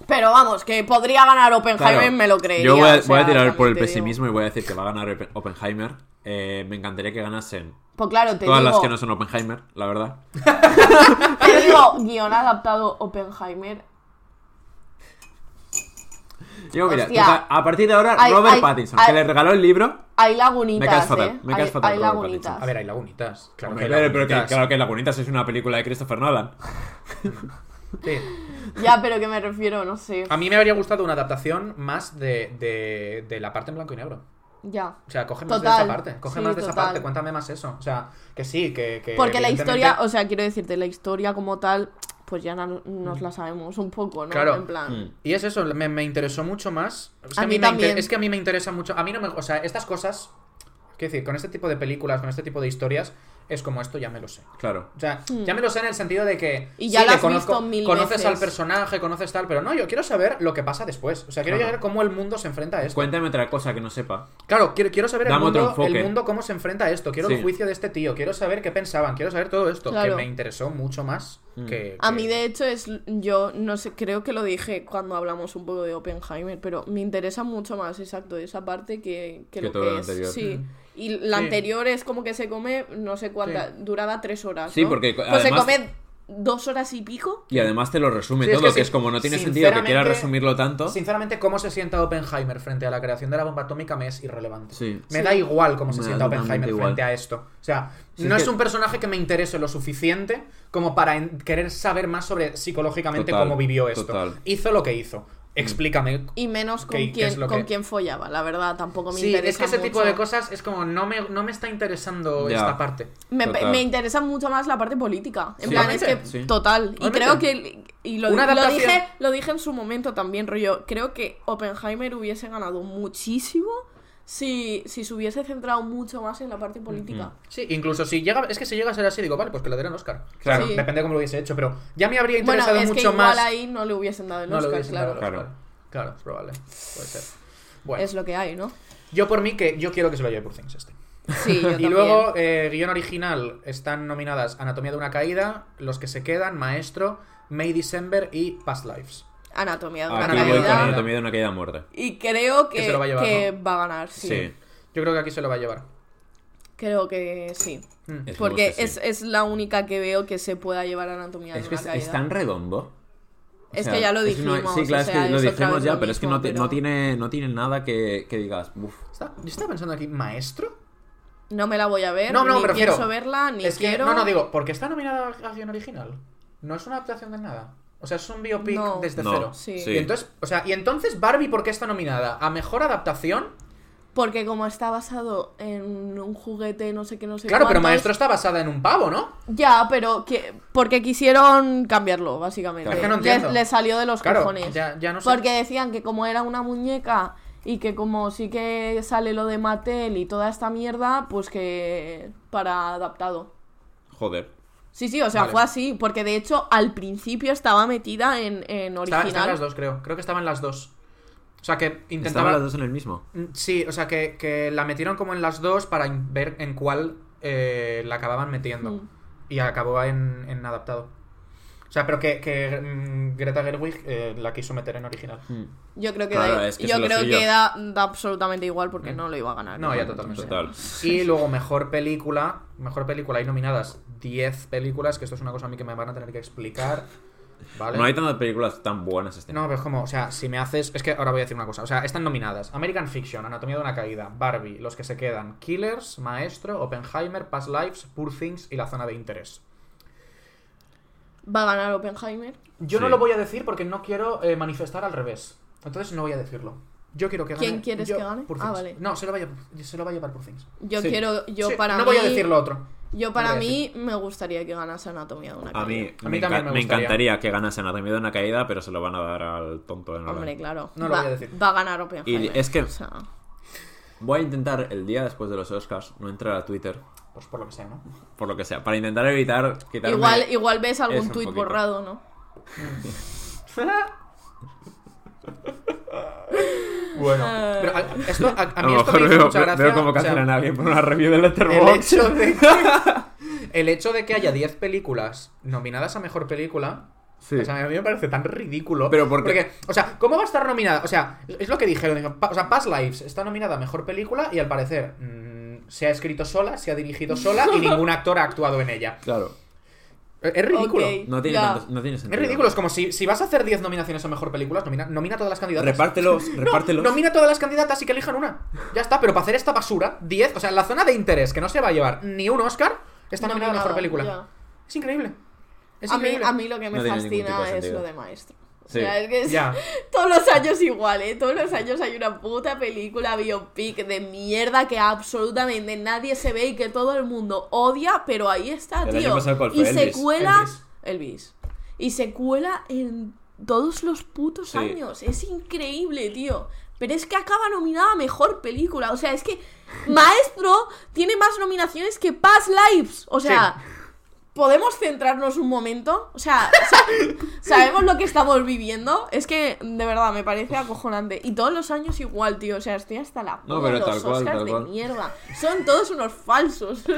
S2: Pero vamos, que podría ganar Oppenheimer,
S1: Claro.
S2: me lo creería.
S1: Yo voy a,
S2: o sea,
S1: voy a tirar por el
S2: también te digo.
S1: pesimismo y voy a decir que va a ganar Oppen- Oppenheimer. Eh, me encantaría que ganasen
S2: Pues claro, te
S1: todas
S2: digo,
S1: las que no son Oppenheimer, la verdad.
S2: te digo, guión adaptado Oppenheimer.
S1: Yo, mira,
S2: Hostia.
S1: o sea, a partir de ahora,
S2: Ay,
S1: Robert
S2: ay,
S1: Pattinson,
S2: ay.
S1: que le regaló el libro.
S2: Hay lagunitas,
S1: Me caes fatal,
S2: ¿eh?
S1: me caes
S2: hay,
S1: fatal,
S2: hay
S1: Robert
S2: lagunitas.
S1: Pattinson.
S3: A ver, hay lagunitas. Claro que
S1: Hombre,
S3: hay
S1: pero, que,
S3: lagunitas.
S1: claro que Lagunitas es una película de Christopher Nolan.
S3: Sí.
S2: Ya, pero que me refiero, no sé.
S1: Ah.
S3: A mí me habría gustado una adaptación más de, de, de la parte en blanco y negro.
S2: Ya.
S3: O sea, coge más
S2: Total.
S3: de esa parte. Coge
S2: Sí,
S3: más de esa
S2: total.
S3: parte. Cuéntame más eso. O sea, que sí, que. que
S2: Porque la
S3: Eh, evidentemente-
S2: historia, o sea, quiero decirte, la historia como tal, pues ya no- nos la sabemos un poco, ¿no?
S3: Claro.
S2: En plan.
S1: Mm.
S3: Y es eso, me, me interesó mucho más. Es que
S2: A
S3: a,
S2: mí
S3: mí me
S2: también.
S3: inter- es que a mí me interesa mucho. A mí no me. O sea, estas cosas. Quiero decir, con este tipo de películas, con este tipo de historias, es como esto ya me lo sé.
S1: Claro.
S3: O sea, ya me lo sé en el sentido de que.
S2: Hmm. Y ya lo
S3: le
S2: has visto mil
S3: Conoces
S2: veces.
S3: al personaje, conoces tal, pero no, yo quiero saber lo que pasa después. O sea, quiero
S1: Claro.
S3: saber cómo el mundo se enfrenta a esto.
S1: Cuéntame otra cosa que no sepa.
S3: Claro, quiero, quiero saber el
S1: Dame otro
S3: mundo,
S1: enfoque.
S3: el mundo cómo se enfrenta a esto. Quiero el
S1: Sí.
S3: juicio de este tío. Quiero saber qué pensaban. Quiero saber todo esto.
S2: Claro.
S3: Que me interesó mucho más
S1: Mm.
S3: que,
S2: A
S3: que-
S2: mí, de hecho, es. Yo no sé, creo que lo dije cuando hablamos un poco de Oppenheimer, pero me interesa mucho más, exacto, esa parte que, que
S1: Que
S2: lo
S1: todo
S2: que
S1: lo
S2: es.
S1: anterior. Mm.
S2: Sí. Y la
S3: Sí.
S2: anterior es como que se come, no sé cuánta,
S3: Sí.
S2: duraba tres horas.
S1: Sí,
S2: ¿no?
S1: porque,
S2: Pues se
S1: además-
S2: come dos horas y pico.
S1: Y además te lo resume
S3: Sí, es
S1: todo,
S3: que
S1: que,
S3: sí,
S1: es como no tiene sentido que quieras
S3: sinceramente-
S1: resumirlo tanto.
S3: Sinceramente, cómo se sienta Oppenheimer frente a la creación de la bomba atómica me es irrelevante.
S1: Sí.
S3: Me
S2: Sí.
S3: da igual cómo se
S1: Me da
S3: sienta Oppenheimer
S1: totalmente
S3: frente
S1: igual.
S3: a esto. O sea,
S1: Sí,
S3: no
S1: es
S3: es
S1: que-
S3: un personaje que me interese lo suficiente como para en- querer saber más sobre psicológicamente
S1: Total,
S3: cómo vivió esto.
S1: total. Mm.
S3: Hizo lo que hizo. Explícame.
S2: Y menos con,
S3: ¿Qué- qué
S2: quién,
S3: es lo
S2: con
S3: que-
S2: quién follaba, la verdad, tampoco me
S3: Sí,
S2: interesa.
S3: es que ese tipo
S2: mucho.
S3: de cosas es como no me, no me está interesando
S1: Ya.
S3: esta parte.
S2: Me,
S1: Total.
S2: me interesa mucho más la parte política. En
S1: Sí.
S2: plan, es que
S1: Obviamente, sí.
S2: total. Y
S3: Obviamente.
S2: creo que. Y lo,
S3: Una
S2: lo
S3: adaptación-
S2: dije, lo dije en su momento también, rollo. Creo que Oppenheimer hubiese ganado muchísimo si, si se hubiese centrado mucho más en la parte política.
S3: Sí, incluso si llega, es que si llega a ser así, digo, vale, pues que le den el Oscar.
S1: Claro.
S2: Sí.
S3: Depende de cómo lo hubiese hecho, pero ya me habría
S2: Bueno,
S3: interesado
S2: es que
S3: mucho
S2: igual
S3: más.
S2: ahí no le hubiesen dado el
S3: No lo
S2: Oscar,
S3: hubiesen dado
S2: claro.
S3: el
S1: claro.
S3: Oscar. Claro, es probable. Puede ser. Bueno,
S2: Es lo que hay, ¿no?
S3: yo por mí que yo quiero que se lo lleve por Things este.
S2: Sí, yo
S3: Y
S2: también.
S3: luego, eh, guión original, están nominadas Anatomía de una caída, Los que se quedan, Maestro, May December y Past Lives.
S2: Anatomía
S3: ah,
S2: de una
S1: Aquí voy con
S2: caída.
S1: anatomía de una caída a muerte.
S2: Y creo que,
S3: Que se lo va a llevar,
S2: que
S3: ¿no?
S2: va a ganar, sí.
S1: Sí.
S3: Yo creo que aquí se lo va a llevar.
S2: Creo que sí.
S3: Mm.
S1: Esperemos
S2: Porque
S1: que
S2: es,
S1: sí.
S2: es la única que veo que se pueda llevar anatomía
S1: Es
S2: de
S1: que
S2: una
S1: es,
S2: caída.
S1: es tan redondo. O
S2: Es
S1: sea,
S2: que ya lo
S1: es una-
S2: dijimos.
S1: sí, claro, es
S2: o sea,
S1: que lo
S2: es otra
S1: dijimos
S2: vez
S1: ya,
S2: lo
S1: pero es que
S2: mismo,
S1: no, te-
S2: pero-
S1: no tiene, no tiene nada que, que digas, uff.
S3: Está- Yo estaba pensando aquí, ¿Maestro?
S2: No me la voy a ver.
S3: No, no,
S2: ni
S3: me refiero.
S2: pienso verla, ni
S3: es que,
S2: quiero.
S3: no, no, digo, porque está nominada a guión original. No es una adaptación de nada. O sea, es un biopic
S2: No.
S3: desde
S1: No,
S3: Este cero.
S2: sí.
S1: Sí.
S3: Y entonces, o sea, y entonces Barbie, ¿por qué está nominada? ¿A mejor adaptación?
S2: Porque como está basado en un juguete, no sé qué, no sé
S3: Claro, pero
S2: cuántos,
S3: Maestro está basada en un pavo, ¿no?
S2: Ya, pero que... porque quisieron cambiarlo, básicamente.
S1: Claro.
S3: Es que no
S2: Les-
S3: entiendo.
S2: Les, salió de los
S3: Claro,
S2: cojones.
S3: ya, ya no sé.
S2: Porque decían que como era una muñeca y que como sí que sale lo de Mattel y toda esta mierda, pues que para adaptado.
S1: Joder.
S2: Sí, sí, o sea,
S3: Vale.
S2: fue así, porque de hecho al principio estaba metida en, en
S3: Está-
S2: original.
S3: estaban las dos, creo. Creo que estaban las dos. O sea, que
S1: Estaban
S3: intentaba...
S1: las dos en el mismo.
S3: Mm, Sí, o sea, que, que la metieron como en las dos para in- ver en cuál eh, la acababan metiendo.
S2: Mm.
S3: Y acabó en, en adaptado. O sea, pero que, que, mm, Greta Gerwig eh, la quiso meter en original.
S2: Yo creo que,
S1: Claro,
S2: da,
S1: es que
S2: yo
S1: es lo
S2: creo
S1: suyo.
S2: que da, da absolutamente igual porque no lo iba a ganar.
S3: Mm. No, ya totalmente.
S1: Total.
S3: Y luego mejor película, mejor película, hay nominadas 10 películas, que esto es una cosa a mí que me van a tener que explicar. ¿Vale?
S1: No hay tantas películas tan buenas este
S3: No,
S1: año.
S3: pero es como, o sea, si me haces. Es que ahora voy a decir una cosa. O sea, están nominadas American Fiction, Anatomía de una Caída, Barbie, Los que se quedan, Killers, Maestro, Oppenheimer, Past Lives, Poor Things y La Zona de Interés.
S2: Va a ganar Oppenheimer.
S3: Yo no
S1: Sí.
S3: lo voy a decir porque no quiero eh, manifestar al revés. Entonces no voy a decirlo. Yo quiero que gane.
S2: ¿Quién quieres
S3: yo-
S2: que gane?
S3: Poor
S2: Ah,
S3: Things.
S2: vale.
S3: No, se lo, va a, llevar- se lo va a llevar Poor Things.
S2: Yo
S1: Sí.
S2: quiero, yo
S3: Sí,
S2: para
S3: No voy a
S2: mí-
S3: decir lo otro.
S2: Yo para
S3: voy a
S2: mí me gustaría que ganase Anatomía de una
S1: A
S2: caída.
S1: mí,
S3: A mí
S1: me,
S3: también
S1: enca-
S3: me
S1: me
S3: gustaría.
S1: encantaría que ganase Anatomía de una caída, pero se lo van a dar al tonto de Nolan.
S2: Hombre, claro.
S3: No lo
S2: va,
S3: voy a decir.
S2: va a ganar Oppenheimer.
S1: Y es que-
S2: o sea,
S1: Voy a intentar el día después de los Oscars no entrar a Twitter,
S3: Pues por lo que sea, ¿no?
S1: por lo que sea, para intentar evitar quitarme...
S2: igual, igual ves
S1: es
S2: algún
S1: un
S2: tuit
S1: poquito.
S2: borrado, ¿no?
S3: bueno. Pero a, esto, a, a
S1: A,
S3: mí
S1: lo
S3: esto me
S1: mejor
S3: hizo
S1: veo,
S3: mucha gracia.
S1: veo como
S3: o sea,
S1: cancelan a alguien por una review de
S3: el
S1: Letterboxd.
S3: hecho de que, el hecho de que haya 10 películas nominadas a mejor película
S1: Sí.
S3: o sea, a mí me parece tan ridículo
S1: Pero porque-
S3: o sea cómo va a estar nominada o sea es lo que dijeron dijeron, pa- o sea Past Lives está nominada a mejor película y al parecer mm, se ha escrito sola se ha dirigido sola y ningún actor ha actuado en ella
S1: Claro.
S3: Eh, es ridículo
S2: Ok.
S1: No tiene,
S2: Ya.
S1: tanto- no tiene
S3: es
S1: sentido.
S3: ridículo es como si, si vas a hacer 10 nominaciones a mejor película nomina, nomina a todas las candidatas
S1: Repártelos, repártelos.
S3: Nomina todas las candidatas y que elijan una. Ya está, pero para hacer esta basura, 10, o sea, la zona de interés que no se va a llevar ni un Oscar, está nominada a mejor
S2: Nominada,
S3: película.
S2: ya.
S3: Es increíble. Es
S2: A mí,
S3: increíble.
S2: a mí lo que me
S1: No tiene ningún tipo
S2: fascina
S1: de
S2: es lo
S1: sentido.
S2: de maestro. O
S1: Sí.
S2: sea, es que es-
S3: Ya.
S2: todos los años igual, ¿eh? Todos los años hay una puta película biopic de mierda que absolutamente nadie se ve y que todo el mundo odia, pero ahí está,
S1: El año
S2: tío.
S1: pasado, ¿cuál
S2: y
S1: fue?
S2: se
S1: Elvis.
S2: cuela.
S3: Elvis.
S2: Elvis. Y se cuela en todos los putos
S1: Sí.
S2: años. Es increíble, tío. Pero es que acaba nominada a mejor película. O sea, es que Maestro tiene más nominaciones que Past Lives. O sea, ¿Podemos centrarnos un momento? O sea, sa- sabemos lo que estamos viviendo. Es que, de verdad, me parece acojonante. Y todos los años igual, tío. O sea, estoy hasta la
S1: No,
S2: polla de
S1: pero tal
S2: los
S1: cual,
S2: Oscars
S1: tal
S2: de
S1: cual.
S2: mierda. Son todos unos falsos.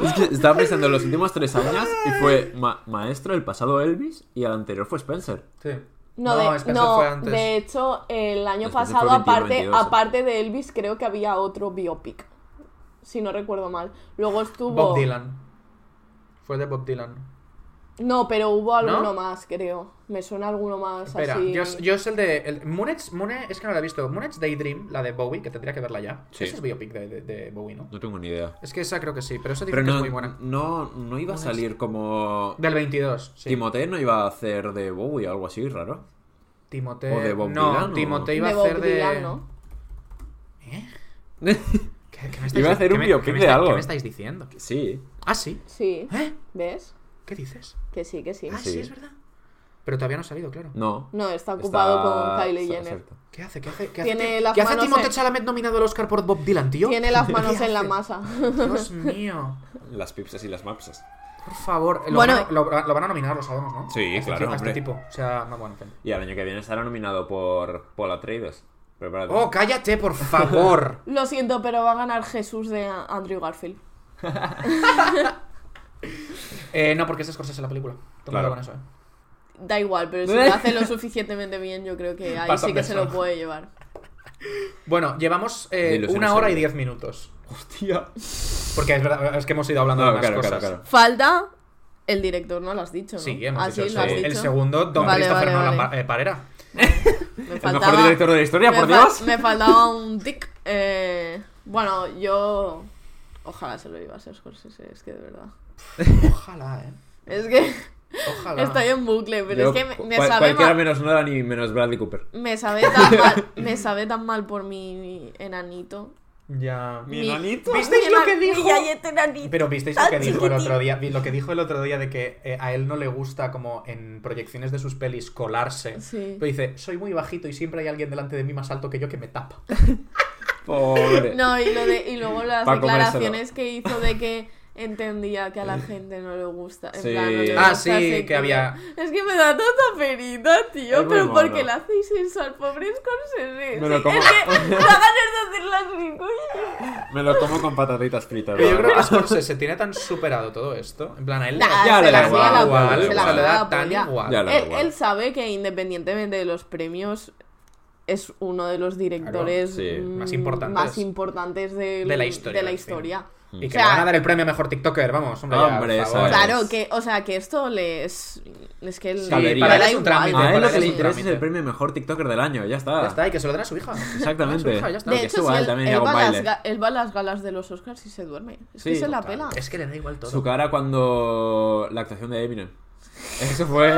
S1: Es que estaba pensando en los últimos tres años y fue ma- maestro el pasado Elvis y el anterior fue Spencer.
S3: Sí.
S2: No, de,
S3: Spencer
S2: no,
S3: fue antes.
S2: de hecho, el año
S1: Spencer fue
S2: pasado,
S1: 21,
S2: aparte,
S1: 22.
S2: aparte de Elvis, creo que había otro biopic. Si no recuerdo mal. Luego estuvo.
S3: Bob Dylan. Fue de Bob Dylan.
S2: No, pero hubo alguno
S3: ¿No?
S2: más, creo. Me suena alguno más
S3: Espera,
S2: así.
S3: yo, yo es el de. El, Moonage, Moonage- es que no la he visto. Moonage Daydream, la de Bowie, que tendría que verla ya.
S1: Sí.
S3: Esa es biopic de, de- de Bowie, ¿no?
S1: No tengo ni idea.
S3: Es que esa creo que sí, pero esa dice
S1: Pero
S3: que es
S1: no,
S3: muy buena.
S1: no, no iba a salir como...
S3: Del 22, sí.
S1: Timothée no iba a hacer de Bowie o algo así, raro.
S3: Timote.
S1: o de Bob
S3: no,
S1: Dylan, o-
S3: Timote iba
S2: de
S3: a
S2: Bob
S3: hacer de. ¿Eh?
S2: Dylan, ¿no?
S3: ¿Qué, qué me estáis
S1: Iba a
S3: di-
S1: hacer
S3: qué
S1: un
S3: me-
S1: biopic
S3: qué me
S1: de
S3: está-
S1: algo.
S3: ¿Qué me estáis diciendo?
S1: sí.
S3: Ah, sí.
S2: Sí.
S3: ¿Eh?
S2: ¿Ves?
S3: ¿Qué dices?
S2: Que sí, que sí.
S3: Ah, sí,
S1: Sí.
S3: es verdad. Pero todavía no ha salido, claro.
S1: No.
S2: No, está ocupado con Kylie Jenner.
S1: exacto.
S3: ¿Qué hace? ¿Qué hace? ¿Qué hace,
S2: Tiene
S3: Tim-
S2: las
S3: ¿Qué hace
S2: manos
S3: Timothée
S2: en-
S3: Chalamet nominado al Oscar por Bob Dylan, tío?
S2: Tiene las
S3: ¿Qué
S2: manos en la
S3: hace?
S2: masa.
S3: Dios mío.
S1: Las pipsas y las mapsas.
S3: Por favor. Lo,
S2: Bueno,
S3: van a, lo, lo van a nominar, lo sabemos, ¿no?
S1: Sí,
S3: A este
S1: claro,
S3: tipo- a este
S1: hombre.
S3: tipo. O sea, no, bueno, en fin.
S1: Y al año que viene estará nominado por Paul Atreides. Prepárate.
S3: Oh, cállate, por favor.
S2: Lo siento, pero va a ganar Jesús de A- Andrew Garfield.
S3: eh, no, porque estas cosas en la película. Ten cuidado
S1: Claro.
S3: con eso, eh.
S2: Da igual, pero si lo hace lo suficientemente bien, yo creo que ahí
S3: Pasa
S2: sí que se lo
S3: peso.
S2: puede llevar.
S3: Bueno, llevamos eh,
S1: De ilusión
S3: una hora y
S1: segura.
S3: diez minutos.
S1: Hostia.
S3: Porque es verdad, es que hemos ido hablando
S1: No,
S3: de más
S1: claro,
S3: cosas.
S1: claro, claro.
S2: Falta el director, ¿no? Lo has dicho, ¿no?
S3: Sí, hemos
S2: Ah,
S3: dicho el
S2: lo has
S3: segundo. El
S2: dicho.
S3: segundo, Don
S2: Vale,
S3: Christopher
S2: vale,
S3: Nolan
S2: vale.
S3: Pa- eh, Parera.
S2: Me
S1: El mejor director de la historia,
S2: me
S1: por
S2: fa-
S1: Dios.
S2: Me faltaba un tic. Eh, bueno, yo... Ojalá se lo iba a hacer Scorsese, es que de verdad.
S3: Ojalá, eh.
S2: Es que
S3: Ojalá.
S2: estoy en bucle, pero
S1: Yo-
S2: es que me, me
S1: cual-
S2: sabe
S1: cualquiera
S2: mal-
S1: menos Nolan y menos Bradley Cooper.
S2: Me sabe tan mal, me sabe tan mal por mi enanito.
S3: Ya.
S1: Mi enanito.
S3: ¿Visteis lo
S2: enan-
S3: que dijo?
S2: Mi galleta enanito.
S3: Pero visteis lo
S2: Tan
S3: que dijo el
S2: chiquitín.
S3: otro día, lo que dijo el otro día de que eh, a él no le gusta como en proyecciones de sus pelis colarse.
S2: Sí.
S3: Pero dice, soy muy bajito y siempre hay alguien delante de mí más alto que yo que me tapa.
S1: Pobre.
S2: No, y, lo de- y luego las
S1: Pa' comérselo.
S2: declaraciones que hizo de que entendía que a la gente no le gusta. en
S1: Sí.
S2: plan, no le
S1: Ah,
S2: gusta,
S3: sí,
S2: así
S3: que había-
S2: Es que me da tanta perita, tío.
S1: Es muy
S2: pero ¿por qué
S1: mono.
S2: le hacéis eso al pobre Scorsese?
S1: Me lo
S2: Sí,
S1: como.
S2: Es que me da ganas de hacer las
S1: Me lo como con patatitas fritas.
S3: Pero yo
S1: la
S3: creo que
S1: verdad.
S3: Scorsese se tiene tan superado todo esto. En plan, a él
S2: Nah,
S1: Ya
S2: se
S1: le
S2: la
S1: da
S2: juega
S1: igual,
S2: la
S1: igual,
S2: polla,
S1: se la
S2: se la
S1: juega
S3: le
S2: juega
S3: da
S2: la
S3: tan
S2: polla.
S3: igual.
S1: Ya le da
S2: Él,
S1: igual.
S2: él sabe que independientemente de los premios es uno de los directores
S1: Claro, sí,
S2: mm,
S3: más importantes.
S2: más importantes del-
S3: De la historia,
S2: de la
S3: en fin.
S2: historia.
S3: Y que
S2: O sea-
S3: le van a dar el premio a mejor TikToker, vamos. Hombre, ya, por
S1: Hombre,
S3: favor.
S1: ¿sabes?
S2: Claro, que, o sea, que esto les. Es que el-
S1: Sí,
S2: le
S1: para él
S2: da
S1: es
S2: igual.
S3: un
S2: Ah,
S3: trámite,
S1: Ah, A él
S3: para
S1: lo que
S3: él
S1: le
S3: es un
S1: interesa es el
S3: trámite.
S1: premio mejor TikToker del año, ya está.
S3: Ya está, y que se lo den a su hija.
S1: Ah. Exactamente.
S3: Ya está, ya está.
S2: De
S1: que
S2: hecho,
S1: suba
S2: si
S1: él
S2: él,
S1: también y
S2: él
S1: haga
S2: va
S1: un
S2: a las
S1: baile.
S2: ga- él va a las galas de los Oscars y se duerme. Es que
S1: Sí,
S2: se la
S1: total.
S2: pela.
S3: Es que le da igual todo.
S1: Su cara cuando la actuación de Eminem. Eso fue.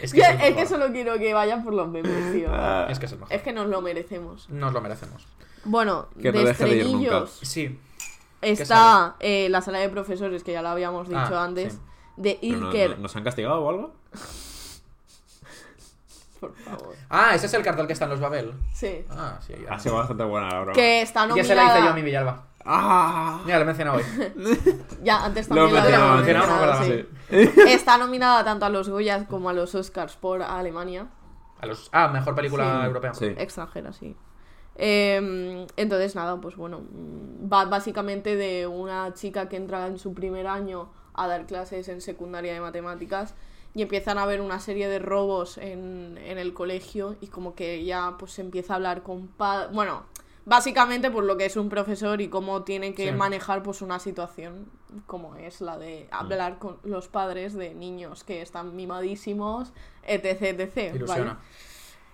S3: Es que
S2: Yo-
S3: es el
S2: es que
S3: mejor.
S2: solo quiero que vayan por los memes, tío.
S1: Ah,
S3: Es que es el mejor.
S2: Es que nos lo merecemos.
S3: Nos lo merecemos.
S2: Bueno,
S1: Que no
S2: de
S1: deje de ir nunca.
S2: estrenillos.
S3: Sí.
S2: Está eh, la sala de profesores, que ya la habíamos dicho
S3: Ah,
S2: antes,
S3: sí.
S2: de
S1: Pero no-
S2: Ilker.
S1: no- ¿Nos han castigado o algo?
S2: Por favor.
S3: Ah, ese es el cartel que está en los Babel.
S2: Sí.
S3: Ah, sí. Ya,
S1: Ha sido bastante buena la broma.
S2: Que está
S3: Ya se la hice yo a
S2: nominada.
S3: mi Villalba.
S1: ¡Ah!
S3: Mira, lo he mencionado hoy.
S2: Ya, antes
S1: Lo
S2: también la
S1: mencionaba,
S2: habíamos
S3: mencionado, no me
S2: mencionado,
S3: acordaba.
S2: sí. Está nominada tanto a los Goyas como a los Oscars por Alemania.
S3: A los... Ah, mejor película
S2: Sí.
S3: europea.
S1: Sí.
S2: extranjera, sí. Eh, entonces, nada, pues bueno, mm, va básicamente de una chica que entra en su primer año a dar clases en secundaria de matemáticas y empiezan a ver una serie de robos en, en el colegio y como que ya pues se empieza a hablar con... pa- Bueno, básicamente por lo que es un profesor y cómo tiene que
S3: Sí.
S2: manejar pues una situación como es la de hablar con los padres de niños que están mimadísimos, etc, etc.
S3: Ilusiona.
S2: ¿vale?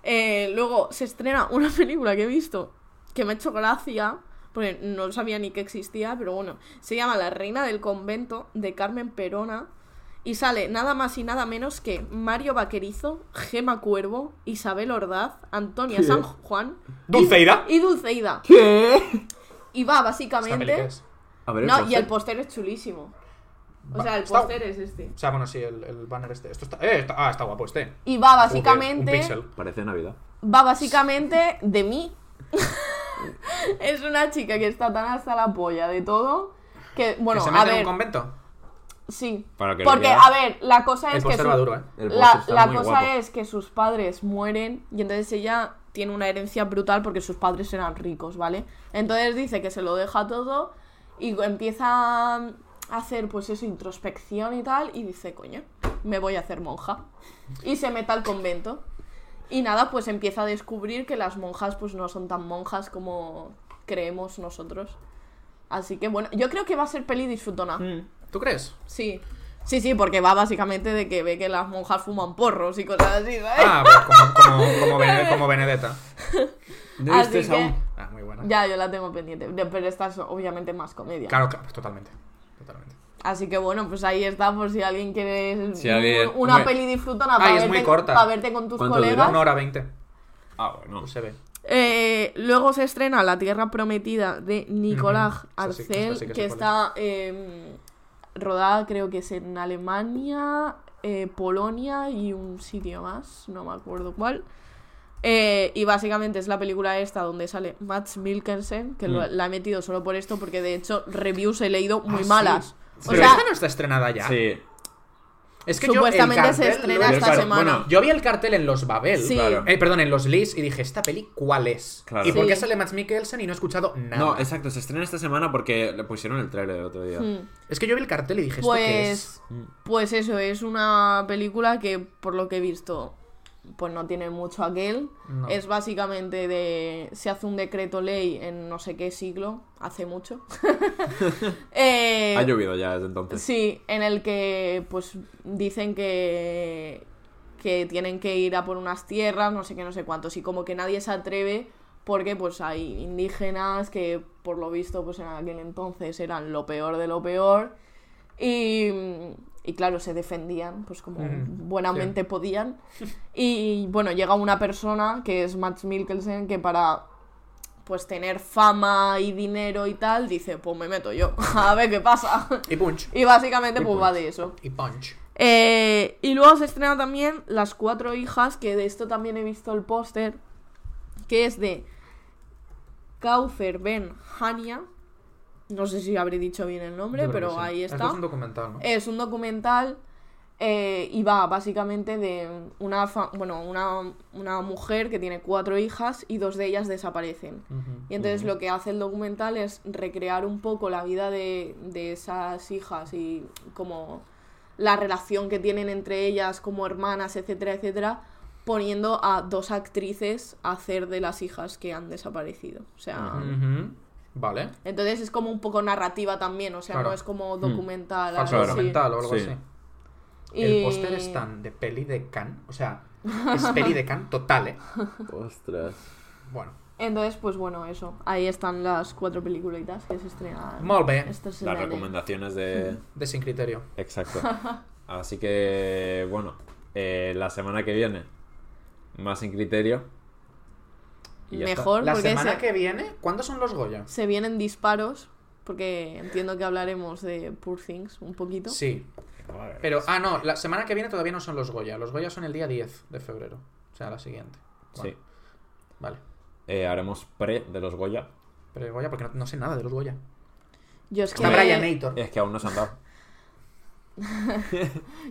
S2: Eh, luego se estrena una película que he visto que me ha hecho gracia, porque no sabía ni que existía, pero bueno, se llama La Reina del Convento de Carmen Perona y sale nada más y nada menos que Mario Vaquerizo, Gema Cuervo, Isabel Ordaz, Antonia San Juan
S3: ¿Dulceida?
S2: y Dulceida.
S1: ¿Qué?
S2: Y va
S3: Esta película
S2: básicamente...
S3: es-
S1: A ver,
S2: No, y
S1: póster.
S2: el póster es chulísimo. O
S3: Va-
S2: sea, el
S3: está-
S2: póster es este.
S3: O sea, bueno, sí, el, el banner este. Esto está... Eh, está- Ah, está guapo este.
S2: Y va
S3: Joder,
S2: básicamente...
S3: un pixel.
S1: Parece Navidad.
S2: va básicamente de mí. es una chica que está tan hasta la polla de todo que, bueno,
S3: ¿Que se
S2: a
S3: mete en un
S2: ver,
S3: convento?
S2: sí.
S1: Para que lo
S2: Porque,
S1: veas.
S2: a ver, la cosa
S3: El
S2: es que
S3: póster
S2: su-
S3: va duro, ¿eh?
S1: El póster
S2: la,
S1: está
S2: la
S1: muy
S2: cosa
S1: guapo.
S2: es que sus padres mueren y entonces ella tiene una herencia brutal porque sus padres eran ricos, ¿vale? Entonces dice que se lo deja todo y empieza a hacer pues eso, introspección y tal y dice, coño, me voy a hacer monja. Y se mete al convento. Y nada, pues empieza a descubrir que las monjas pues no son tan monjas como creemos nosotros. Así que bueno, yo creo que va a ser peli disfrutona.
S3: ¿Tú crees?
S2: Sí. Sí, sí, porque va básicamente de que ve que las monjas fuman porros y cosas así, ¿sabes?
S3: Ah, pues como, como, como, Bene- como Benedetta.
S1: No
S2: Así
S1: viste
S2: que-
S1: aún.
S3: Ah, muy buena.
S2: Ya, yo la tengo pendiente. De- Pero esta es obviamente más comedia.
S3: Claro, claro, totalmente. Totalmente.
S2: Así que bueno, pues ahí está, por si alguien quiere
S1: Si alguien-
S2: un- una
S1: hombre.
S2: peli disfrutona
S3: Ay,
S2: para,
S3: es
S2: verte,
S3: muy corta.
S2: para verte con tus
S1: ¿Cuánto
S2: colegas.
S1: dura?
S3: Una hora veinte.
S1: Ah, bueno.
S3: Pues se ve.
S2: Eh, luego se estrena La Tierra Prometida de Nicolás
S3: Ujú. Esa sí-
S2: Arcel,
S3: esta sí que sé
S2: que
S3: cuál
S2: está eh, rodada creo que es en Alemania, eh, Polonia y un sitio más, no me acuerdo cuál. Eh, y básicamente es la película esta donde sale Max Milkensen, que lo-
S1: Mm.
S2: la he metido solo por esto porque de hecho reviews he leído muy
S3: Ah, sí.
S2: malas. O
S3: Pero
S2: sea,
S3: esta no está estrenada ya.
S1: sí.
S3: Es que
S2: supuestamente
S3: yo el
S2: se
S3: cartel
S2: estrena
S3: lo-
S1: Pero
S2: esta
S1: claro,
S2: semana.
S1: bueno,
S3: Yo vi el cartel en los Babel.
S2: Sí.
S1: Claro.
S3: Eh, perdón, en los Lis y dije, ¿esta peli cuál es?
S1: Claro.
S3: ¿Y por qué
S2: Sí.
S3: sale Max Mikkelsen y no he escuchado nada?
S1: No, exacto, se estrena esta semana porque le pusieron el trailer el otro día.
S2: Mm.
S3: Es que yo vi el cartel y dije, ¿esto qué es?
S2: Pues,
S1: Mm.
S2: pues eso, es una película que por lo que he visto, pues no tiene mucho aquel.
S3: No.
S2: Es básicamente de. Se hace un decreto ley en no sé qué siglo, hace mucho. Eh,
S1: Ha llovido ya desde entonces.
S2: sí, en el que pues dicen que. que tienen que ir a por unas tierras, no sé qué, no sé cuántos. Y como que nadie se atreve. Porque pues hay indígenas que por lo visto pues en aquel entonces eran lo peor de lo peor. Y, y claro, se defendían, pues como
S3: Mm,
S2: buenamente podían. Y bueno, llega una persona que es Max Mikkelsen que para pues tener fama y dinero y tal, dice, pues me meto yo, a ver qué pasa.
S3: Y Punch.
S2: Y básicamente
S1: Y
S2: pues
S1: pues.
S2: va de eso.
S3: Y Punch.
S2: Eh, y luego se estrena también Las Cuatro Hijas, que de esto también he visto el póster, que es de Kaufer Ben Hania. No sé si habré dicho bien el nombre,
S3: Yo
S2: pero
S3: creo que sí.
S2: ahí
S3: Esto
S2: está. Eh,
S3: Es un documental, ¿no?
S2: Es un documental eh, y va básicamente de una, fa- bueno, una, una mujer que tiene cuatro hijas y dos de ellas desaparecen.
S3: Ujú.
S2: Y entonces lo que hace el documental es recrear un poco la vida de, de esas hijas y como la relación que tienen entre ellas como hermanas, etcétera, etcétera, poniendo a dos actrices a hacer de las hijas que han desaparecido. O sea,
S3: Ujú. Vale.
S2: entonces es como un poco narrativa también, o sea,
S3: Claro. Mm.
S2: no es como documental.
S3: Falso
S2: algo así.
S3: documental o algo
S1: Sí.
S3: así.
S2: Y-
S3: El póster es tan de peli de can. O sea, es peli de can total, ¿eh?
S1: Ostras.
S3: Bueno.
S2: Entonces, pues bueno, eso. Ahí están las cuatro peliculitas que se estrenan.
S3: Molt bé.
S2: esta
S1: Las
S2: semana.
S1: recomendaciones de.
S3: De sin criterio.
S1: Exacto. Así que, bueno, eh, la semana que viene, más sin criterio. Y ya está.
S2: Mejor,
S3: La
S2: porque
S3: semana
S2: se,
S3: que viene, ¿cuándo son los Goya?
S2: se vienen disparos. Porque entiendo que hablaremos de Poor Things un poquito.
S3: Sí. Pero, ah, no, la semana que viene todavía no son los Goya. Los Goya son el día 10 de febrero. O sea, la siguiente.
S1: Sí.
S3: ah. Vale.
S1: Eh, haremos pre de los Goya.
S3: Pero Goya, porque no, no sé nada de los Goya.
S2: Yo es que,
S3: Está Brian Aitor.
S1: Es que aún no se han dado.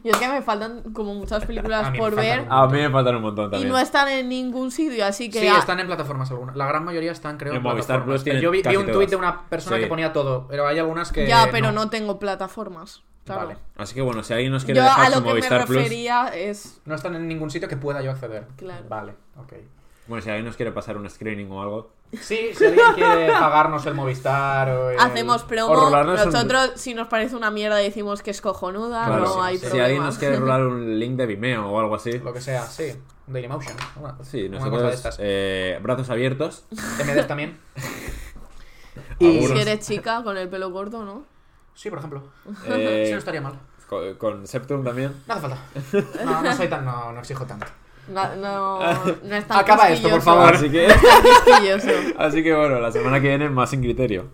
S2: yo es que me faltan como muchas
S3: A
S2: películas
S3: mí me
S2: por
S3: faltan
S2: ver
S1: A mí me faltan un montón
S2: y
S1: también.
S2: no están en ningún sitio, así que
S3: Sí,
S2: ah,
S3: están en plataformas algunas. La gran mayoría están, creo, en,
S1: En Movistar
S3: plataformas.
S1: Plus tienen
S3: Yo vi, vi
S1: casi
S3: un tuit
S1: todas.
S3: de una persona
S1: Sí.
S3: que ponía todo, pero hay algunas que.
S2: ya, pero no. tengo plataformas. Claro.
S3: Vale.
S1: Así que bueno, si alguien nos quiere
S2: Yo a
S1: dejar su
S2: lo que me
S1: Movistar Plus.
S2: refería es
S3: No están en ningún sitio que pueda yo acceder.
S2: Claro.
S3: Vale, ok.
S1: Bueno, si alguien nos quiere pasar un screening o algo.
S3: Sí, si alguien quiere pagarnos el Movistar o el-
S2: hacemos
S1: o
S2: promo,
S1: rolarnos un-
S2: nosotros si nos parece una mierda decimos que es cojonuda,
S1: Claro,
S2: Ah, no
S1: si-
S2: hay
S1: si
S2: problema.
S1: alguien nos quiere rolar un link de Vimeo o algo así.
S3: Lo que sea, sí. Un Dailymotion. Una,
S1: Sí,
S3: una cosa de
S1: nosotros
S3: estas.
S1: eh, brazos abiertos.
S3: Te me des también.
S2: Y
S1: Algunos.
S2: si eres chica con el pelo corto, ¿no?
S3: Sí, por ejemplo.
S1: eh,
S3: Sí, no estaría mal.
S1: con, con Septum también.
S3: No hace falta. No, no soy tan. No, no exijo tanto.
S2: No, no, no es tan
S3: Acaba esto, por
S2: quisquilloso.
S3: favor.
S1: Así que,
S2: Quisquilloso.
S1: así que bueno, la semana que viene más sin criterio.